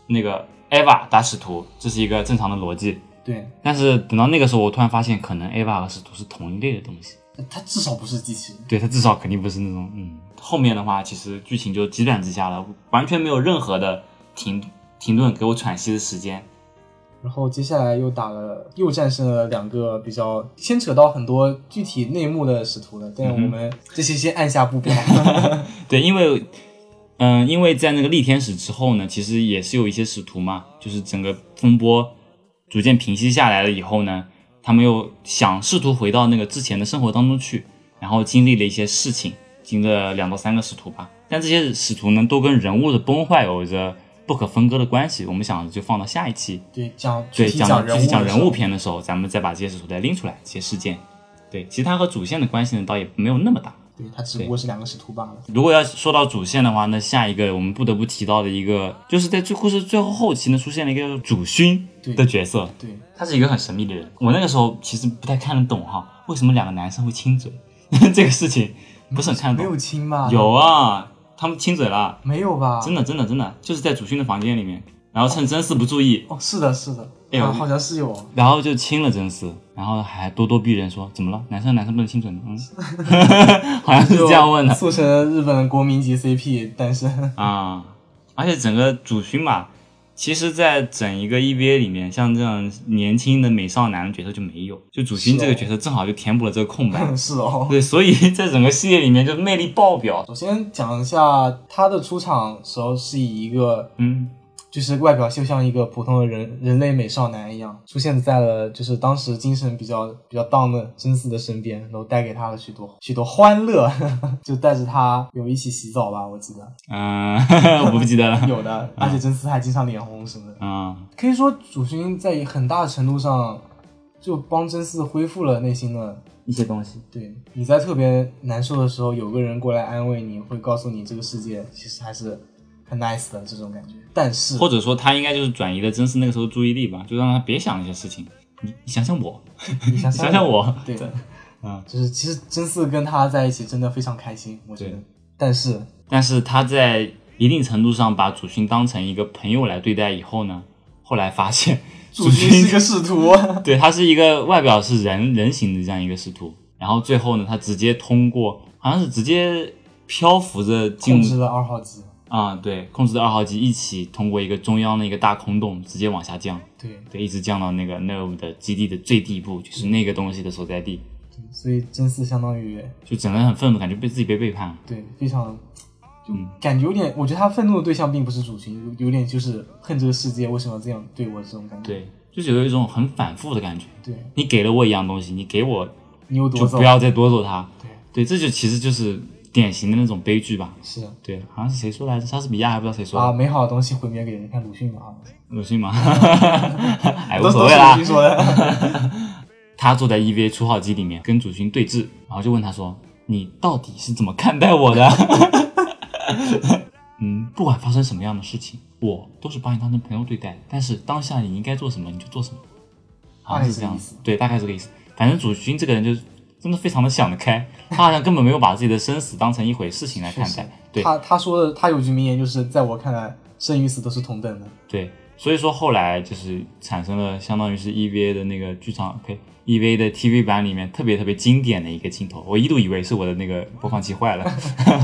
A: 那个 Eva 打使徒，这是一个正常的逻辑。
B: 对，
A: 但是等到那个时候，我突然发现，可能 Eva 和使徒是同一类的东西。
B: 它至少不是机器人。
A: 对，它至少肯定不是那种嗯。后面的话，其实剧情就急转直下了，完全没有任何的停停顿给我喘息的时间。
B: 然后接下来又打了，又战胜了两个比较牵扯到很多具体内幕的使徒了，但
A: 嗯
B: 我们这些先按下 不表。
A: 对，因为，嗯、因为在那个力天使之后呢，其实也是有一些使徒嘛，就是整个风波逐渐平息下来了以后呢，他们又想试图回到那个之前的生活当中去，然后经历了一些事情，经历了两到三个使徒吧，但这些使徒呢，都跟人物的崩坏有着不可分割的关系。我们想着就放到下一期，
B: 对，讲具
A: 对，
B: 体
A: 讲到具
B: 人物
A: 体
B: 的
A: 讲
B: 时
A: 人
B: 候
A: 物篇的时候，咱们再把这些使徒再拎出来，这些事件。对，其实它和主线的关系呢，倒也没有那么大。
B: 对，它只不过是两个使徒罢了。
A: 如果要说到主线的话，那下一个我们不得不提到的一个，就是在最故事最后后期呢，出现了一个叫做主勋的角色，
B: 对，
A: 他是一个很神秘的人。我那个时候其实不太看得懂哈，为什么两个男生会亲嘴， 这个事情不是很看得
B: 没
A: 懂。
B: 有亲吧？
A: 嗯有啊，他们亲嘴了，
B: 没有吧？
A: 真的真的真的，就是在主勋的房间里面，然后趁真嗣不注意，
B: 哦，是的，是的，
A: 哎呦
B: 啊好像是有。
A: 然后就亲了真嗣，然后还咄咄逼人说怎么了，男生男生不能亲嘴吗？嗯， 好像 是这样问的。
B: 促成了日本国民级 CP 诞生。
A: 啊、而且整个主勋嘛，其实，在整一个 EVA 里面，像这样年轻的美少男的角色就没有，就主勋
B: 是哦
A: 这个角色正好就填补了这个空白。
B: 是哦。
A: 对，所以在整个系列里面就魅力爆表。
B: 首先讲一下他的出场时候是以一个，
A: 嗯，
B: 就是外表就像一个普通的人人类美少男一样，出现在了就是当时精神比较比较 down 的真嗣的身边，然后带给他了许多许多欢乐， 就带着他有一起洗澡吧，我记得
A: 嗯、 我不记得了。
B: 有 的，而且真嗣还经常脸红什么的。
A: 嗯，
B: 可以说主勋在很大程度上就帮真嗣恢复了内心的
A: 一些东西。
B: 对，你在特别难受的时候，有个人过来安慰你，会告诉你这个世界其实还是很 nice 的这种感觉。但是，
A: 或者说他应该就是转移了真嗣那个时候注意力吧，就让他别想那些事情。你你想想我，
B: 你想
A: 你想想，我，
B: 对，
A: 嗯，
B: 就是其实真嗣跟他在一起真的非常开心，我觉得
A: 对。
B: 但是，
A: 但是他在一定程度上把主勋当成一个朋友来对待以后呢，后来发现
B: 主君是个 仕途，
A: 对，他是一个外表是人人形的这样一个使徒，然后最后呢，他直接通过好像是直接漂浮着进
B: 控
A: 入
B: 制了二号机。
A: 啊、对，控制的二号机一起通过一个中央的一个大空洞直接往下降，
B: 对，
A: 对，一直降到那个 Nerve 的基地的最底部，就是那个东西的所在地，
B: 对所以真嗣相当于
A: 就整个人很愤怒，感觉被自己被背叛了。
B: 对非常。就
A: 嗯
B: 感觉有点，我觉得他愤怒的对象并不是主君，有有点就是恨这个世界为什么这样对我这种感觉。
A: 对，就是有一种很反复的感觉。
B: 对，
A: 你给了我一样东西，你给我
B: 你又
A: 就
B: 夺走，
A: 不要再夺走它。对，
B: 对，
A: 这就其实就是典型的那种悲剧吧。
B: 是
A: 对，好像是谁说来着？莎士比亚还不知道谁说的
B: 把美好的东西毁灭给人，看鲁迅嘛，
A: 鲁迅 吗？哎，无
B: 都
A: 所
B: 都
A: 谓
B: 是
A: 啦
B: 鲁迅。说的。
A: 他坐在 EVA 初号机里面跟主勋对峙，然后就问他说：“你到底是怎么看待我的？” 嗯，不管发生什么样的事情，我都是把你当成朋友对待。但是当下你应该做什么，你就做什么，好像是这
B: 大概这个
A: 样
B: 意思。
A: 对，大概这个意思。反正主勋这个人就是真的非常的想得开，他好像根本没有把自己的生死当成一回事情来看
B: 确实
A: 待。对，
B: 他他说的，他有句名言就是，在我看来，生与死都是同等的。
A: 对，所以说后来就是产生了相当于是 EVA 的那个剧场，可以 EVA 的 TV 版里面特别特别经典的一个镜头，我一度以为是我的那个播放器坏 了，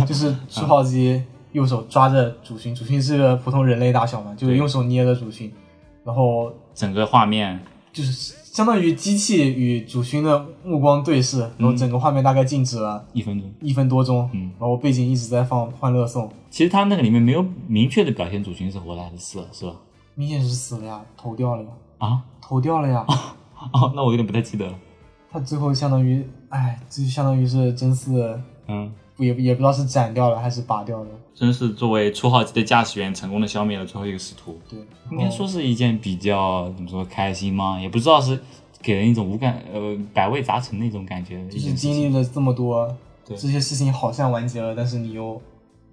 B: 就是
A: 嗯
B: 朱浩基右手抓着主勋，主勋是个普通人类大小嘛，就是
A: 对
B: 用手捏着主勋，然后
A: 整个画面
B: 就是相当于机器与主勋的目光对视，然后整个画面大概静止了
A: 一分钟。
B: 一分多钟，
A: 嗯
B: 然后背景一直在放《欢乐颂》，
A: 其实他那个里面没有明确的表现主群是活的还是死了，是吧？
B: 明显是死了呀，投掉了呀，
A: 啊，
B: 投掉了呀，
A: 哦，那我有点不太记得了。
B: 他最后相当于，哎，这就相当于是真嗣，
A: 嗯，
B: 也也不知道是斩掉了还是拔掉了，
A: 真是作为初号机的驾驶员，成功的消灭了最后一个使徒。
B: 对，
A: 应该说是一件比较怎么说开心吗？也不知道是给人一种无感呃百味杂陈的一种感觉。
B: 就
A: 一
B: 是
A: 件事
B: 经
A: 情
B: 历了这么多，
A: 对
B: 这些事情好像完结了，但是你又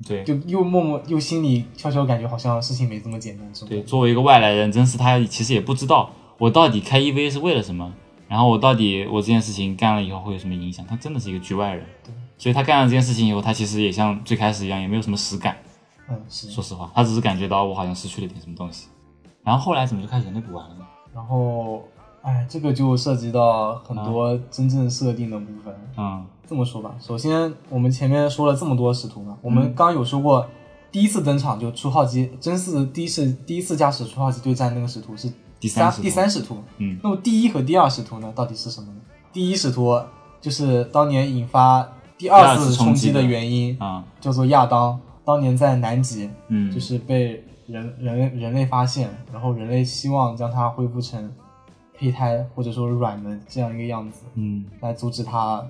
A: 对
B: 就又默默又心里悄悄感觉好像事情没这么简单，是吗？
A: 对，作为一个外来人，真是他其实也不知道我到底开 EV 是为了什么，然后我到底我这件事情干了以后会有什么影响。他真的是一个局外人，所以他干了这件事情以后，他其实也像最开始一样，也没有什么实感。
B: 嗯是。
A: 说实话，他只是感觉到我好像失去了点什么东西。然后后来怎么就开始人类补完了呢？
B: 然后，哎，这个就涉及到很
A: 啊
B: 多真正设定的部分。
A: 嗯，
B: 这么说吧，首先我们前面说了这么多使徒嘛，我们
A: 嗯
B: 刚刚有说过，第一次登场就初号机，真是第一次第一次驾驶初号机对战那个使徒是
A: 第三使徒
B: 第三使徒。
A: 嗯，
B: 那么第一和第二使徒呢，到底是什么呢？第一使徒就是当年引发第二
A: 第二
B: 次
A: 次冲
B: 冲击
A: 击的
B: 的原因，
A: 啊、
B: 叫做亚当，当年在南极
A: 嗯，
B: 就是被人人人类发现，然后人类希望将它恢复成胚胎或者说卵的这样一个样子，
A: 嗯
B: 来阻止它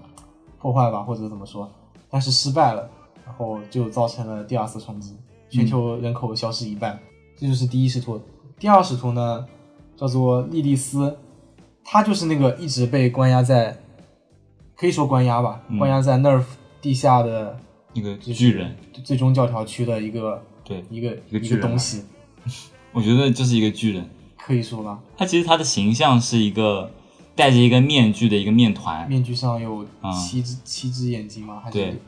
B: 破坏吧，或者怎么说，但是失败了，然后就造成了第二次冲击，
A: 嗯
B: 全球人口消失一半，这就是第一使徒。第二使徒呢，叫做莉莉丝，她就是那个一直被关押在，可以说关押吧，
A: 嗯
B: 关押在 NERF 地下的
A: 一个巨人，
B: 最终教条区的一个
A: 对，
B: 一个
A: 一个巨
B: 个
A: 人吧
B: 东西，
A: 我觉得就是一个巨人。
B: 可以说吧，
A: 他其实他的形象是一个戴着一个面具的一个面团，
B: 面具上有
A: 啊
B: 七只、七只眼睛吗？还是
A: 对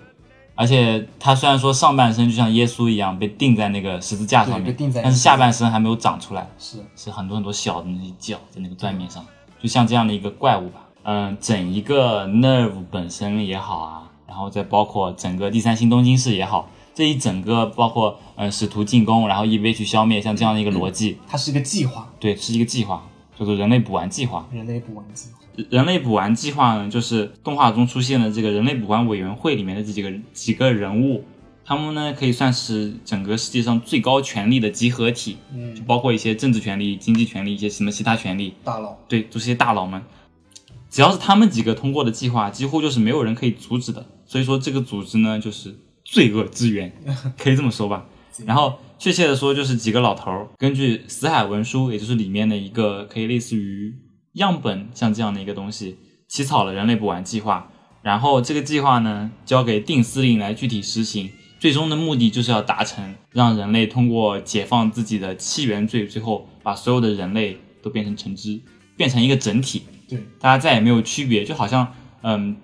A: 而且他虽然说上半身就像耶稣一样被钉在那个十字架上
B: 对
A: 面
B: 被钉，在
A: 但是下半身还没有长出来，
B: 是
A: 是很多很多小的那些脚在那个断面上，就像这样的一个怪物吧。嗯，整一个 Nerve 本身也好啊，然后再包括整个第三新东京市也好，这一整个包括呃使徒进攻，然后 EV 去消灭，像这样的一个逻辑，
B: 它是一个计划，
A: 对，是一个计划，叫做人类补完计划。
B: 人类补完计划。
A: 人类补完计划呢，就是动画中出现的这个人类补完委员会里面的这几个几个人物，他们呢可以算是整个世界上最高权力的集合体，就
B: 嗯，
A: 包括一些政治权利、经济权利、一些什么其他权利，
B: 大佬，
A: 对，就是一些大佬们。只要是他们几个通过的计划，几乎就是没有人可以阻止的。所以说这个组织呢，就是罪恶之源， 可以这么说吧。然后确切的说，就是几个老头儿根据死海文书，也就是里面的一个可以类似于样本像这样的一个东西，起草了人类补完计划。然后这个计划呢，交给定司令来具体实行。最终的目的就是要达成让人类通过解放自己的七原罪，最后把所有的人类都变成橙汁，变成一个整体。
B: 对，
A: 大家再也没有区别，就好像嗯，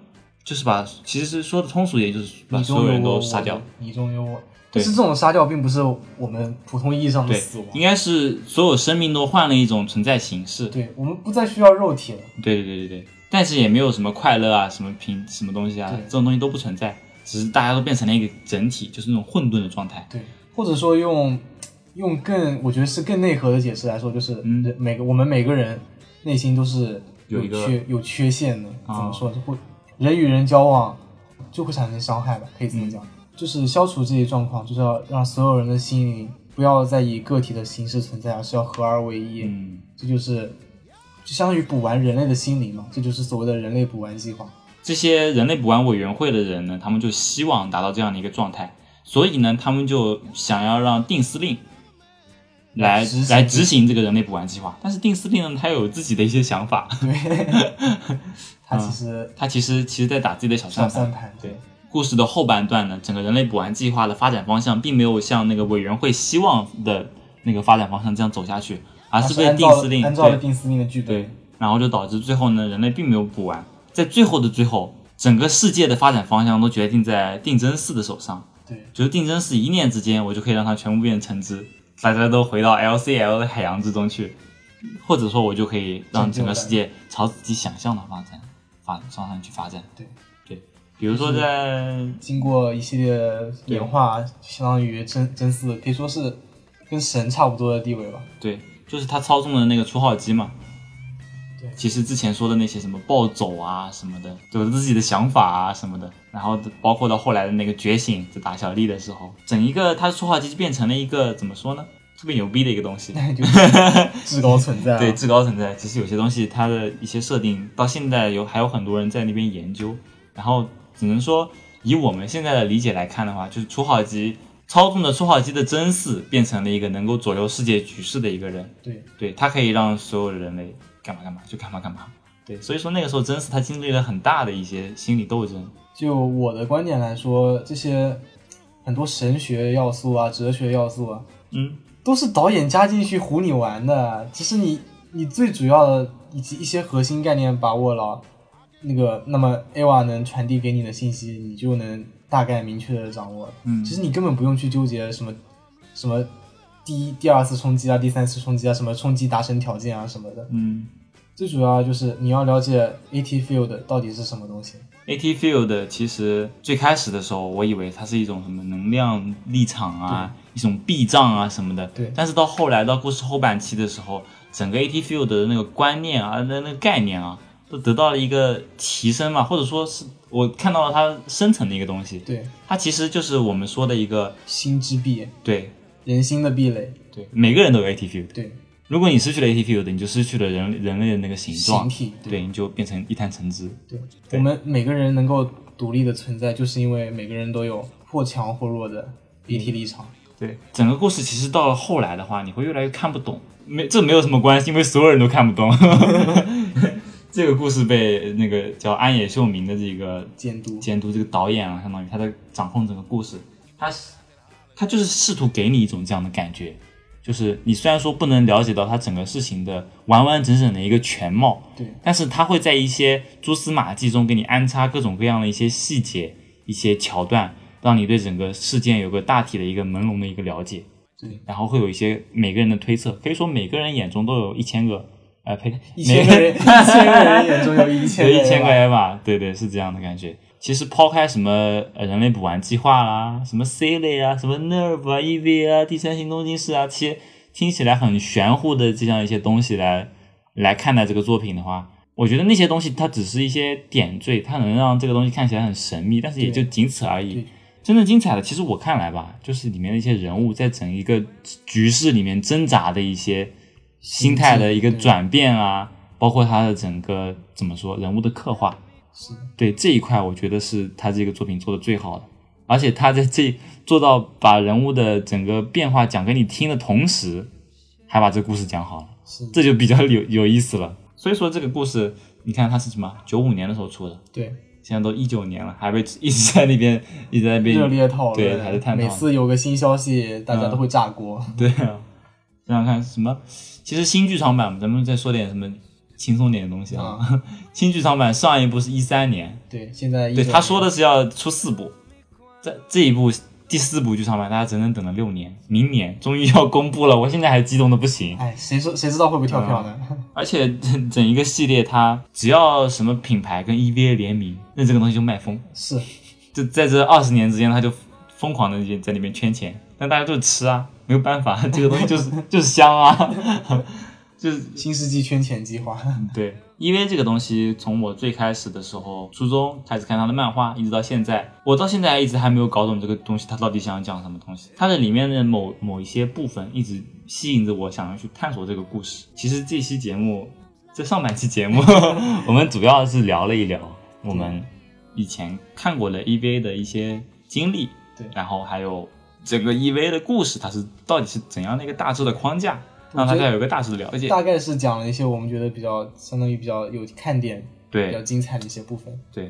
A: 就是把其实是说的通俗一点，就是把
B: 你
A: 所
B: 中
A: 有
B: 有
A: 人
B: 我，
A: 都
B: 我
A: 杀掉。，
B: 你中有我。
A: 对
B: 但是这种杀掉并不是我们普通意义上的
A: 对
B: 死，亡
A: 应，该是所有生命都换了一种存在形式。
B: 对我们不再需要肉体了，
A: 对对对对对，但是也没有什么快乐啊，什么平什么东西啊，
B: 对
A: 这种东西都不存在，只是大家都变成了一个整体，就是那种混沌的状态。
B: 对，或者说用用更我觉得是更内核的解释来说，就是
A: 嗯
B: 人每个我们每个人内心都是
A: 有一个
B: 缺有缺陷的，怎
A: 啊
B: 么说？就会人与人交往就会产生伤害吧，可以这
A: 嗯
B: 么讲。就是消除这些状况，就是要让所有人的心灵不要再以个体的形式存在，而是要合而为一。
A: 嗯，
B: 这就是就相当于补完人类的心灵嘛，这就是所谓的人类补完计划。
A: 这些人类补完委员会的人呢，他们就希望达到这样的一个状态，所以呢，他们就想要让定司令来
B: 执行
A: 来执行这个人类补完计划。但是定司令呢，他有自己的一些想法，
B: 它其实
A: 他其实其实在打自己的小
B: 小
A: 算盘
B: 算。盘，
A: 啊对，故事的后半段呢，整个人类补完计划的发展方向并没有像那个委员会希望的那个发展方向这样走下去，而
B: 它
A: 是
B: 是
A: 被
B: 按
A: 定
B: 照
A: 司令
B: 按照了
A: 对
B: 定司令的剧本。
A: 对，然后就导致最后呢，人类并没有补完，在最后的最后，整个世界的发展方向都决定在定真寺的手上。
B: 对
A: 就是定真寺一念之间，我就可以让它全部变成橙汁，大家都回到 LCL 的海洋之中去，或者说我就可以让整个世界朝自己想象的发展发方向去发展。
B: 对
A: 对，比如说在
B: 经过一系列演化，相当于真真嗣可以说是跟神差不多的地位 吧。
A: 对，就是他操纵的那个初号机嘛。
B: 对
A: 其实之前说的那些什么暴走啊什么的，有自己的想法啊什么的，然后包括到后来的那个觉醒，就打小丽的时候，整一个他初号机就变成了一个怎么说呢，特别牛逼的一个东西。
B: 就是至高存在、啊。
A: 对，至高存在。其实有些东西它的一些设定，到现在有还有很多人在那边研究。然后只能说，以我们现在的理解来看的话，就是初号机操纵着初号机的真嗣，变成了一个能够左右世界局势的一个人。
B: 对，
A: 对，他可以让所有的人类干嘛干嘛就干嘛干嘛。对，所以说那个时候真嗣他经历了很大的一些心理斗争。
B: 就我的观点来说，这些很多神学要素啊、哲学要素啊，
A: 嗯，
B: 都是导演加进去唬你玩的。只是你你最主要的以及一些核心概念把握了，那个那么 AVA 能传递给你的信息，你就能大概明确的掌握。
A: 嗯
B: 其实你根本不用去纠结什么什么第一、第二次冲击啊、第三次冲击啊、什么冲击达成条件啊什么的。
A: 嗯
B: 最主要就是你要了解 AT field 到底是什么东西。
A: ，AT Field 其实最开始的时候，我以为它是一种什么能量立场啊，一种避障啊什么的。
B: 对
A: 但是到后来到故事后半期的时候，整个 AT Field 的那个观念啊，那那个概念啊，都得到了一个提升嘛，或者说是我看到了它深层的一个东西。
B: 对，
A: 它其实就是我们说的一个
B: 心之壁，
A: 对
B: 人心的壁垒，
A: 对，每个人都有 AT Field。
B: 对，
A: 如果你失去了 AT Field，你就失去了人人类的那个形状，
B: 形体对
A: 对，你就变成一滩橙汁。
B: 对，
A: 对
B: 我们每个人能够独立的存在，就是因为每个人都有或强或弱的 BT 立场。
A: 对，整个故事其实到了后来的话，你会越来越看不懂，没这没有什么关系，因为所有人都看 不懂。这个故事被那个叫安野秀明的这个
B: 监督
A: 监督这个导演啊，相当于他在掌控整个故事，他他就是试图给你一种这样的感觉，就是你虽然说不能了解到他整个事情的完完整整的一个全貌，
B: 对
A: 但是他会在一些蛛丝马迹中给你安插各种各样的一些细节、一些桥段，让你对整个事件有个大体的一个朦胧的一个了解。
B: 对，
A: 然后会有一些每个人的推测，可以说每个人眼中都有一千个，呃， 呸，
B: 一千个人， 一千 个人眼中 有一千
A: 有一
B: 个人，啊
A: 千个 A 吧，对对，是这样的感觉。其实抛开什么呃人类补完计划啦，什么 C 类啊，什么 Nerve 啊、EV 啊、第三行动近视啊，其实听起来很玄乎的这样一些东西来来看待这个作品的话，我觉得那些东西它只是一些点缀，它能让这个东西看起来很神秘，但是也就
B: 对
A: 仅此而已
B: 对。
A: 真正精彩的，其实我看来吧，就是里面的一些人物在整一个局势里面挣扎的一些心态的一个
B: 对
A: 转变啊，包括他的整个怎么说人物的刻画，
B: 是
A: 对这一块，我觉得是他这个作品做的最好的。而且他在这做到把人物的整个变化讲给你听的同时，还把这故事讲好了，
B: 是，
A: 这就比较有有意思了。所以说这个故事，你看它是什么？九五年的时候出的，
B: 对，
A: 现在都一九年了，还被一直在那边一直在那边
B: 热烈讨论，
A: 对还是探讨
B: 每次有个新消息，大家都会炸锅。
A: 对啊，想想看什么？其实新剧场版，咱们再说点什么轻松点的东西
B: 嗯
A: 啊。新剧场版上一部是一三年，
B: 对，现在
A: 对他说
B: 的
A: 的是要出四部，这这一部第四部剧场版，大家整整等了六年，明年终于要公布了，我现在还激动的不行。
B: 哎，谁说谁知道会不会跳票呢？
A: 而且整整一个系列，它只要什么品牌跟 EVA 联名，那这个东西就卖疯。
B: 是，
A: 就在这二十年之间，他就疯狂的在里面圈钱，但大家就吃啊，没有办法，这个东西就是 就是香啊，就是
B: 新世纪圈钱计划，
A: 对，因为这个东西从我最开始的时候，初中开始看他的漫画，一直到现在，我到现在一直还没有搞懂这个东西，他到底想讲什么东西。它的里面的某某一些部分，一直吸引着我想要去探索这个故事。其实这期节目，这上半期节目， 我们主要是聊了一聊我们以前看过的 EVA 的一些经历，
B: 对
A: 然后还有整个 EVA 的故事，它是到底是怎样的一个大致的框架，
B: 我
A: 让大
B: 觉得
A: 家有个大致的了解。
B: 大概是讲了一些我们觉得比较相当于比较有看点、比较
A: 对
B: 精彩的一些部分。
A: 对，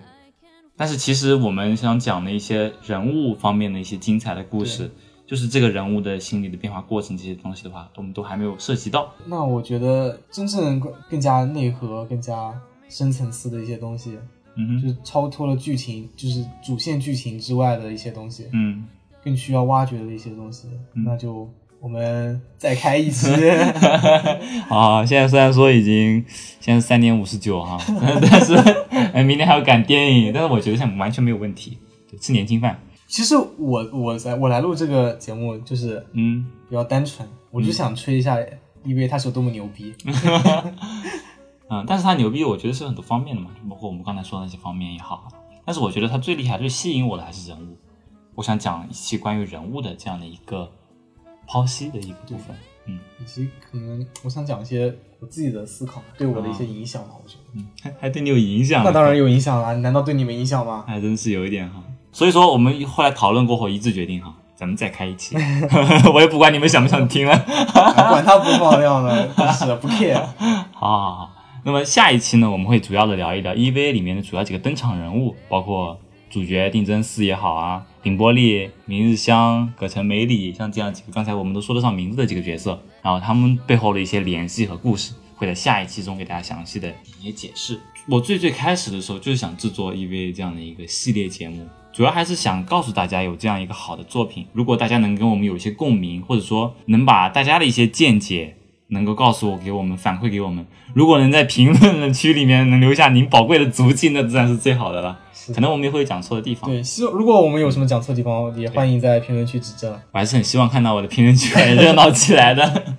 A: 但是其实我们想讲的一些人物方面的一些精彩的故事，就是这个人物的心理的变化过程这些东西的话，我们都还没有涉及到。
B: 那我觉得真正更加内核、更加深层次的一些东西，
A: 嗯哼，
B: 就是超脱了剧情，就是主线剧情之外的一些东西，
A: 嗯，
B: 更需要挖掘的一些东西，
A: 嗯
B: 那就。我们再开 一期。
A: 啊，现在虽然说已经现在三点五十九哈， 但是呃明天还要赶电影，但是我觉得现在完全没有问题，对吃年轻饭。
B: 其实我我来我来录这个节目就是
A: 嗯，
B: 比较单纯，我就想吹一下 EVA 他是有多么牛逼。
A: 嗯，但是它牛逼，我觉得是很多方面的嘛，包括我们刚才说的那些方面也好。啊但是我觉得它最厉害、最吸引我的还是人物。我想讲一期关于人物的这样的一个剖析的一个部分。嗯，
B: 以及可能我想讲一些我自己的思考对我的一些影响吧，我觉得。
A: 还还对你有影响？啊
B: 那当然有影响啦，难道对你没影 响吗？
A: 还真是有一点哈。所以说我们后来讨论过后一致决定哈，咱们再开一期。 我也不管你们想不想听了。
B: 管他不放料呢，真是的不 care。
A: 好好好，那么下一期呢，我们会主要的聊一聊 EVA 里面的主要几个登场人物，包括主角定真寺也好啊，顶波丽、明日香、葛城美里，像这样几个刚才我们都说得上名字的几个角色，然后他们背后的一些联系和故事，会在下一期中给大家详细的一些解释。我最最开始的时候就是想制作 EVA 这样的一个系列节目。主要还是想告诉大家有这样一个好的作品，如果大家能跟我们有一些共鸣，或者说能把大家的一些见解能够告诉我，给我们反馈给我们。如果能在评论区里面能留下您宝贵的足迹，那自然是最好的了。可能我们也会有讲错的地方，
B: 对，希望如果我们有什么讲错的地方，也欢迎在评论区指正。
A: 我还是很希望看到我的评论区很热闹起来的。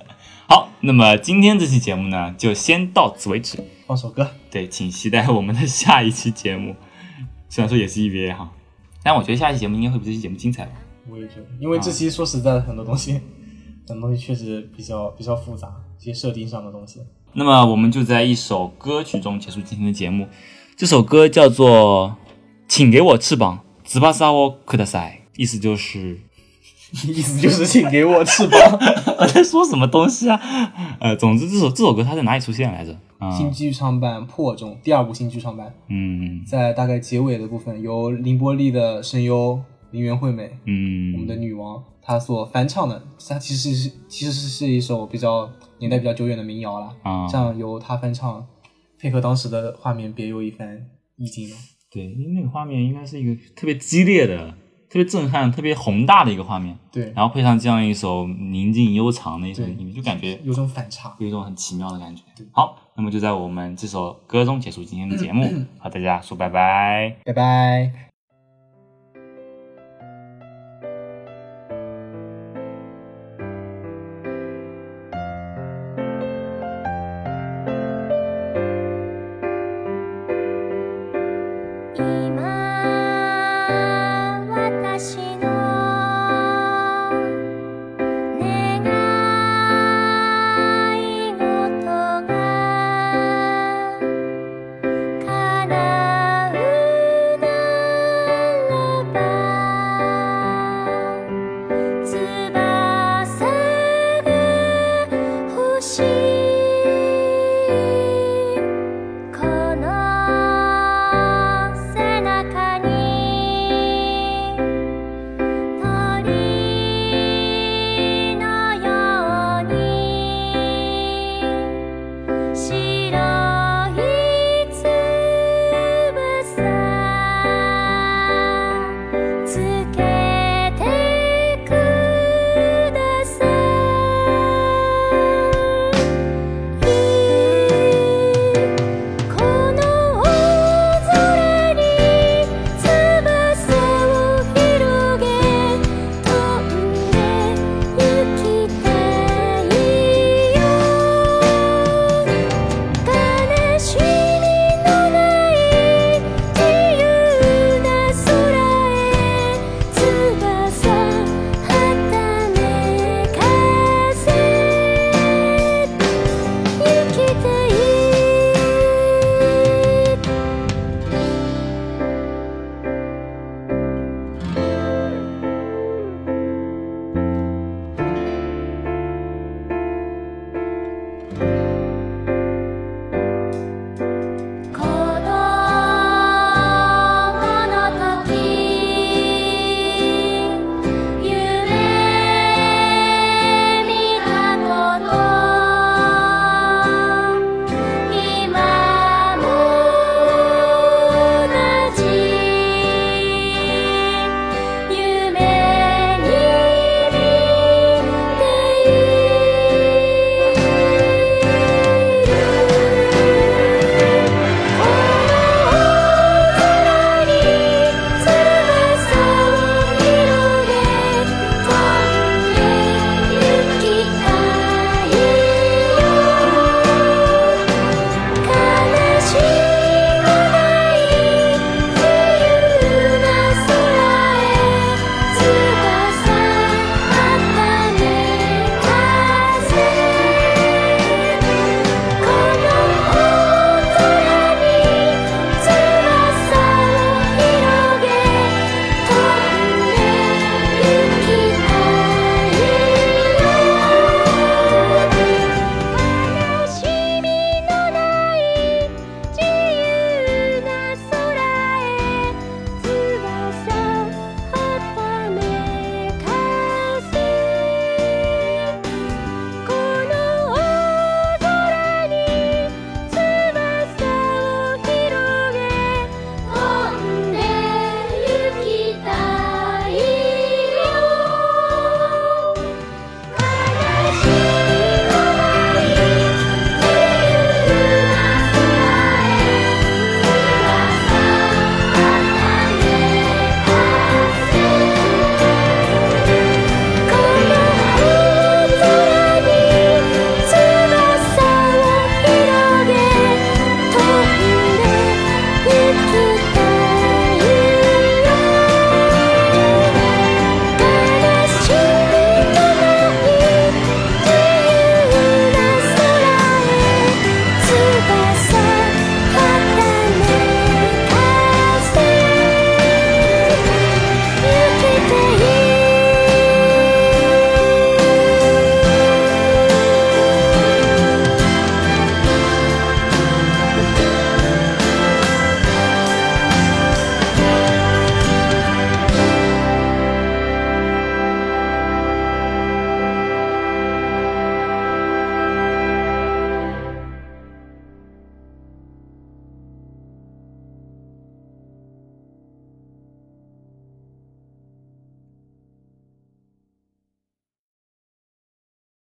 A: 好，那么今天这期节目呢，就先到此为止。
B: 放首歌，
A: 对，请期待我们的下一期节目。虽然说也是 EVA 哈，但我觉得下一期节目应该会比这期节目精彩吧。
B: 我也觉得，因为这期说实在的，很多东西， 很多东西确实比较比较复杂，一些设定上的东西。
A: 那么我们就在一首歌曲中结束今天的节目。这首歌叫做《请给我翅膀》，紫巴萨沃克的塞，意思就是
B: 意思就是请给我翅 膀。
A: 我在说什么东西啊？呃，总之这首这首歌它在哪里出现来着？啊、
B: 新剧场版破中第二部新剧场版，
A: 嗯
B: 在大概结尾的部分，由凌波丽的声优林原惠美，
A: 嗯，
B: 我们的女王，她所翻唱的，她其实是其实是是一首比较年代比较久远的民谣啦。
A: 啊
B: 这样由她翻唱，配合当时的画面，别有一番意境了。
A: 对，因为那个画面应该是一个特别激烈的、特别震撼、特别宏大的一个画面，
B: 对，
A: 然后配上这样一首宁静悠长的一首，
B: 对
A: 你们就感觉
B: 有种反差。
A: 有一种很奇妙的感觉。好，那么就在我们这首歌中结束今天的节目，和大家说拜拜。
B: 拜拜。